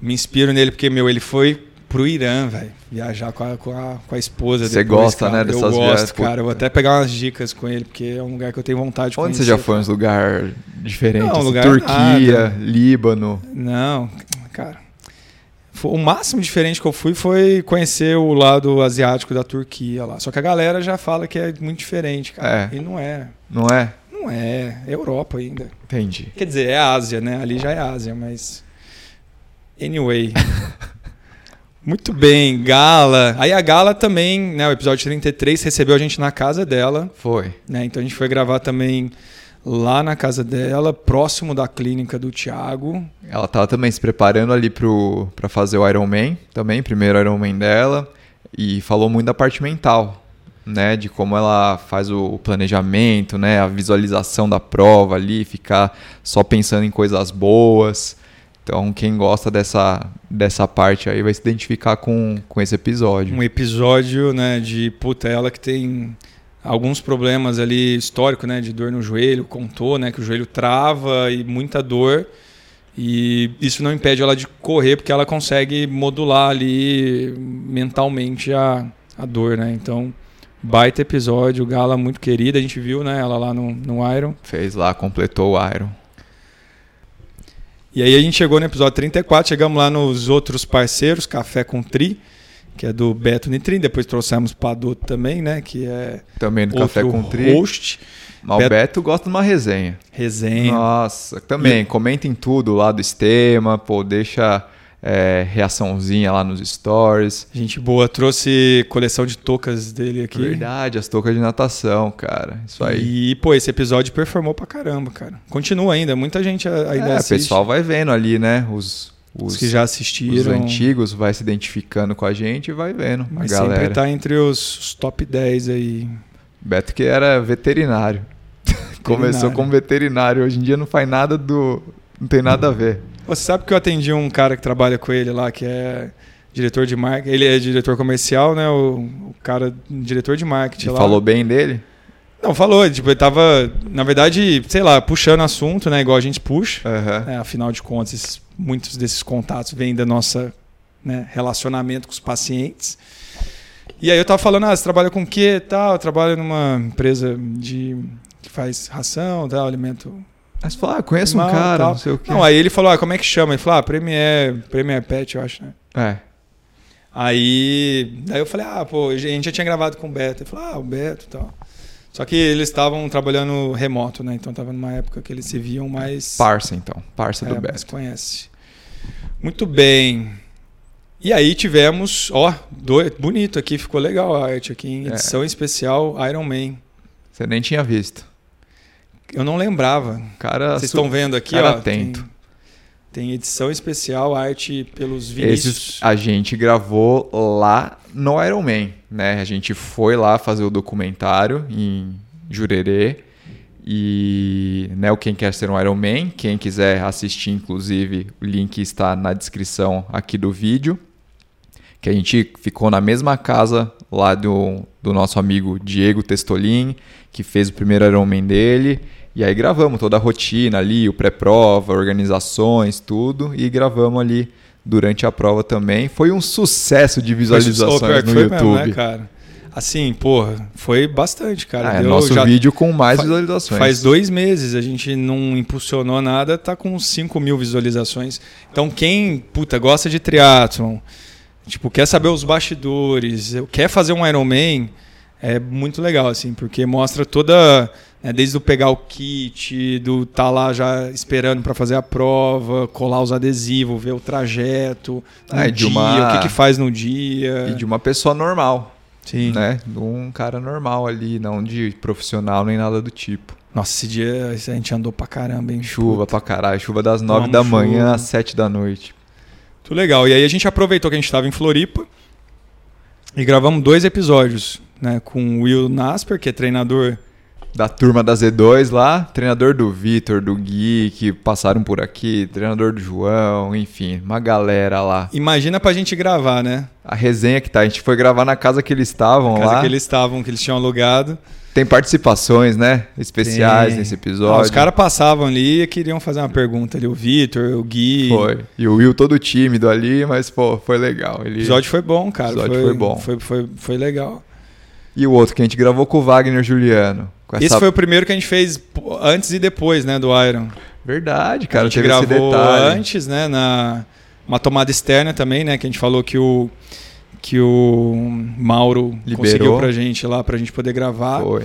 S1: Me inspiro nele, porque, meu, ele foi pro Irã, velho. Viajar com a, com a, com a esposa
S2: Você
S1: depois,
S2: gosta,
S1: cara.
S2: né,
S1: Eu
S2: dessas viagens,
S1: gosto,
S2: pô.
S1: cara. Eu vou até pegar umas dicas com ele, porque é um lugar que eu tenho vontade de
S2: Onde
S1: conhecer.
S2: você já foi em uns lugar diferente?
S1: Não,
S2: assim,
S1: lugar
S2: Turquia,
S1: nada.
S2: Líbano.
S1: Não, cara. Foi- O máximo diferente que eu fui foi conhecer o lado asiático da Turquia lá. Só que a galera já fala que é muito diferente, cara.
S2: É.
S1: E não é.
S2: Não é?
S1: Não é. É Europa ainda.
S2: Entendi.
S1: Quer dizer, é Ásia, né? Ali já é Ásia, mas. Anyway. Muito bem, Gala. Aí a Gala também, né? O episódio 33 recebeu a gente na casa dela,
S2: Foi.
S1: né? Então a gente foi gravar também lá na casa dela, próximo da clínica do Thiago.
S2: Ela tava também se preparando ali pro, pra fazer o Iron Man, também, primeiro Iron Man dela. E falou muito da parte mental, né? De como ela faz o planejamento, né? A visualização da prova ali, ficar só pensando em coisas boas. Então, quem gosta dessa, dessa parte aí vai se identificar com, com esse episódio.
S1: um episódio, né, de puta, ela que tem alguns problemas ali histórico, né, de dor no joelho, contou, né, que o joelho trava e muita dor. E isso não impede ela de correr, porque ela consegue modular ali mentalmente a, a dor, né? Então, baita episódio, Gala muito querida, a gente viu, né, ela lá no, no Iron.
S2: Fez lá, completou o Iron.
S1: E aí a gente chegou no episódio 34, chegamos lá nos outros parceiros, Café com Tri, que é do Beto Nitrin, depois trouxemos Padoto também, né, que é
S2: Também no
S1: outro
S2: Café com Tri.
S1: host,
S2: Mas o
S1: Beto-
S2: Beto gosta de uma resenha.
S1: resenha.
S2: Nossa, também, comentem tudo lá do sistema, pô, deixa é, reaçãozinha lá nos stories.
S1: Gente boa, trouxe coleção de toucas dele aqui.
S2: Verdade, as toucas de natação, cara. Isso aí.
S1: E, pô, esse episódio performou pra caramba, cara. Continua ainda, muita gente a- ainda
S2: é, o
S1: assiste.
S2: pessoal vai vendo ali, né? Os, os,
S1: os que já
S2: os
S1: assistiram.
S2: antigos vai se identificando com a gente e vai vendo
S1: Mas
S2: a
S1: sempre
S2: galera.
S1: tá entre os, os top 10 aí.
S2: Beto que era veterinário. Começou como veterinário. Hoje em dia não faz nada do. Não tem nada a ver.
S1: Você sabe que eu atendi um cara que trabalha com ele lá, que é diretor de marketing. Ele é diretor comercial, né? O, o cara, diretor de marketing.
S2: Ele
S1: lá.
S2: falou bem dele?
S1: Não, falou. Tipo, ele tava, na verdade, sei lá, puxando assunto, né? Igual a gente puxa.
S2: Aham.
S1: né, afinal de contas, esses- muitos desses contatos vêm da nossa né, relacionamento com os pacientes. E aí eu tava falando, ah, você trabalha com o quê? Tal, eu trabalho numa empresa de que faz ração, tal, alimento
S2: Aí você falou, ah, conheço um
S1: animal,
S2: cara,
S1: tal.
S2: não sei o quê.
S1: Não, aí ele falou, ah, como é que chama? Ele falou, ah, Premier, Premier Pet, eu acho, né?
S2: É.
S1: Aí, daí eu falei, ah, pô, a gente já tinha gravado com o Beto. Ele falou, ah, o Beto e tal. Só que eles estavam trabalhando remoto, né? Então tava numa época que eles se viam mais...
S2: Parça, então. Parça do
S1: É,
S2: Beto.
S1: mas conhece. Muito bem. E aí tivemos, ó, do- bonito aqui, ficou legal a arte aqui, em
S2: É.
S1: edição especial Iron Man.
S2: Você nem tinha visto.
S1: Eu não lembrava.
S2: O cara.
S1: Vocês
S2: Tá su-
S1: estão vendo aqui,
S2: cara
S1: ó. tem-
S2: atento.
S1: Tem, edição especial arte pelos Vinícius.
S2: Esses a gente gravou lá no Iron Man, né? A gente foi lá fazer o documentário em Jurerê. E né, o Quem Quer Ser um Iron Man, quem quiser assistir, inclusive, o link está na descrição aqui do vídeo. Que a gente ficou na mesma casa lá do, do nosso amigo Diego Testolin, que fez o primeiro Iron Man dele. E aí gravamos toda a rotina ali, o pré-prova, organizações, tudo. E gravamos ali durante a prova também. Foi um sucesso de visualizações
S1: Ô, pior que
S2: no
S1: foi
S2: YouTube.
S1: Mesmo, né, cara? Assim, porra, foi bastante, cara.
S2: Ah, é
S1: Deu-
S2: nosso
S1: já
S2: vídeo com mais
S1: fa-
S2: visualizações.
S1: Faz dois meses, a gente não impulsionou nada, tá com 5 mil visualizações. Então quem, puta, gosta de triatlon, tipo, quer saber os bastidores, quer fazer um Ironman, é muito legal, assim, porque mostra toda... né, desde o pegar o kit, do tá lá já esperando para fazer a prova, colar os adesivos, ver o trajeto, no
S2: Ah, e de
S1: dia,
S2: uma-
S1: o que, que faz no dia.
S2: E de uma pessoa normal.
S1: Sim.
S2: né? De um cara normal ali, não de profissional nem nada do tipo.
S1: Nossa, esse dia a gente andou pra caramba, hein?
S2: Chuva pra caralho, chuva das nove
S1: Tomamos
S2: da manhã
S1: chuva.
S2: às sete da noite.
S1: Muito legal. E aí a gente aproveitou que a gente estava em Floripa e gravamos dois episódios, né? Com o Will Nasper, que é treinador.
S2: Da turma da Z2 lá, treinador do Vitor, do Gui, que passaram por aqui, treinador do João, enfim, uma galera lá.
S1: Imagina pra gente gravar, né?
S2: A resenha que tá, a gente foi gravar na casa que eles estavam
S1: Casa
S2: lá.
S1: que eles estavam, que eles tinham alugado.
S2: Tem participações, né? Especiais
S1: Tem.
S2: nesse
S1: Ah,
S2: episódio.
S1: os caras passavam ali e queriam fazer uma pergunta ali. O Vitor, o Gui.
S2: Foi. E o Will todo tímido ali, mas pô, foi legal. Ele...
S1: O episódio foi bom, cara.
S2: O episódio foi bom.
S1: Foi, foi, foi legal.
S2: E o outro que a gente gravou com o Wagner Juliano. Com essa
S1: Esse foi o primeiro que a gente fez pô, antes e depois, né? Do Iron.
S2: Verdade, cara.
S1: a gente
S2: teve
S1: gravou
S2: esse detalhe.
S1: antes, né, na uma tomada externa também, né, que a gente falou que o que o Mauro
S2: Liberou.
S1: conseguiu pra gente lá pra gente poder gravar.
S2: Foi.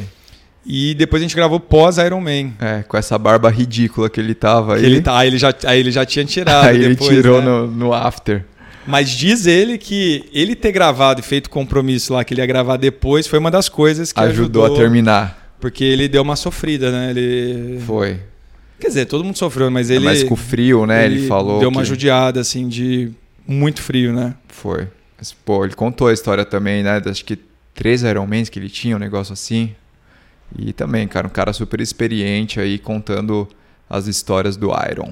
S1: E depois a gente gravou pós Iron Man.
S2: É, com essa barba ridícula que ele tava aí.
S1: Que ele tá, aí ele já aí ele já tinha tirado
S2: aí ele
S1: depois,
S2: tirou
S1: né?
S2: no, no after.
S1: Mas diz ele que ele ter gravado e feito compromisso lá que ele ia gravar depois foi uma das coisas que
S2: Ajudou, a terminar.
S1: porque ele deu uma sofrida, né? Ele
S2: Foi. É,
S1: Quer dizer, todo mundo sofreu, mas ele
S2: Mas com frio, né? Ele, falou.
S1: deu uma
S2: que-
S1: judiada assim de muito frio, né?
S2: Foi. Mas, pô, ele contou a história também, né? das- Acho que três Ironmans que ele tinha, um negócio assim. E também, cara, um cara super experiente aí contando as histórias do Iron.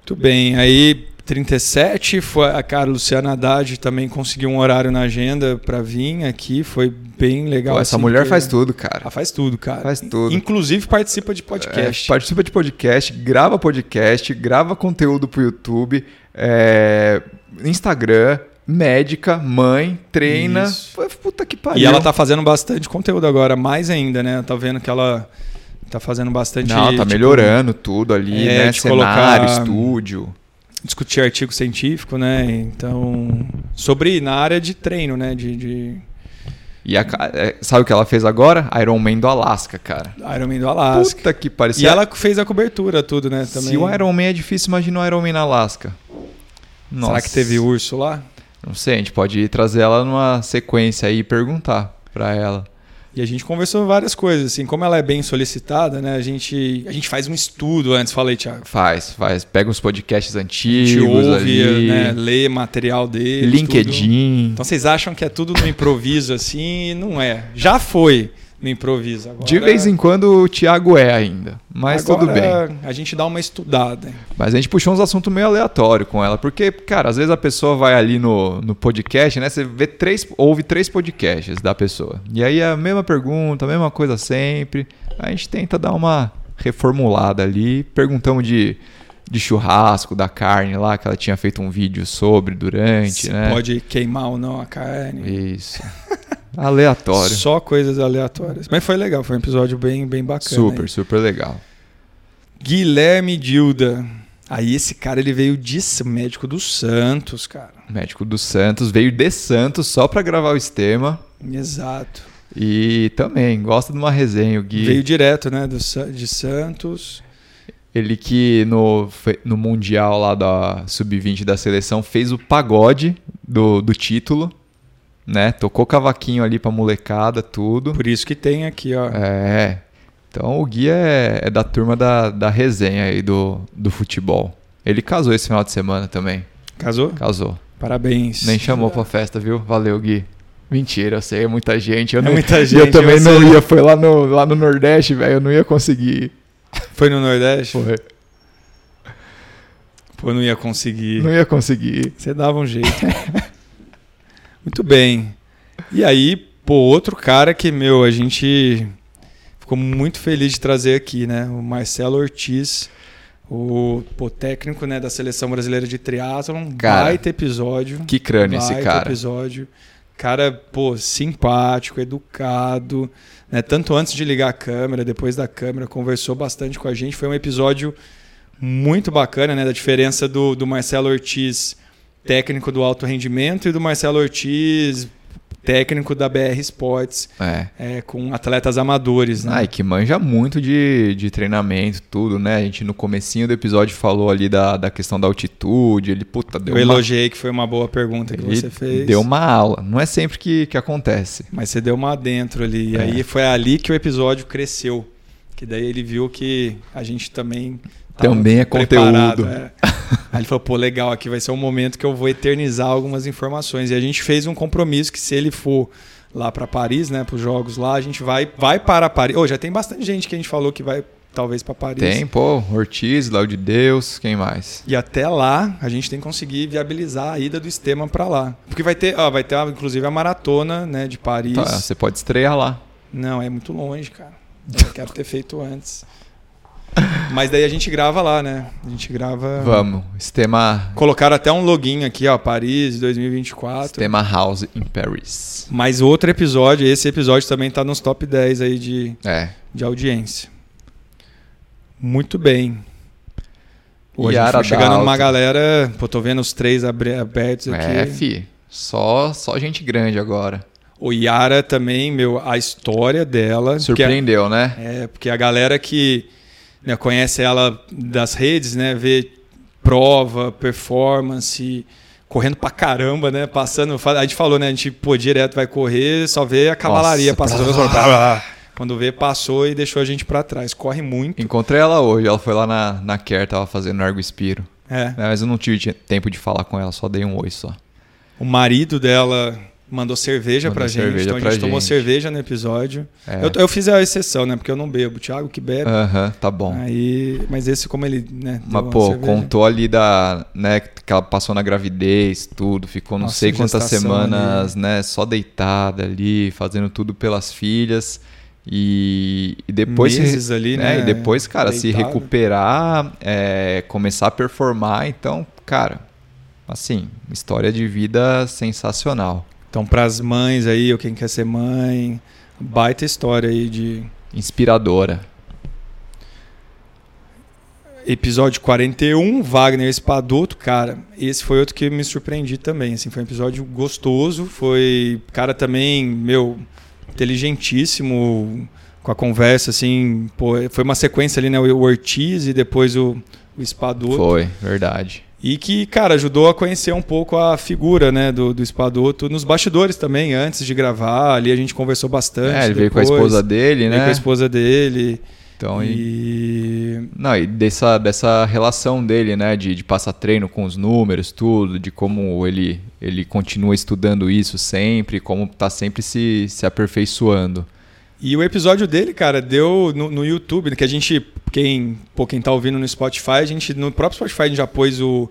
S1: Muito bem, aí 37, foi a cara Luciana Haddad também conseguiu um horário na agenda para vir aqui, foi bem legal.
S2: Pô, essa
S1: assim,
S2: mulher
S1: porque-
S2: faz tudo, cara.
S1: Ela faz tudo, cara.
S2: Faz tudo.
S1: Inclusive participa de
S2: É,
S1: podcast.
S2: participa de podcast, grava podcast, grava conteúdo pro YouTube, é, Instagram, médica, mãe, treina.
S1: Isso.
S2: Pô, Puta que pariu.
S1: e ela tá fazendo bastante conteúdo agora, mais ainda, né? Tá vendo que ela tá fazendo bastante
S2: Não, tá
S1: tipo,
S2: melhorando tudo ali,
S1: É,
S2: né?
S1: de
S2: Cenário,
S1: colocar-
S2: estúdio.
S1: discutir artigo científico, né? Então, sobre na área de treino, né, de, de
S2: E a ca- é, sabe o que ela fez agora? Iron Man do Alasca, cara.
S1: Ironman do Alasca.
S2: Puta que pariu.
S1: E ela fez a cobertura tudo, né, também.
S2: Se o Iron Man é difícil, imagina o Iron Man na Alasca.
S1: Será que teve urso lá?
S2: Não sei, a gente pode ir trazer ela numa sequência aí e perguntar pra ela.
S1: E a gente conversou várias coisas, assim, como ela é bem solicitada, né? A gente, a gente faz um estudo antes, falei, Thiago.
S2: Faz, faz. Pega uns podcasts
S1: A gente
S2: antigos ali.
S1: ouve, né, lê material dele.
S2: LinkedIn.
S1: Então vocês acham que é tudo no improviso, assim, e não é. Já foi. no improviso. Agora,
S2: De vez em quando o Thiago é ainda, mas
S1: agora
S2: tudo bem.
S1: A gente dá uma estudada. hein?
S2: Mas a gente puxou uns assuntos meio aleatório com ela, porque, cara, às vezes a pessoa vai ali no, no podcast, né? Você vê três, ouve três podcasts da pessoa. E aí é a mesma pergunta, a mesma coisa sempre. A gente tenta dar uma reformulada ali. Perguntamos de, de churrasco, da carne lá, que ela tinha feito um vídeo sobre durante,
S1: Se
S2: né?
S1: pode queimar ou não a carne.
S2: Isso. Aleatório.
S1: Só coisas aleatórias. Mas foi legal, foi um episódio bem, bem bacana.
S2: super,
S1: hein?
S2: super legal.
S1: Guilherme Dilda. Aí esse cara ele veio de S- médico do Santos, cara.
S2: Médico do Santos, veio de Santos só pra gravar o Estema.
S1: Exato.
S2: E também, gosta de uma resenha, o Gui.
S1: Veio direto, né, do, Sa- de Santos.
S2: Ele que no, fe- no Mundial lá da Sub-20 da seleção fez o pagode do, do título, né? Tocou cavaquinho ali pra molecada, tudo.
S1: Por isso que tem aqui, ó.
S2: É. Então o Gui é, é da turma da, da resenha aí do, do futebol. Ele casou esse final de semana também.
S1: Casou?
S2: Casou.
S1: Parabéns.
S2: Nem chamou pra festa, viu? Valeu, Gui. Mentira, eu sei, é muita gente. Eu
S1: É
S2: não-
S1: muita
S2: Eu
S1: gente,
S2: também
S1: você
S2: não ia, foi lá no, lá no Nordeste, velho. Eu não ia conseguir.
S1: Foi no Nordeste?
S2: Foi.
S1: Pô, não ia conseguir.
S2: Não ia conseguir.
S1: Você dava um jeito. Muito bem. E aí, pô, outro cara que, meu, a gente ficou muito feliz de trazer aqui, né? O Marcelo Ortiz, o pô, técnico né, da Seleção Brasileira de Triatlon.
S2: Cara,
S1: baita episódio.
S2: Que crânio esse
S1: baita
S2: cara.
S1: episódio. Cara, pô, simpático, educado, né? Tanto antes de ligar a câmera, depois da câmera, conversou bastante com a gente. Foi um episódio muito bacana, né? Da diferença do, do Marcelo Ortiz, técnico do alto rendimento, e do Marcelo Ortiz, técnico da BR Sports,
S2: É.
S1: é, com atletas amadores, né?
S2: Ah, e que manja muito de, de treinamento, tudo, né? A gente no comecinho do episódio falou ali da, da questão da altitude, ele, puta, deu
S1: Eu
S2: uma...
S1: elogiei que foi uma boa pergunta que
S2: ele
S1: você fez.
S2: deu uma aula. Não é sempre que, que acontece.
S1: Mas você deu uma adentro ali. E
S2: É.
S1: aí foi ali que o episódio cresceu. Que daí ele viu que a gente também. tava
S2: Também é
S1: preparado,
S2: conteúdo.
S1: é. Aí ele falou: pô, legal, aqui vai ser um momento que eu vou eternizar algumas informações. E a gente fez um compromisso que se ele for lá para Paris, né, para os jogos lá, a gente vai, vai para Paris. Ô, já tem bastante gente que a gente falou que vai talvez para Paris.
S2: Tem, pô, Ortiz, Léo de Deus, quem mais?
S1: E até lá, a gente tem que conseguir viabilizar a ida do Estema para lá. Porque vai ter, ó, vai ter, inclusive, a maratona né, de Paris.
S2: Tá, você pode estrear lá.
S1: Não, é muito longe, cara. Eu quero ter feito antes. Mas daí a gente grava lá, né? A gente grava.
S2: Vamos, sistema,
S1: Colocaram até um login aqui, ó, Paris 2024.
S2: sistema House in Paris.
S1: Mas outro episódio, esse episódio também tá nos top 10 aí de,
S2: É.
S1: de audiência. Muito bem. Pô, a gente
S2: Yara
S1: foi chegando numa
S2: Dalton.
S1: galera. Pô, tô vendo os três abre- abertos aqui.
S2: É, fi. Só, só gente grande agora.
S1: o Yara também, meu, a história dela. que é-
S2: Surpreendeu, né?
S1: É, porque a galera que né, conhece ela das redes, né, vê prova, performance, correndo pra caramba, né, passando, fa- a gente falou, né, a gente pô direto vai correr, só vê a cavalaria
S2: Nossa,
S1: passando,
S2: blá,
S1: blá, blá, blá. quando vê passou e deixou a gente pra trás, corre muito.
S2: Encontrei ela hoje, ela foi lá na, na Care, tava fazendo Ergo Espiro.
S1: É.
S2: Né, mas eu não tive te- tempo de falar com ela, só dei um oi só.
S1: O marido dela mandou cerveja
S2: Mandou
S1: pra gente,
S2: cerveja
S1: então a
S2: pra
S1: gente tomou
S2: gente.
S1: cerveja no episódio.
S2: É.
S1: Eu, eu fiz a exceção, né, porque eu não bebo, o Thiago que bebe.
S2: Aham, tá bom.
S1: Ah, Aí, mas esse como ele, né, deu
S2: Mas,
S1: uma
S2: pô,
S1: cerveja.
S2: contou ali da. né, que ela passou na gravidez, tudo, ficou não
S1: Nossa,
S2: sei quantas
S1: gestação
S2: semanas, né, só deitada ali, fazendo tudo pelas filhas. E, e depois. se-
S1: Meses ali, né,
S2: E depois, cara, se
S1: deitada.
S2: recuperar, é, começar a performar, então, cara, assim, história de vida sensacional.
S1: Então, para as mães aí, ou quem quer ser mãe, baita história aí de
S2: Inspiradora.
S1: episódio 41, Wagner Espadoto, cara. Esse foi outro que me surpreendi também, assim, foi um episódio gostoso, foi cara também, meu, inteligentíssimo com a conversa assim, pô, foi uma sequência ali, né, o Ortiz e depois o, o Espadoto.
S2: Foi, verdade.
S1: E que, cara, ajudou a conhecer um pouco a figura, né, do, do Espadoto. Nos bastidores também, antes de gravar, ali a gente conversou bastante.
S2: É, ele veio com a
S1: depois.
S2: esposa dele,
S1: Ele
S2: né?
S1: com a esposa dele.
S2: Então, e...
S1: e...
S2: Não, e dessa, dessa relação dele, né? De, de passar treino com os números, tudo, de como ele, ele continua estudando isso sempre, como tá sempre se, se aperfeiçoando.
S1: E o episódio dele, cara, deu no, no YouTube, né, que a gente, quem, pô, quem tá ouvindo no Spotify, a gente, no próprio Spotify a gente já pôs o,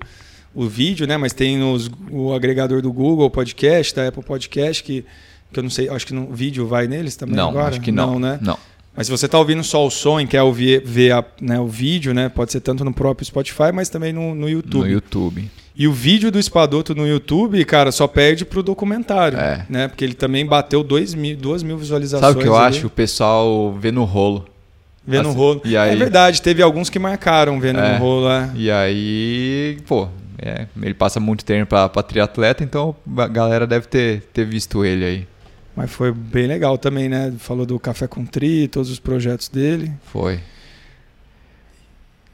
S1: o vídeo, né? Mas tem nos, o agregador do Google Podcast, da Apple Podcast, que, que eu não sei, acho que no o vídeo vai neles também
S2: não,
S1: agora?
S2: acho que não.
S1: né?
S2: Não.
S1: Mas se você tá ouvindo só o som e quer ouvir, ver a- né, o vídeo, né? Pode ser tanto no próprio Spotify, mas também no, no YouTube.
S2: No YouTube.
S1: E o vídeo do Espadoto no YouTube, cara, só perde pro documentário,
S2: É.
S1: né? Porque ele também bateu 2 mil, duas mil visualizações.
S2: Sabe o que eu
S1: ali,
S2: acho? O pessoal vê no rolo.
S1: Vendo
S2: Assim,
S1: rolo.
S2: e aí-
S1: É verdade, teve alguns que marcaram vendo
S2: É.
S1: rolo. É.
S2: E aí, pô, é, ele passa muito treino pra, pra triatleta, então a galera deve ter, ter visto ele aí.
S1: Mas foi bem legal também, né? Falou do Café com Tri, todos os projetos dele.
S2: Foi.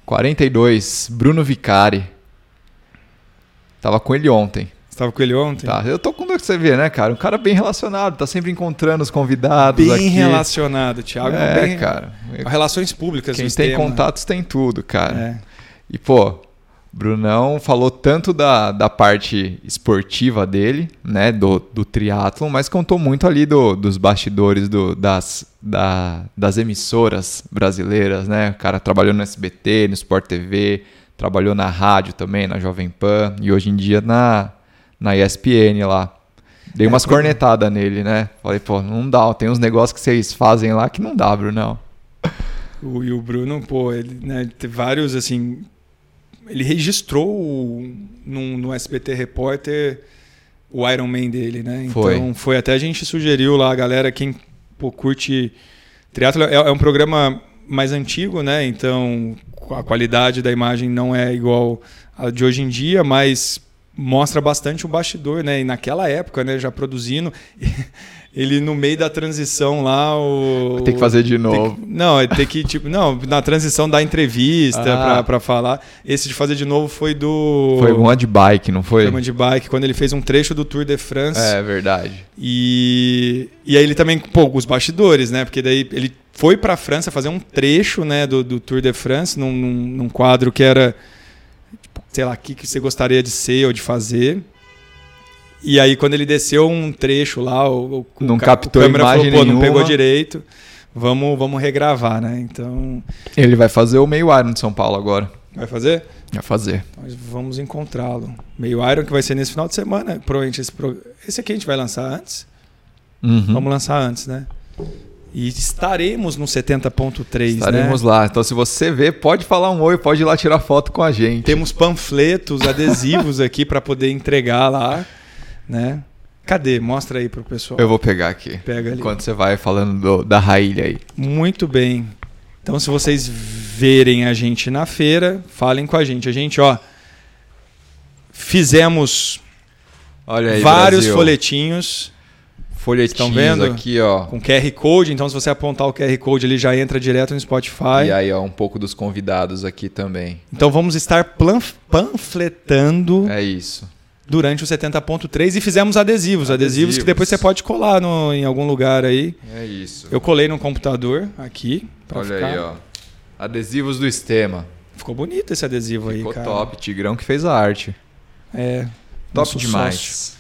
S2: 42, Bruno Vicari. Tava com ele ontem.
S1: Você tava com ele ontem?
S2: Tá, eu tô com dor que você vê, né, cara? Um cara bem relacionado, tá sempre encontrando os convidados
S1: Bem
S2: aqui.
S1: relacionado, Thiago.
S2: É,
S1: bem...
S2: cara.
S1: Relações públicas.
S2: Quem
S1: esse
S2: tem
S1: tema.
S2: contatos tem tudo, cara.
S1: É.
S2: E, pô, Brunão falou tanto da, da parte esportiva dele, né, do, do triatlon, mas contou muito ali do, dos bastidores do, das, da- das emissoras brasileiras, né? O cara trabalhou no SBT, no Sport TV, trabalhou na rádio também, na Jovem Pan, e hoje em dia na, na ESPN lá. Dei umas cornetadas nele, né? Falei, pô, não dá, ó, tem uns negócios que vocês fazem lá que não dá, Brunão.
S1: O, e o Bruno, pô, ele né, ele teve vários, assim. Ele registrou o- num- no SBT Repórter o Iron Man dele, né? Então
S2: Foi.
S1: foi, até a gente sugeriu lá, a galera, quem pô, curte triatlo é, é um programa mais antigo, né? Então a qualidade da imagem não é igual a de hoje em dia, mas mostra bastante o bastidor, né? E naquela época, né, já produzindo, ele no meio da transição lá, o
S2: Tem que fazer de
S1: tem
S2: novo.
S1: que- não, é ter que, tipo, não, na transição da entrevista
S2: Ah.
S1: pra, pra falar. Esse de fazer de novo foi do.
S2: Foi uma de bike, não foi?
S1: German de bike, quando ele fez um trecho do Tour de France.
S2: É verdade.
S1: E, e aí ele também, pô, os bastidores, né? Porque daí ele foi pra França fazer um trecho, né, do, do Tour de France, num, num, num quadro que era, tipo, sei lá, o que, que você gostaria de ser ou de fazer. E aí quando ele desceu um trecho lá, o, o,
S2: Não
S1: o ca-
S2: captou
S1: o câmera
S2: imagem
S1: falou, pô, não
S2: nenhuma."
S1: pegou direito. Vamos, vamos regravar, né? Então,
S2: Ele vai fazer o meio Iron de São Paulo agora.
S1: vai fazer?
S2: Vai fazer.
S1: Nós vamos encontrá-lo. Meio Iron que vai ser nesse final de semana, provavelmente esse pro- esse aqui a gente vai lançar antes.
S2: Uhum.
S1: Vamos lançar antes, né? E estaremos no 70.3,
S2: Estaremos
S1: né?
S2: lá. Então, se você vê, pode falar um oi, pode ir lá tirar foto com a gente.
S1: Temos panfletos, adesivos aqui para poder entregar lá, né? Cadê? Mostra aí pro pessoal.
S2: Eu vou pegar aqui.
S1: Pega ali.
S2: Enquanto você vai falando do- da railha aí.
S1: Muito bem. Então, se vocês verem a gente na feira, falem com a gente. A gente, ó, fizemos
S2: Olha aí,
S1: vários
S2: Brasil.
S1: folhetinhos.
S2: folhetins
S1: Estão vendo?
S2: aqui, ó.
S1: com QR Code, então se você apontar o QR Code ele já entra direto no Spotify.
S2: E aí, ó, um pouco dos convidados aqui também.
S1: Então vamos estar planf- panfletando
S2: É isso.
S1: durante o 70.3 e fizemos adesivos, adesivos,
S2: Adesivos.
S1: que depois você pode colar no- em algum lugar aí.
S2: É isso.
S1: Eu colei no computador aqui. pra
S2: Olha
S1: ficar-
S2: aí, ó. Adesivos do Estema.
S1: Ficou bonito esse adesivo aí,
S2: Ficou
S1: cara.
S2: top. Tigrão que fez a arte.
S1: É.
S2: Top
S1: nosso
S2: demais.
S1: sócio.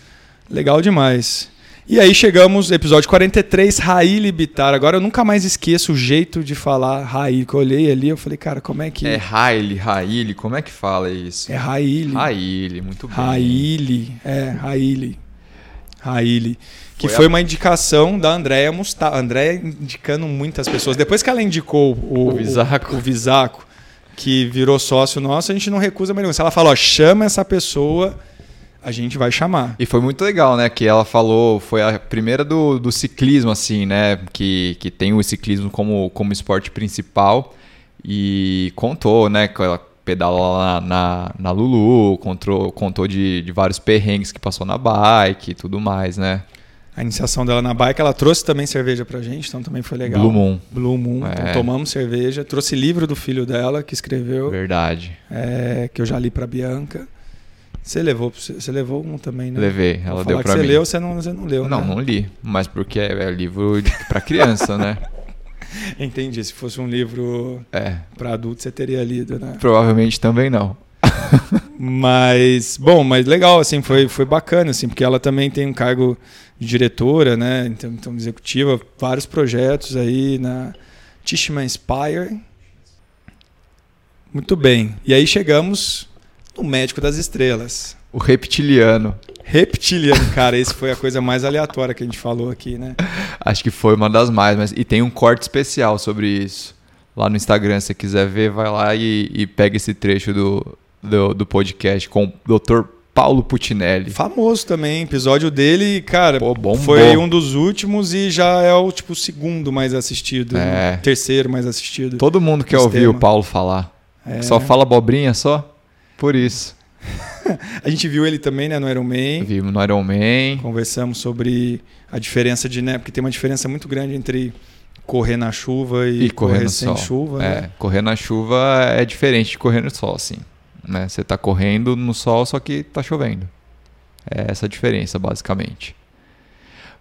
S1: Legal demais. E aí chegamos, episódio 43, Raí Libitar. Agora eu nunca mais esqueço o jeito de falar Raí. Que eu olhei ali, eu falei, cara, como é que.
S2: É Raile, Raile, como é que fala isso?
S1: é Raí. Libitar.
S2: Raile, muito bem.
S1: Raile, é, Raile. Raile. Que
S2: Foi
S1: foi,
S2: a-
S1: uma indicação da Andréia Musta. Andréia indicando muitas pessoas. Depois que ela indicou o,
S2: O Visaco.
S1: o Visaco, que virou sócio nosso, a gente não recusa mais nenhum. Se ela fala, ó, chama essa pessoa, a gente vai chamar.
S2: E foi muito legal, né? Que ela falou, foi a primeira do, do ciclismo, assim, né? Que, que tem o ciclismo como, como esporte principal. E contou, né? Que ela pedala lá na, na Lulu, contou, contou de, de vários perrengues que passou na bike e tudo mais, né?
S1: A iniciação dela na bike, ela trouxe também cerveja pra gente, então também foi legal.
S2: Blue Moon,
S1: Blue Moon,
S2: É.
S1: então tomamos cerveja. Trouxe livro do filho dela, que escreveu.
S2: verdade.
S1: é, que eu já li para Bianca. Você levou, pro seu- você levou um também, né?
S2: Levei, ela deu
S1: Vou falar
S2: pra
S1: que
S2: mim.
S1: Você leu, você não, você não leu.
S2: Não,
S1: né?
S2: não li, mas porque é, é livro de- pra criança, né?
S1: Entendi. Se fosse um livro
S2: É,
S1: para adulto, você teria lido, né?
S2: provavelmente também não.
S1: mas, bom, mas legal, assim, foi, foi bacana, assim, porque ela também tem um cargo de diretora, né? Então, então executiva, vários projetos aí na Tishman Inspire. Muito bem. E aí chegamos no Médico das Estrelas.
S2: O reptiliano.
S1: Reptiliano, cara, esse foi a coisa mais aleatória que a gente falou aqui, né?
S2: Acho que foi uma das mais, mas. E tem um corte especial sobre isso. Lá no Instagram, se você quiser ver, vai lá e, e pega esse trecho do, do, do podcast com o Dr. Paulo Putinelli.
S1: Famoso também, episódio dele, cara,
S2: Pô, bombou.
S1: foi um dos últimos e já é o tipo segundo mais assistido,
S2: É.
S1: né? terceiro mais assistido.
S2: Todo mundo quer
S1: Esse
S2: ouvir o
S1: tema.
S2: Paulo falar.
S1: É.
S2: Só fala abobrinha só? Por isso.
S1: A gente viu ele também, né, no Iron Man.
S2: Vimos no Iron Man.
S1: Conversamos sobre a diferença de, né, porque tem uma diferença muito grande entre correr na chuva e,
S2: E correr no
S1: sem
S2: sol.
S1: chuva,
S2: É,
S1: né?
S2: correr na chuva é diferente de correr no sol, assim. Né? Você tá correndo no sol, só que tá chovendo. É essa a diferença, basicamente.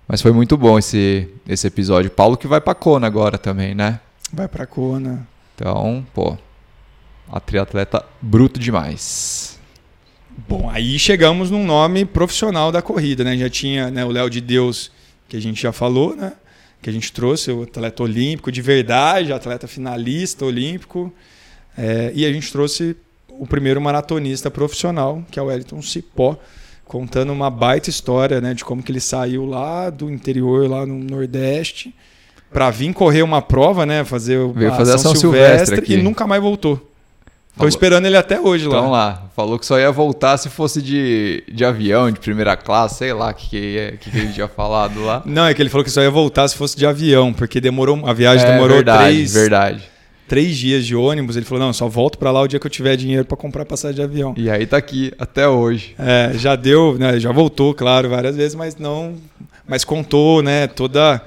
S2: Mas foi muito bom esse, esse episódio. Paulo que vai pra Kona agora também, né?
S1: Vai pra Kona.
S2: Então, pô, a triatleta bruto demais.
S1: Bom, aí chegamos num nome profissional da corrida, né? Já tinha né, o Léo de Deus, que a gente já falou, né? Que a gente trouxe, o atleta olímpico de verdade, atleta finalista olímpico. É, e a gente trouxe o primeiro maratonista profissional, que é o Wellington Cipó, contando uma baita história, né? De como que ele saiu lá do interior, lá no Nordeste, para vir correr uma prova, né? Fazer o-
S2: Veio
S1: a
S2: fazer a São Silvestre aqui.
S1: e nunca mais voltou. Tô
S2: Falou.
S1: esperando ele até hoje lá.
S2: Então lá, falou que só ia voltar se fosse de, de avião, de primeira classe, sei lá o que, que, é- que, que ele tinha falado lá.
S1: Não, é que ele falou que só ia voltar se fosse de avião, porque demorou a viagem
S2: É,
S1: demorou
S2: verdade,
S1: três,
S2: verdade.
S1: três dias de ônibus. Ele falou: não, só volto pra lá o dia que eu tiver dinheiro pra comprar passagem de avião.
S2: E aí tá aqui até hoje.
S1: É, já deu, né, já voltou, claro, várias vezes, mas não. Mas contou, né? Toda.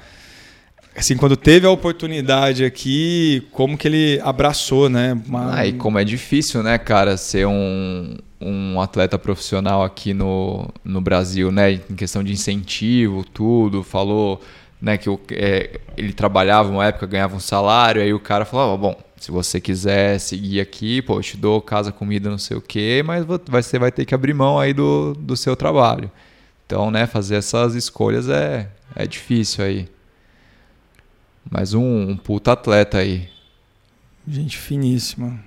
S1: Assim, quando teve a oportunidade aqui, como que ele abraçou, né? uma-
S2: Ah, e como é difícil, né, cara, ser um, um atleta profissional aqui no, no Brasil, né? Em questão de incentivo, tudo. Falou, né, que o- é, ele trabalhava uma época, ganhava um salário, aí o cara falava, bom, se você quiser seguir aqui, pô, eu te dou casa, comida, não sei o quê, mas vo- vai- você vai ter que abrir mão aí do, do seu trabalho. Então, né, fazer essas escolhas é, é difícil aí. Mas um, um puta atleta aí.
S1: Gente finíssima.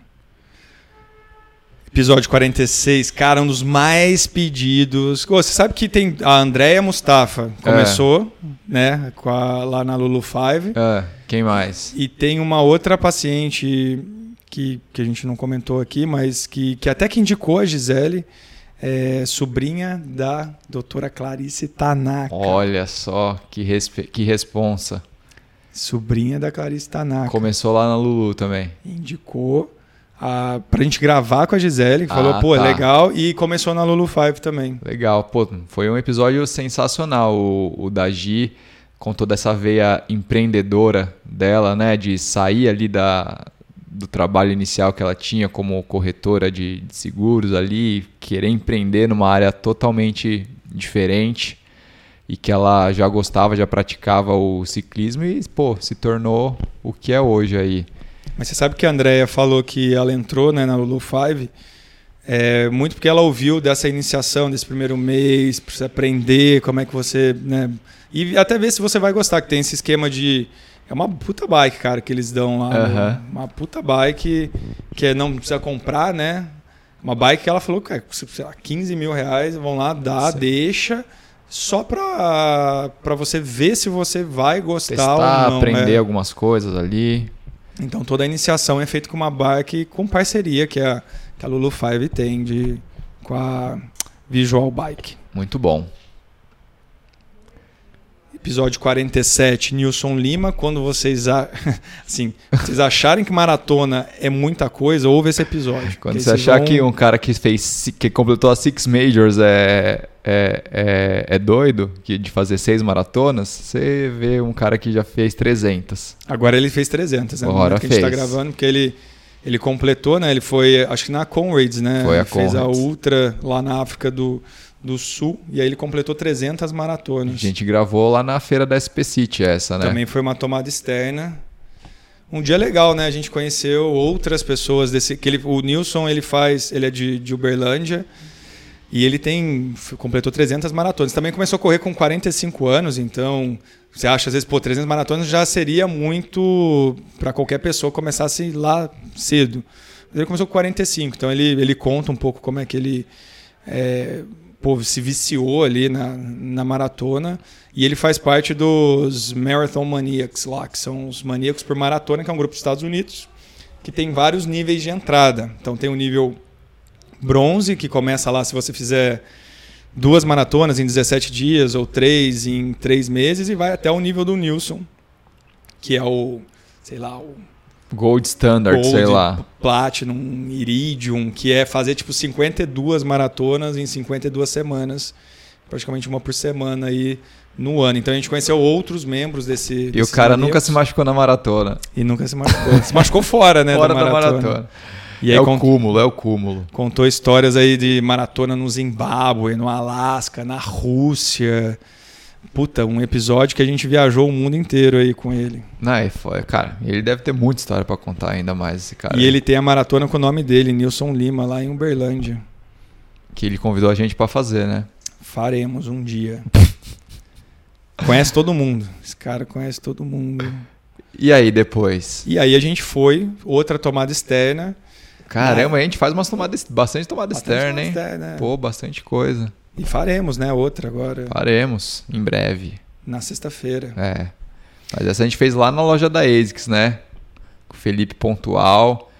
S1: Episódio 46, cara, um dos mais pedidos. Ô, você sabe que tem a Andréia Mustafa, começou, né, com a- lá na Lulu 5.
S2: Ah, quem mais?
S1: E tem uma outra paciente que, que a gente não comentou aqui, mas que, que até que indicou a Gisele, é, sobrinha da doutora Clarice Tanaka.
S2: Olha só que, respe... que responsa.
S1: Sobrinha da Clarice Tanaka.
S2: Começou lá na Lulu também.
S1: indicou a, pra gente gravar com a Gisele, que
S2: Ah,
S1: falou, pô, é
S2: tá.
S1: legal, e começou na Lulu 5 também.
S2: Legal, pô, foi um episódio sensacional o, o da Gi, com toda essa veia empreendedora dela, né, de sair ali da, do trabalho inicial que ela tinha como corretora de, de seguros ali, querer empreender numa área totalmente diferente e que ela já gostava, já praticava o ciclismo e, pô, se tornou o que é hoje aí.
S1: Mas você sabe que a Andrea falou que ela entrou né, na Lulu 5 é, muito porque ela ouviu dessa iniciação, desse primeiro mês, pra você aprender como é que você. Né, e até ver se você vai gostar, que tem esse esquema de. É uma puta bike, cara, que eles dão lá. né?
S2: Aham.
S1: Uma puta bike que é, não precisa comprar, né? Uma bike que ela falou, cara, sei lá, 15 mil reais, vão lá, dá,
S2: Sim.
S1: deixa. Só pra, pra você ver se você vai gostar
S2: Testar,
S1: ou não.
S2: aprender
S1: é.
S2: algumas coisas ali.
S1: Então toda a iniciação é feita com uma bike com parceria que é a, que a Lulu 5 tem de, com a Visual Bike.
S2: Muito bom.
S1: Episódio 47, Nilson Lima. Quando vocês, a... assim, vocês acharem que maratona é muita coisa, ouve esse episódio.
S2: Quando
S1: que
S2: você
S1: aí vocês
S2: achar
S1: vão-
S2: que um cara que fez si- que completou as six majors é, é, é, é doido, que de fazer seis maratonas, você vê um cara que já fez 300.
S1: Agora ele fez 300, né? No
S2: Agora
S1: momento que a gente tá
S2: fez.
S1: gravando, porque ele, ele completou, né? Ele foi, acho que na Conrads, né?
S2: Foi a
S1: ele fez a
S2: Conrads.
S1: Ultra lá na África do, do Sul e aí ele completou 300
S2: A
S1: maratonas.
S2: gente gravou lá na feira da SP City essa, né?
S1: Também foi uma tomada externa. um dia legal, né? A gente conheceu outras pessoas desse. Que ele, o Nilson, ele faz. Ele é de, de Uberlândia. E ele tem. completou 300 maratonas. Também começou a correr com 45 anos, então. Você acha, às vezes, pô, 300 maratonas já seria muito para qualquer pessoa começar se lá cedo. Mas Ele começou com 45, então ele, ele conta um pouco como é que ele é, pô, se viciou ali na, na maratona. E ele faz parte dos Marathon Maniacs lá, que são os maníacos por maratona, que é um grupo dos Estados Unidos, que tem vários níveis de entrada. Então tem o nível bronze, que começa lá se você fizer duas maratonas em 17 dias ou três em três meses e vai até o nível do Nilson, que é o, sei lá, o
S2: Gold Standard,
S1: Gold,
S2: sei lá.
S1: Platinum, Iridium, que é fazer tipo 52 maratonas em 52 semanas, praticamente uma por semana aí no ano. Então a gente conheceu outros membros desse.
S2: E o cara nunca se machucou
S1: machucou.
S2: na maratona.
S1: E nunca se machucou. se machucou fora, né?
S2: Fora
S1: da maratona. E aí
S2: é
S1: con-
S2: o cúmulo, é o cúmulo.
S1: contou histórias aí de maratona no Zimbábue, no Alasca, na Rússia. Puta, um episódio que a gente viajou o mundo inteiro aí com ele.
S2: Não, é foda. Cara, ele deve ter muita história pra contar ainda mais, esse cara. é.
S1: E ele tem a maratona com o nome dele, Nilson Lima, lá em Uberlândia.
S2: Que ele convidou a gente pra fazer, né?
S1: Faremos um dia. conhece todo mundo. Esse cara conhece todo mundo.
S2: E aí, depois?
S1: E aí a gente foi, outra tomada externa.
S2: Caramba, a gente faz umas tomadas, bastante tomada externa,
S1: Bastante
S2: hein?
S1: externa, é.
S2: Pô, bastante coisa.
S1: E faremos, né? Outra agora,
S2: Faremos em breve.
S1: na sexta-feira.
S2: É. Mas essa a gente fez lá na loja da ASICS, né? Com o Felipe Pontual.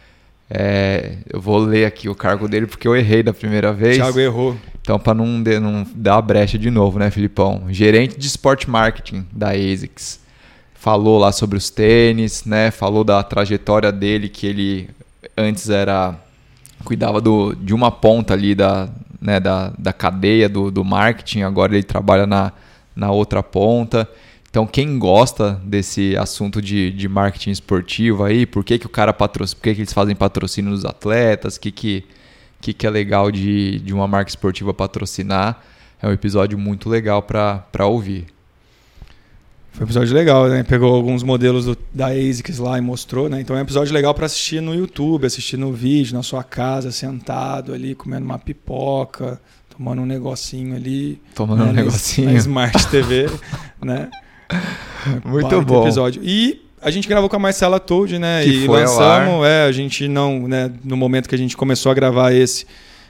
S2: É, eu vou ler aqui o cargo dele porque eu errei da primeira vez.
S1: Thiago errou.
S2: Então, para não, de- não dar a brecha de novo, né, Filipão? Gerente de Sport Marketing da ASICS. Falou lá sobre os tênis, né? Falou da trajetória dele, que ele antes era. cuidava do, de uma ponta ali da, né, da, da cadeia do, do marketing, agora ele trabalha na, na outra ponta. Então, quem gosta desse assunto de, de marketing esportivo aí, por que, que o cara patrocina, por que, que eles fazem patrocínio dos atletas, o que, que, que, que é legal de, de uma marca esportiva patrocinar, é um episódio muito legal para ouvir.
S1: Foi um episódio legal, né? Pegou alguns modelos do- da ASICS lá e mostrou, né? Então é um episódio legal para assistir no YouTube, assistir no vídeo, na sua casa, sentado ali, comendo uma pipoca, tomando um negocinho ali.
S2: Tomando
S1: né?
S2: um
S1: Na-
S2: negocinho.
S1: Na Smart TV, né?
S2: Muito
S1: Baita
S2: bom.
S1: episódio. E a gente gravou com a Marcela Toad, né?
S2: Que
S1: e
S2: foi ao
S1: lançamos, é, a gente não, né, no momento que a gente começou a gravar esse,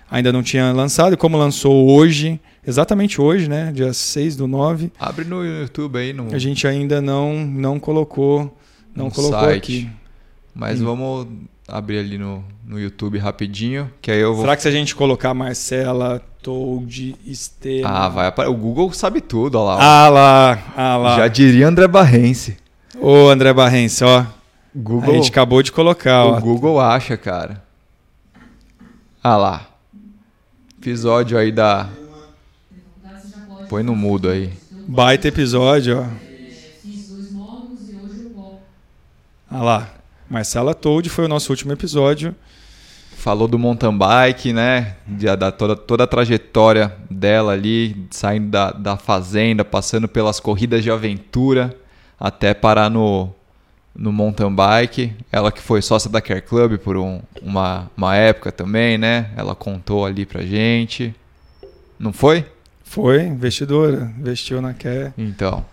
S1: ainda não tinha lançado, e como lançou hoje, exatamente hoje, né, dia 6 do 9,
S2: Abre no YouTube aí, no,
S1: a gente ainda não não colocou, não
S2: No
S1: colocou
S2: site.
S1: aqui.
S2: mas vamos abrir ali no, no YouTube rapidinho, que aí eu vou
S1: Será que se a gente colocar Marcela Toad Estela?
S2: Ah, vai apare- O Google sabe tudo, olha lá.
S1: Né? Ah lá, ah lá.
S2: Já diria André Barrense.
S1: Ô, André Barrense, ó.
S2: Google,
S1: A gente acabou de colocar, ó.
S2: o Google acha, cara. Ah lá. Episódio aí da. Põe no mudo aí.
S1: Baita episódio, ó.
S4: Fiz dois módulos e hoje eu volto.
S1: Ah lá. Marcela Toad foi o nosso último episódio.
S2: Falou do mountain bike, né? De- da, toda, toda a trajetória dela ali, saindo da, da fazenda, passando pelas corridas de aventura, até parar no, no mountain bike. Ela que foi sócia da Care Club por um- uma, uma época também, né? Ela contou ali pra gente. Não foi?
S1: Foi investidora, investiu na Care.
S2: Então.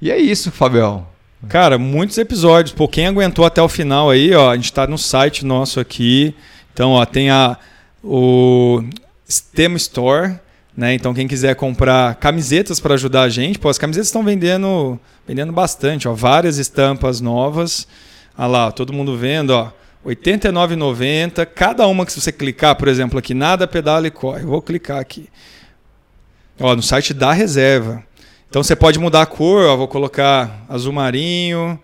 S2: E é isso, Fabião.
S1: Cara, muitos episódios. Pô, quem aguentou até o final aí, ó, a gente tá no site nosso aqui. Então, ó, tem a o Stem Store, né? Então, quem quiser comprar camisetas para ajudar a gente, pô, as camisetas estão vendendo, vendendo bastante, ó, várias estampas novas. Olha lá, ó, todo mundo vendo, ó. R$ 89,90. Cada uma que se você clicar, por exemplo, aqui, nada pedala e corre. Eu vou clicar aqui. Ó, no site da reserva. Então você pode mudar a cor, ó, vou colocar azul marinho,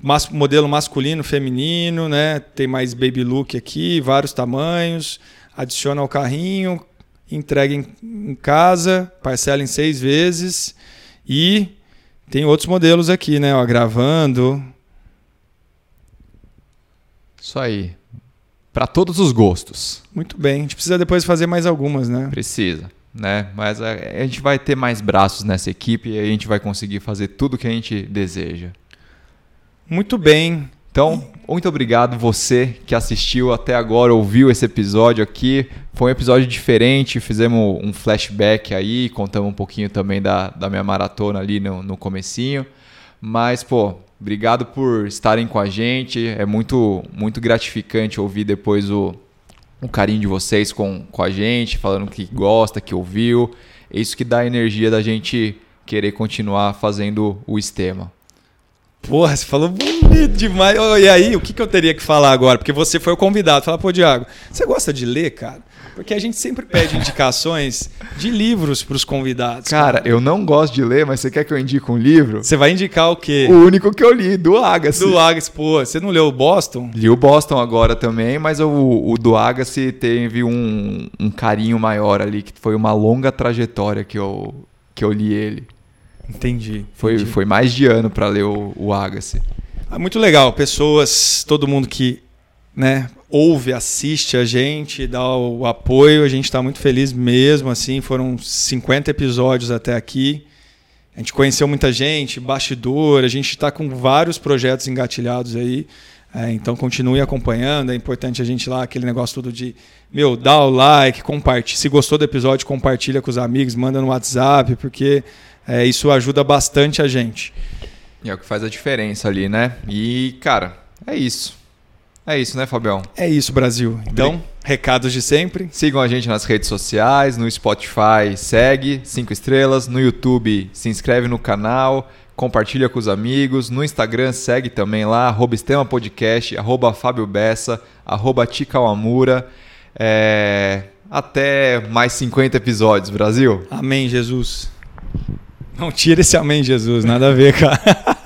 S1: mas- modelo masculino, feminino, né? Tem mais baby look aqui, vários tamanhos. Adiciona ao carrinho, entrega em, em casa, parcela em seis vezes. E tem outros modelos aqui, né? Ó, gravando.
S2: Isso aí. Pra todos os gostos.
S1: Muito bem. A gente precisa depois fazer mais algumas, né?
S2: Precisa, né? Mas a, a gente vai ter mais braços nessa equipe e a gente vai conseguir fazer tudo que a gente deseja.
S1: Muito bem.
S2: Então, muito obrigado você que assistiu até agora, ouviu esse episódio aqui. Foi um episódio diferente, fizemos um flashback aí, contamos um pouquinho também da, da minha maratona ali no, no comecinho. Mas, pô, obrigado por estarem com a gente. É muito, muito gratificante ouvir depois o, o carinho de vocês com, com a gente, falando que gosta, que ouviu. É isso que dá a energia da gente querer continuar fazendo o Estema.
S1: Porra, você falou bonito demais. Ô, E aí, o que, que eu teria que falar agora? Porque você foi o convidado. Fala, pô, Diago, você gosta de ler, cara? Porque a gente sempre pede indicações de livros pros convidados.
S2: Cara, eu não gosto de ler, mas você quer que eu indique um livro?
S1: você vai indicar o quê?
S2: O único que eu li, do Agassi.
S1: Do Agas, pô, você não leu o Boston?
S2: Li o Boston agora também, mas o, o do Agassi teve um, um carinho maior ali, que foi uma longa trajetória que eu, que eu li ele.
S1: Entendi.
S2: Foi, foi mais de ano pra ler o, o Agassi.
S1: Ah, muito legal. Pessoas, todo mundo que né, ouve, assiste a gente, dá o apoio. A gente está muito feliz mesmo. assim Foram 50 episódios até aqui. A gente conheceu muita gente, bastidor. A gente está com vários projetos engatilhados aí. É, então continue acompanhando. É importante a gente lá, aquele negócio tudo de meu, dá o like, compartilha. Se gostou do episódio, compartilha com os amigos, manda no WhatsApp, porque é, isso ajuda bastante a gente.
S2: E é o que faz a diferença ali, né? E, cara, é isso. É isso, né, Fabião?
S1: É isso, Brasil. Então, recados de sempre.
S2: Sigam a gente nas redes sociais, no Spotify, segue, 5 estrelas, no YouTube, se inscreve no canal, compartilha com os amigos, no Instagram, segue também lá, arroba Estema Podcast, arroba Fábio Bessa, arroba Tica Wamura. É, Até mais 50 episódios, Brasil!
S1: Amém, Jesus. Não tira esse amém, Jesus. Nada a ver, cara.